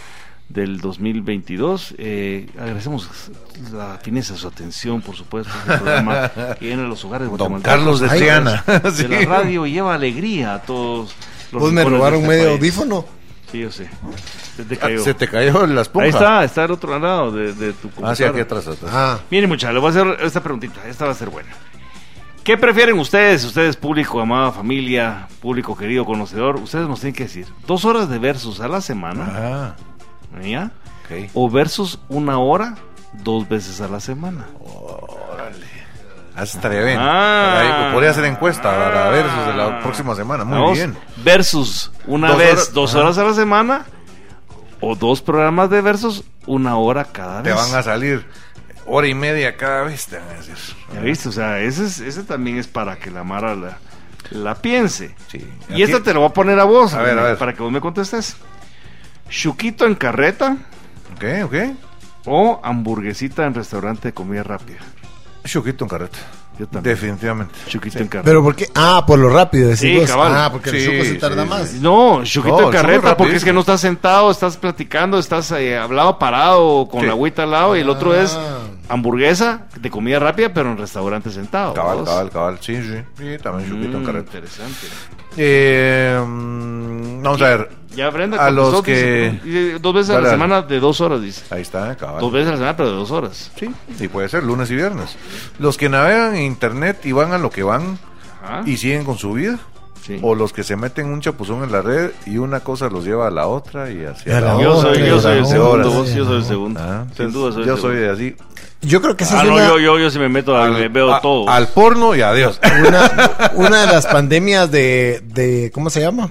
del 2022. Eh, agradecemos la fineza, su atención, por supuesto, este programa que viene a los hogares Don guatemaltecos. Carlos de Ay, Triana. de Sí. la radio lleva alegría a todos. los Vos Pues me rincones de robaron este medio país. audífono. Sí, yo sé. Se te Ah, cayó. Se te cayó la esponja. Ahí está, está al otro lado de, de tu computadora. Hacia aquí atrás. atrás. Ah, Miren, muchachos, les voy a hacer esta preguntita. Esta va a ser buena. ¿Qué prefieren ustedes, ustedes público, amada familia, público querido, conocedor? Ustedes nos tienen que decir, ¿dos horas de versus a la semana? Ah, ¿ya? ok. ¿O versus una hora dos veces a la semana? Ah, eso estaría bien. Ah. Ahí podría hacer encuesta para ver sus de la próxima semana. Oh, Muy Vamos, bien. Versus una Dos vez, horas- dos Ajá. horas a la semana, o dos programas de versus, una hora cada Te vez. van a salir hora y media cada vez. Te van a decir. ¿Ya viste? O sea, ese, es- ese también es para que la Mara la, la piense. Sí. Y esta te lo voy a poner a vos, A ver, René, a ver. para que vos me contestes. ¿Chuquito en carreta Ok, ok. o hamburguesita en restaurante de comida rápida? Chuquito en carreta. Yo también. Definitivamente. Chuquito en carreta. pero ¿por qué? Ah, por lo rápido. decís Sí, vos. cabal. Ah, porque el Sí, chuco se tarda sí, más. No, No, chuquito en el chuco es carreta, porque es rapidísimo. que no estás sentado, estás platicando, estás eh, hablado parado, con Sí. la agüita al lado, y el otro Ah. es hamburguesa de comida rápida, pero en restaurante sentado. Cabal, ¿vos? cabal, cabal. Sí, sí. Sí, también chuquito en Mm, carreta. Interesante. Eh, mm, vamos a ver. Ya Brenda A los contestó, que- dice, dice, dos veces a Dale, la dale. semana de dos horas, dice. Ahí está, cabal. Dos veces a la semana, pero de dos horas. Sí, y puede ser lunes y viernes. Los que navegan en internet y van a lo que van Ajá. y siguen con su vida. Ah. Sí. O los que se meten un chapuzón en la red y una cosa los lleva a la otra y hacia A la la Yo otra. soy, y yo soy el horas. segundo, vos, yo soy el segundo. Ah, Sin entonces, duda soy el yo soy segundo. de así. Yo creo que esa Ah, es no, una, yo, yo, yo sí me meto, a- me veo a- todo. Este Al porno y adiós. una, una de las pandemias de, de- ¿Cómo se llama?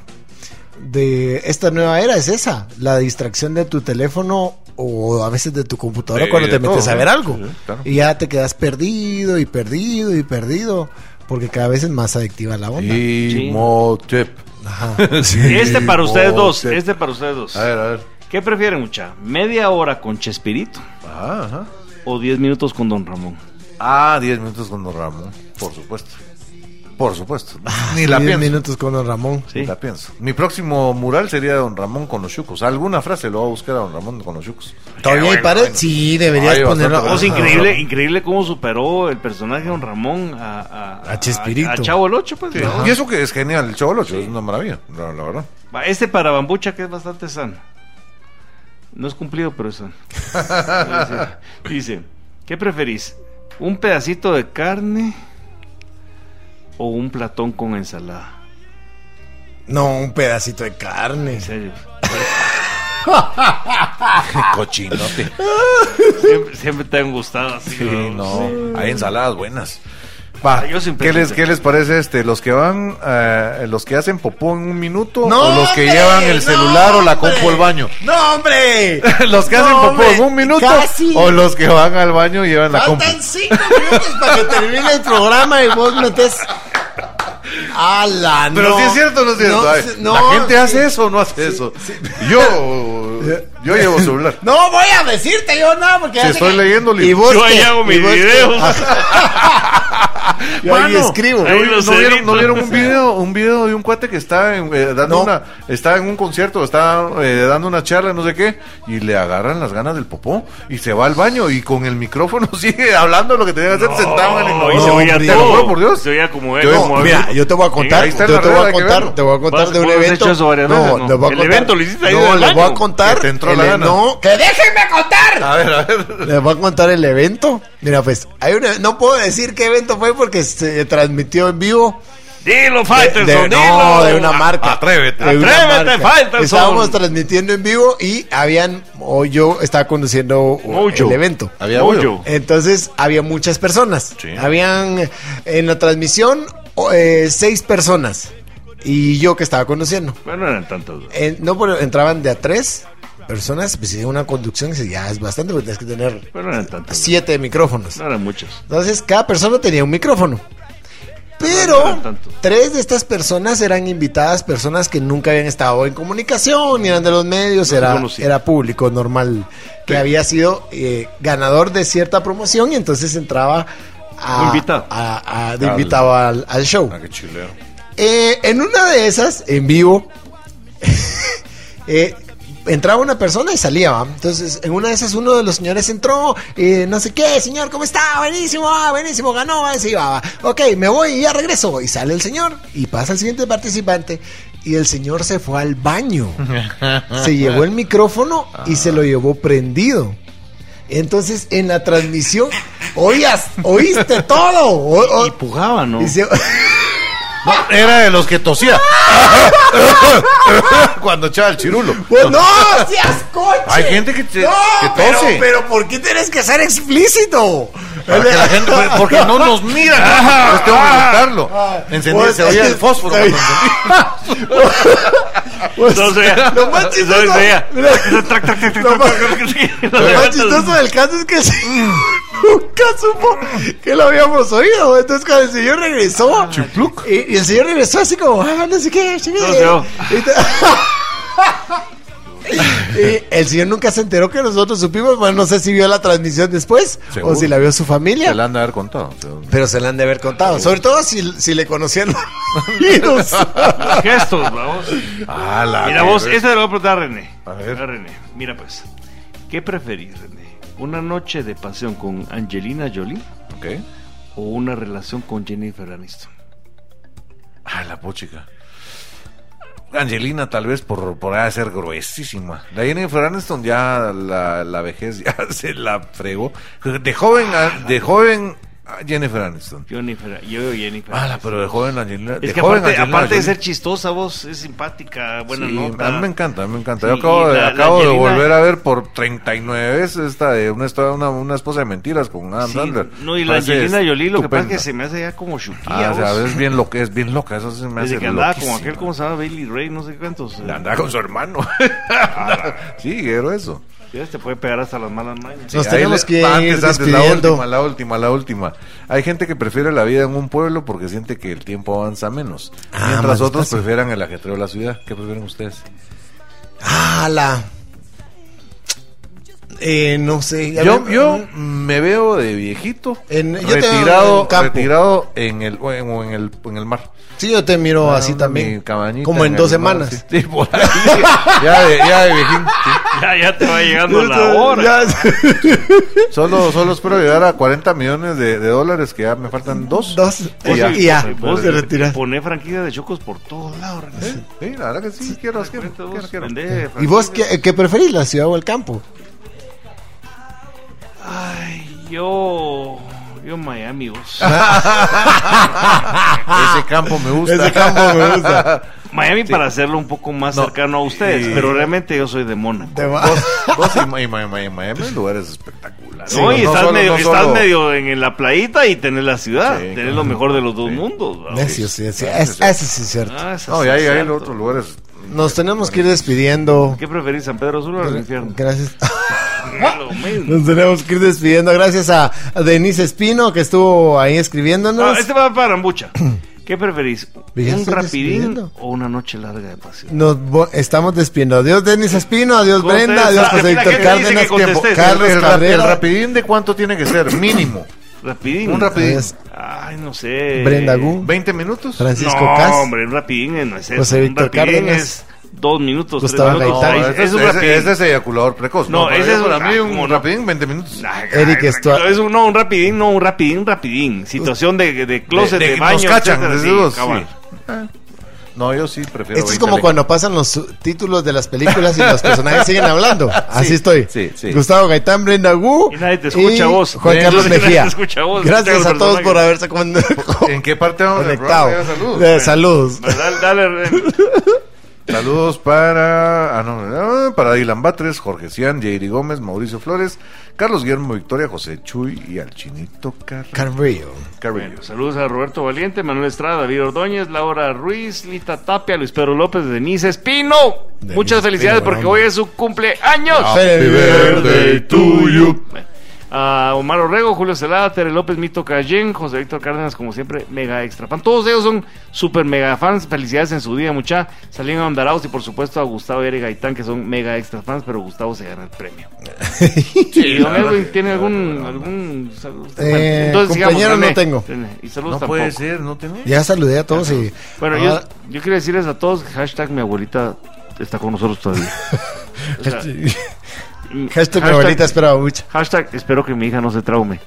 De esta nueva era es esa. La distracción de tu teléfono o a veces de tu computadora Sí, cuando de te metes todo, a ver ¿no? algo. Sí, claro. Y ya te quedas perdido y perdido y perdido. Porque cada vez es más adictiva la onda. Ah. Y Sí. motep. [laughs] Ajá. Este para ustedes Oh, dos, te- este para ustedes dos. A ver, a ver. ¿Qué prefieren, mucha? ¿Media hora con Chespirito Ah, ajá. o 10 minutos con Don Ramón? Ah, 10 minutos con Don Ramón. Por supuesto. Por supuesto. Ni la Diez pienso. minutos con don Ramón. Ni la pienso. Mi próximo mural sería Don Ramón con los chucos. Alguna frase lo va a buscar a Don Ramón con los chucos. Todavía hay pared. Sí, deberías Hay bastante ponerlo. Oh, pared. Oh, Es Ajá. increíble, increíble cómo superó el personaje Don Ramón a, a, A Chespirito. A, a Chavo el Ocho, pues. Sí. ¿no? Y eso que es genial, el cholo, es una maravilla, la, la verdad. Va, Este para Bambucha, que es bastante sano. No es cumplido, pero es sano. [laughs] Dice, dice, ¿qué preferís? ¿Un pedacito de carne o un platón con ensalada? No, un pedacito de carne. En serio. Ah, Cochinote. Siempre, siempre te han gustado así. Sí, no. Hay ensaladas buenas. Ah, yo siempre ¿Qué les, quise. ¿Qué les parece este? ¿Los que van, eh, los que hacen popó en un minuto? ¡No, ¿O los que hombre! llevan el ¡No, celular o la compu hombre! al baño? [laughs] ¡No, hombre! ¿Los que No, hacen popó hombre, en un minuto? casi. ¿O los que van al baño y llevan la compu? Faltan cinco minutos para que termine el programa y vos metes. ¡Ala, no! Pero si es cierto o no es cierto. Ay, se- no, la gente sí. hace eso o no hace eso. [laughs] Yo, yo llevo celular. No voy a decirte yo nada porque Si ya sé estoy que- leyendo, Y vos Yo ahí qué? hago ¿Y mis vos qué? eh, videos. Yo ahí escribo. ahí ¿No, los vieron, edito. no vieron [laughs] un video, un video de un cuate que está en, eh, dando No. una, está en un concierto, está eh, dando una charla, no sé qué, y le agarran las ganas del popó y se va al baño y con el micrófono [laughs] sigue hablando lo que tenía que hacer sentado en el y se inodoro. oía Te todo. lo juro por Dios. Se oía como él. Yo- como él. Mira, yo te voy a contar, Ahí está yo en la te regla voy a que contar, vemos. te voy a contar Vas- de un vos has evento. hecho eso varias veces, ¿no? les voy a El contar- evento lo hiciste ahí en No, el les voy a baño. contar. Que te entró el- la gana. No, que déjenme contar. A ver, a ver. Les voy a contar el evento. Mira, pues, hay una, no puedo decir qué evento fue porque se transmitió en vivo. Dilo, De- Faitelson. de- no, dilo. de una marca. Atrévete. De una Atrévete, marca. Faitelson. Estábamos transmitiendo en vivo y habían, o yo estaba conduciendo o- Mucho. el evento. Había Mucho. Eh, hoyo. Entonces había muchas personas. Sí. Habían en la transmisión o- eh, seis personas y yo que estaba conduciendo. Bueno, no eran tantos. güey. En- no, pero entraban de a tres personas, pues sí, una conducción que ya "Ah, es bastante, porque tienes que tener Bueno, no eran tantos. güey. siete micrófonos. No eran muchos. Entonces cada persona tenía un micrófono. Pero No tanto. tres de estas personas eran invitadas, personas que nunca habían estado en comunicación, ni eran de los medios, era, conocía. era público normal, que había sido eh, ganador de cierta promoción y entonces entraba a, Invitado. a- a- de Al- invitado al, al show. Ah, qué chilero. Eh, en una de esas, en vivo, [laughs] eh, entraba una persona y salía, ¿va? Entonces, en una de esas, uno de los señores entró, eh, no sé qué, señor, ¿cómo está? Buenísimo, ah, buenísimo, ganó, va, se iba, va. Ok, me voy y ya regreso. Y sale el señor y pasa el siguiente participante. Y el señor se fue al baño. Se llevó el micrófono y se lo llevó prendido. Entonces, en la transmisión, oías, oíste todo. O- o- Y pujaba, ¿no? y se- [laughs] Era de los que tosía. [laughs] Cuando echaba el chirulo. Pues no, seas coche. Hay gente que te- no, que pero, tose. pero ¿por qué tienes que ser explícito? Para que la gente, porque [laughs] no nos mira. ¿no? Pues tengo que gritarlo. Encendí, Pues, se oía el fósforo. sí. cuando encendí. [laughs] Pues, No sé. lo más [laughs] chistoso, No sé. mira, Trac, trac, trac, trac, Lo más- trac, sí, lo lo más levantas. chistoso del caso es que el señor [laughs] nunca supo que lo habíamos oído. Entonces cuando el señor Ah, regresó, y, y el señor regresó así como, ah, no sé qué, chingue". Toseo. Y te- [laughs] Y el señor nunca se enteró que nosotros supimos, bueno, no sé si vio la transmisión después Seguro. o si la vio su familia. Se la han de haber contado. Pero se la han de haber contado. Sobre todo si, si le conocían los [laughs] oídos. Los gestos, vamos. Ah, la Mira de- vos, esta le voy a preguntar a René. A ver. A René. Mira pues, ¿qué preferís, René? ¿Una noche de pasión con Angelina Jolie Ok. o una relación con Jennifer Aniston? Ah, la pochica. Angelina, tal vez por, por ahí ser gruesísima. La Jennifer Aniston ya la, la vejez ya [laughs] se la fregó. De joven, a- de joven a Jennifer Aniston. Jennifer, yo veo Jennifer. Ah, la- Aniston. pero de joven Angelina. de Es que joven aparte, Angelina aparte de Jolie. ser chistosa, vos es simpática, buena Sí, nota. A mí me encanta, a mí me encanta. Sí, Yo acabo, y de, la- la acabo de Angelina- volver a ver por 39 veces esta de una, historia- una, una esposa de mentiras con Adam Sí, Sandler. no, y la Parece Angelina Jolie lo que pasa es estupenda. que se me hace ya como chuquilla. Ah, o sea, es bien loca, es bien loca, eso se me hace Desde que andaba loquísima. como aquel, ¿cómo se llama? Bailey Ray, no sé cuántos. eh, La andaba con su hermano. Ah, [laughs] sí, quiero eso. Ya te puede pegar hasta las malas mañas. Nos Ahí tenemos le- que ir antes, antes, la despidiendo. última, la última, la última. Hay gente que prefiere la vida en un pueblo porque siente que el tiempo avanza menos. Ah, mientras más otros despacio. prefieran el ajetreo de la ciudad. ¿Qué prefieren ustedes? ¡Hala! Eh, no sé. mm, A Yo, ver, yo me veo de viejito En- yo te veo en retirado, el campo. retirado en el, o en, o en el, en el mar. Sí, yo te miro Ah, así mi también. cabañita Como en el dos mar, semanas. sí. Sí, por ahí. ya, de, ya de viejín. [laughs] Ya, ya te va llegando la [laughs] hora. Solo, solo espero llegar a 40 millones de, de dólares, que ya me faltan dos. Dos. Y ya. Y ya. Vos Te retiras. Poné franquicia de chocos por todos lados. René. Sí, sí, la verdad que sí, quiero, quiero, Vente quiero, vos, quiero. vende ¿Y vos franquicias. qué, qué preferís, la ciudad o el campo? Ay, yo. Yo Ah, Miami, vos. Ese campo me gusta. [laughs] Ese campo me gusta. Miami para hacerlo un poco más cercano a ustedes, Y- pero realmente yo soy de Mónaco. Vos, vos y Miami, Miami, Miami, el lugar es espectacular. no, y estás, solo- medio, no estás solo- medio en, en la playita y tenés la ciudad, Sí, tenés claro. lo mejor de los dos mundos. ¿verdad? Necio, sí, sí, es- Eso sí es cierto. Ah, eso No, sí y hay, es hay cierto. otros lugares. Nos tenemos que ir despidiendo. ¿Qué preferís, San Pedro Sula o el infierno? Gracias. [laughs] Lo mismo. Nos tenemos que ir despidiendo. Gracias a Denise Espino que estuvo ahí Ah, escribiéndonos. este va para [clears throat] Ambucha. ¿Qué preferís? Ya ¿Un estoy rapidín despidiendo. o una noche larga de pasión? Nos vo- estamos despidiendo. Adiós, Denise Espino. Adiós, Contesta. Brenda. Adiós, José Mira, Víctor ¿qué te dice Cárdenas. que Tiempo. contestes? Carlos el, ra- el Cabrera. rapidín de cuánto tiene que ser, [coughs] mínimo. ¿Rapidín? Un rapidín. Adiós, Ay, no sé. Brenda Gu. 20 minutos. Francisco no, Cas. hombre, un rapidín eh, no es eso. José Un Víctor rapidín Cárdenas. es dos minutos, Gustavo tres minutos. Gaitán. ahí. No, es, ese, un ese- rapidín. ese es eyaculador precoz. No, para ese mí- es para un- mí como un no. rapidín, 20 minutos. Ay, Eric ay, Estua- tranquilo, Es un, no, un rapidín, no, un rapidín, rapidín. Situación de, de closet, de, de que baño. nos cachan, etcétera, desde sí, dos, cabal. No, yo sí prefiero. Esto Este es 20 como le- cuando pasan los su- títulos de las películas y los personajes [laughs] siguen hablando. Así estoy. sí, sí. Gustavo Gaitán, Brenda Gu. Y nadie te escucha a vos. Juan Carlos Nadie te Mejía. escucha a vos, Gracias escucha a a los todos personajes. por haberse [laughs] con- ¿En qué parte vamos del conectado. programa? Saludos. Eh, Saludos. Dale, dale, re- Saludos para, ah, no, ah, para Dylan Batres, Jorge Cian, Jairi Gómez, Mauricio Flores, Carlos Guillermo Victoria, José Chuy y al Chinito Car Carrillo. Carrillo. Bueno, saludos a Roberto Valiente, Manuel Estrada, David Ordóñez, Laura Ruiz, Lita Tapia, Luis Pedro López, Denise Espino. Denise Muchas felicidades Espino, porque bueno. hoy es su cumpleaños. Happy birthday to you. A Ah, Omar Orrego, Julio Celada, Tere López, Mito Cayén, José Víctor Cárdenas, como siempre, mega extra fan. Todos ellos son super mega fans. Felicidades en su día, mucha. Salían a Andaraos y por supuesto a Gustavo y Eric Gaitán, que son mega extra fans, pero Gustavo se gana el premio. Sí, don Edwin, ¿tiene algún, algún saludo? Eh, compañero, no tengo. René, Y saludos No eh. tampoco. puede ser, no tenés. Ya saludé a todos y. Ah, Bueno, ahora- yo, yo quiero decirles a todos, hashtag mi abuelita está con nosotros todavía. O sea, mm, [laughs] Hashtag mi abuelita esperaba mucho. Hashtag espero que mi hija no se traume.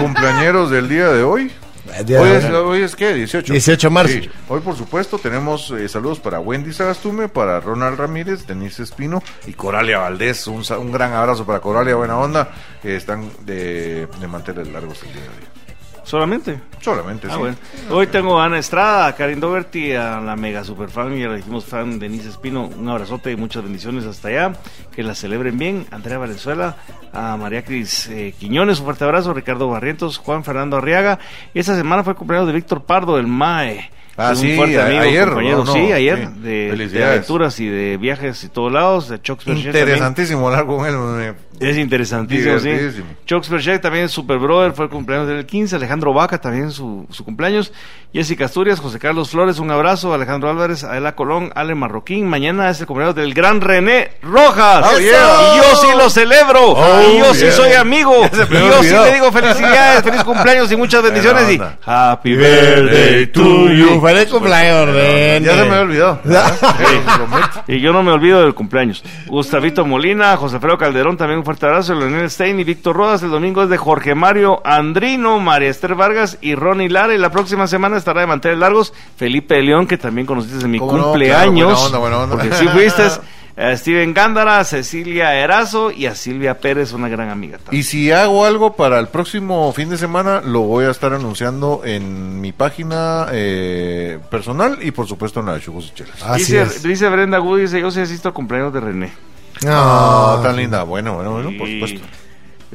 Cumpleañeros del día de hoy. El día de hoy, hoy. es, hoy es qué, 18. 18 de marzo. Hoy, por supuesto, tenemos eh, saludos para Wendy Sagastume, para Ronald Ramírez, Denise Espino y Coralia Valdés. Un, sa- un gran abrazo para Coralia, buena onda. que están de, de manteles largos el día de hoy. ¿Solamente? Solamente, Ah, sí. bueno. Hoy tengo a Ana Estrada, a Karin Dougherty, a la mega superfan, ya la dijimos fan, Denise Espino, un abrazote y muchas bendiciones hasta allá, que la celebren bien, Andrea Valenzuela, a María Cris eh, Quiñones, un fuerte abrazo, Ricardo Barrientos, Juan Fernando Arriaga, y esta semana fue el cumpleaños de Víctor Pardo, del MAE. Ah, Es sí, a- ayer, compañero, ¿no? sí, No, ayer, sí. de, de Felicidades. aventuras y de viajes y todos lados, de Chuck Spencer también. Interesantísimo hablar con él. me- Es interesantísimo, sí. Divertidísimo. Chuck Sperchek también es super brother, fue el cumpleaños del 15. Alejandro Vaca también su, su cumpleaños. Jessica Asturias, José Carlos Flores, un abrazo. Alejandro Álvarez, Adela Colón, Ale Marroquín. Mañana es el cumpleaños del gran René Rojas. ¡Oh, ¡Eso! yeah! Y yo sí lo celebro. Oh, y yo yeah. sí soy amigo. Y se me yo sí olvidó. le digo felicidades, feliz cumpleaños y muchas bendiciones. Y onda. Happy birthday to you. Feliz cumpleaños, René. Pues, Ya se me [laughs] olvidó. Lo prometo. Y yo no me olvido del cumpleaños. Gustavito Molina, José Alfredo Calderón, también un fuerte abrazo. Leonel Stein y Víctor Rodas. El domingo es de Jorge Mario Andrino, María Esther Vargas y Ronnie Lara. Y la próxima semana estará de manteles largos Felipe de León, que también conociste en mi ¿Cómo no? cumpleaños. Claro, buena onda, buena onda. Porque sí [laughs] fuiste. A Steven Gándara, a Cecilia Erazo y a Silvia Pérez, una gran amiga también. Y si hago algo para el próximo fin de semana, lo voy a estar anunciando en mi página eh, personal y por supuesto en la de Chujos y Chelas. Así dice, es. dice Brenda Wood, dice, yo sí asisto a cumpleaños de René. Ah, Ah, tan linda. Bueno, bueno, bueno, por Y- supuesto.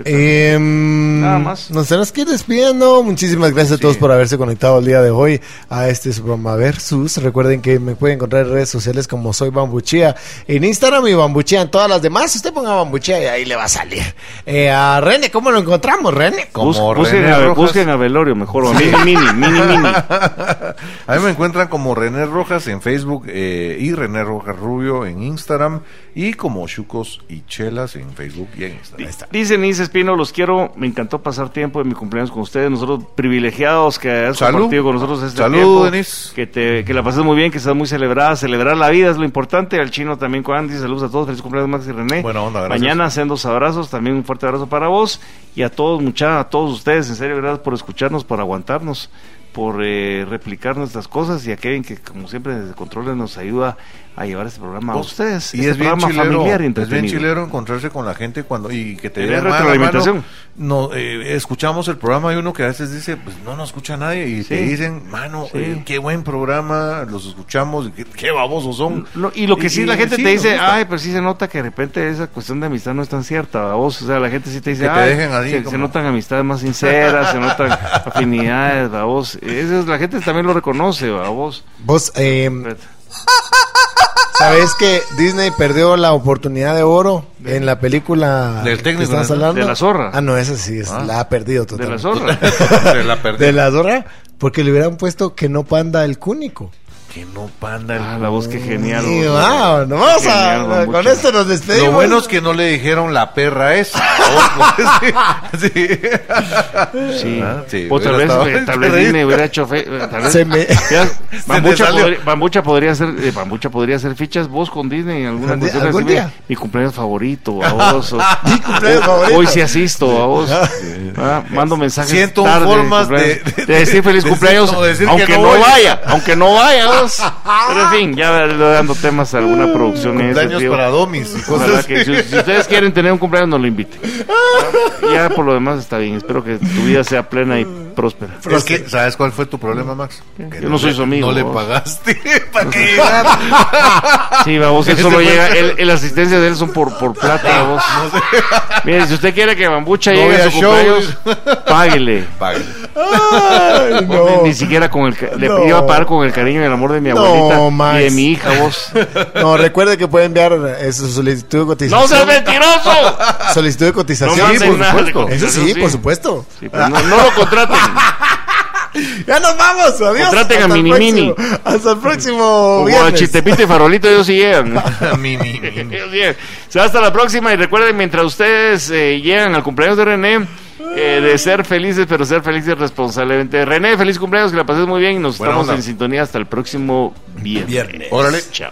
Eh, Em, Nada más. Nos tenemos que ir despidiendo. Muchísimas gracias a todos por haberse conectado el día de hoy a este su programa Versus. Recuerden que me pueden encontrar en redes sociales como soy Bambuchía en Instagram y Bambuchía en todas las demás. Usted ponga Bambuchía y ahí le va a salir. Eh, a René, ¿cómo lo encontramos, René? Como Bus- busquen, René a, Rojas. busquen a Velorio mejor, o a Mini Mini, Mini Mini. [laughs] A mí me encuentran como René Rojas en Facebook eh, y René Rojas Rubio en Instagram y como Chucos y Chelas en Facebook y en Instagram. Dice Nice Espino, los quiero, me encantó pasar tiempo de mi cumpleaños con ustedes, nosotros privilegiados que has Salud. compartido con nosotros este Salud, tiempo. Denise. Que, te, que la pases muy bien, que estás muy celebrada, celebrar la vida es lo importante, al chino también, Juan, dice saludos a todos, feliz cumpleaños Max y René. Buena onda, gracias. Mañana sendos abrazos, también un fuerte abrazo para vos y a todos, mucha, a todos ustedes, en serio, gracias por escucharnos, por aguantarnos. por eh, replicar nuestras cosas y a Kevin que como siempre desde Controles nos ayuda a llevar este programa a Vos- ustedes. Y este es bien, programa chilero, familiar y es bien entretenido. chilero encontrarse con la gente cuando y que te Tener digan, "Ah, retroalimentación". hermano, no, eh, escuchamos el programa y uno que a veces dice, pues no nos escucha nadie y te dicen, mano, Sí. eh, qué buen programa, los escuchamos, y qué, qué babosos son. No, y lo que sí la gente te nos dice, gusta. ay, pero sí se nota que de repente esa cuestión de amistad no es tan cierta, ¿va vos, o sea, la gente sí te dice, Que te "Ay, dejen ahí, se, como- se notan amistades más sinceras, se notan afinidades, ¿va vos, eso es- la gente también lo reconoce, ¿va vos. Vos, eh, ¿sabés que Disney perdió la oportunidad de oro en la película Del técnico, que estás ¿no? hablando? De la zorra. Ah, no, esa sí, es- Ah. la ha perdido De la totalmente. zorra. [laughs] Se la perdí. ¿De la zorra? Porque le hubieran puesto que no panda el cúnico. Que no panda el- Ah, la voz que genial. Y vos. wow, no vamos a- Genial, don con Bucha. esto nos despedimos. Lo bueno [laughs] es que no le dijeron la perra [laughs] esa. [laughs] Sí, Sí. Ah, sí, o hubiera tal vez, estado- eh, tal vez Reír. Disney hubiera hecho fe- eh, tal vez- Se me- Ya, Bambucha, salió. podría, Bambucha podría hacer eh, Bambucha podría hacer fichas vos con Disney en alguna Algún cuestión día- algún así, día. mi cumpleaños favorito a vos o- Mi cumpleaños o- favorito. hoy sí asisto a vos Ah, mando mensajes Siento tarde formas de- cumpleaños. de- de decir feliz decir- cumpleaños no, decir que aunque no no, voy. vaya aunque no vaya vos. pero en fin ya le voy dando temas a alguna producción en ese Mm, Cumpleaños sentido. para domis y cosas Ojalá así. que si, si ustedes quieren tener un cumpleaños, nos [laughs] lo inviten. Ya por lo demás está bien. Espero que tu vida sea plena y Mm. próspera. Es que, ¿sabes cuál fue tu problema, Max? Que Yo no soy le- su amigo, No le vos. pagaste [laughs] para que llegara. Sí, vamos, [laughs] él Ese solo fue- llega. El, el asistencia de él son por, por [laughs] plata, vos. Miren, si usted quiere que Bambucha No llegue a vea su cumpleaños, [laughs] páguele. Págale. Ay, no. Pues, Ni, ni siquiera con el. ca- Le No. iba a pagar con el cariño y el amor de mi No, abuelita Max. y de mi hija, [laughs] vos. No, recuerde que puede enviar eh, su solicitud de cotización. ¡No seas mentiroso! Solicitud de No cotización. me Sí, hacen por nada de supuesto. Eso cotización, sí, sí. por supuesto. Sí, pues, no, no lo [laughs] contraten. Ya nos vamos, adiós. Contraten a Hasta el Mini Mini. próximo- Hasta el próximo Como a viernes. Chitepita y Farolito, ellos sí [laughs] llegan. [laughs] Mi, mi, mi. Dios mío. O sea, hasta la próxima y recuerden, mientras ustedes eh, llegan al cumpleaños de René, eh, de ser felices, pero ser felices responsablemente. René, feliz cumpleaños, que la pases muy bien y nos Buena estamos onda. en sintonía hasta el próximo viernes. Viernes. Órale. Chao.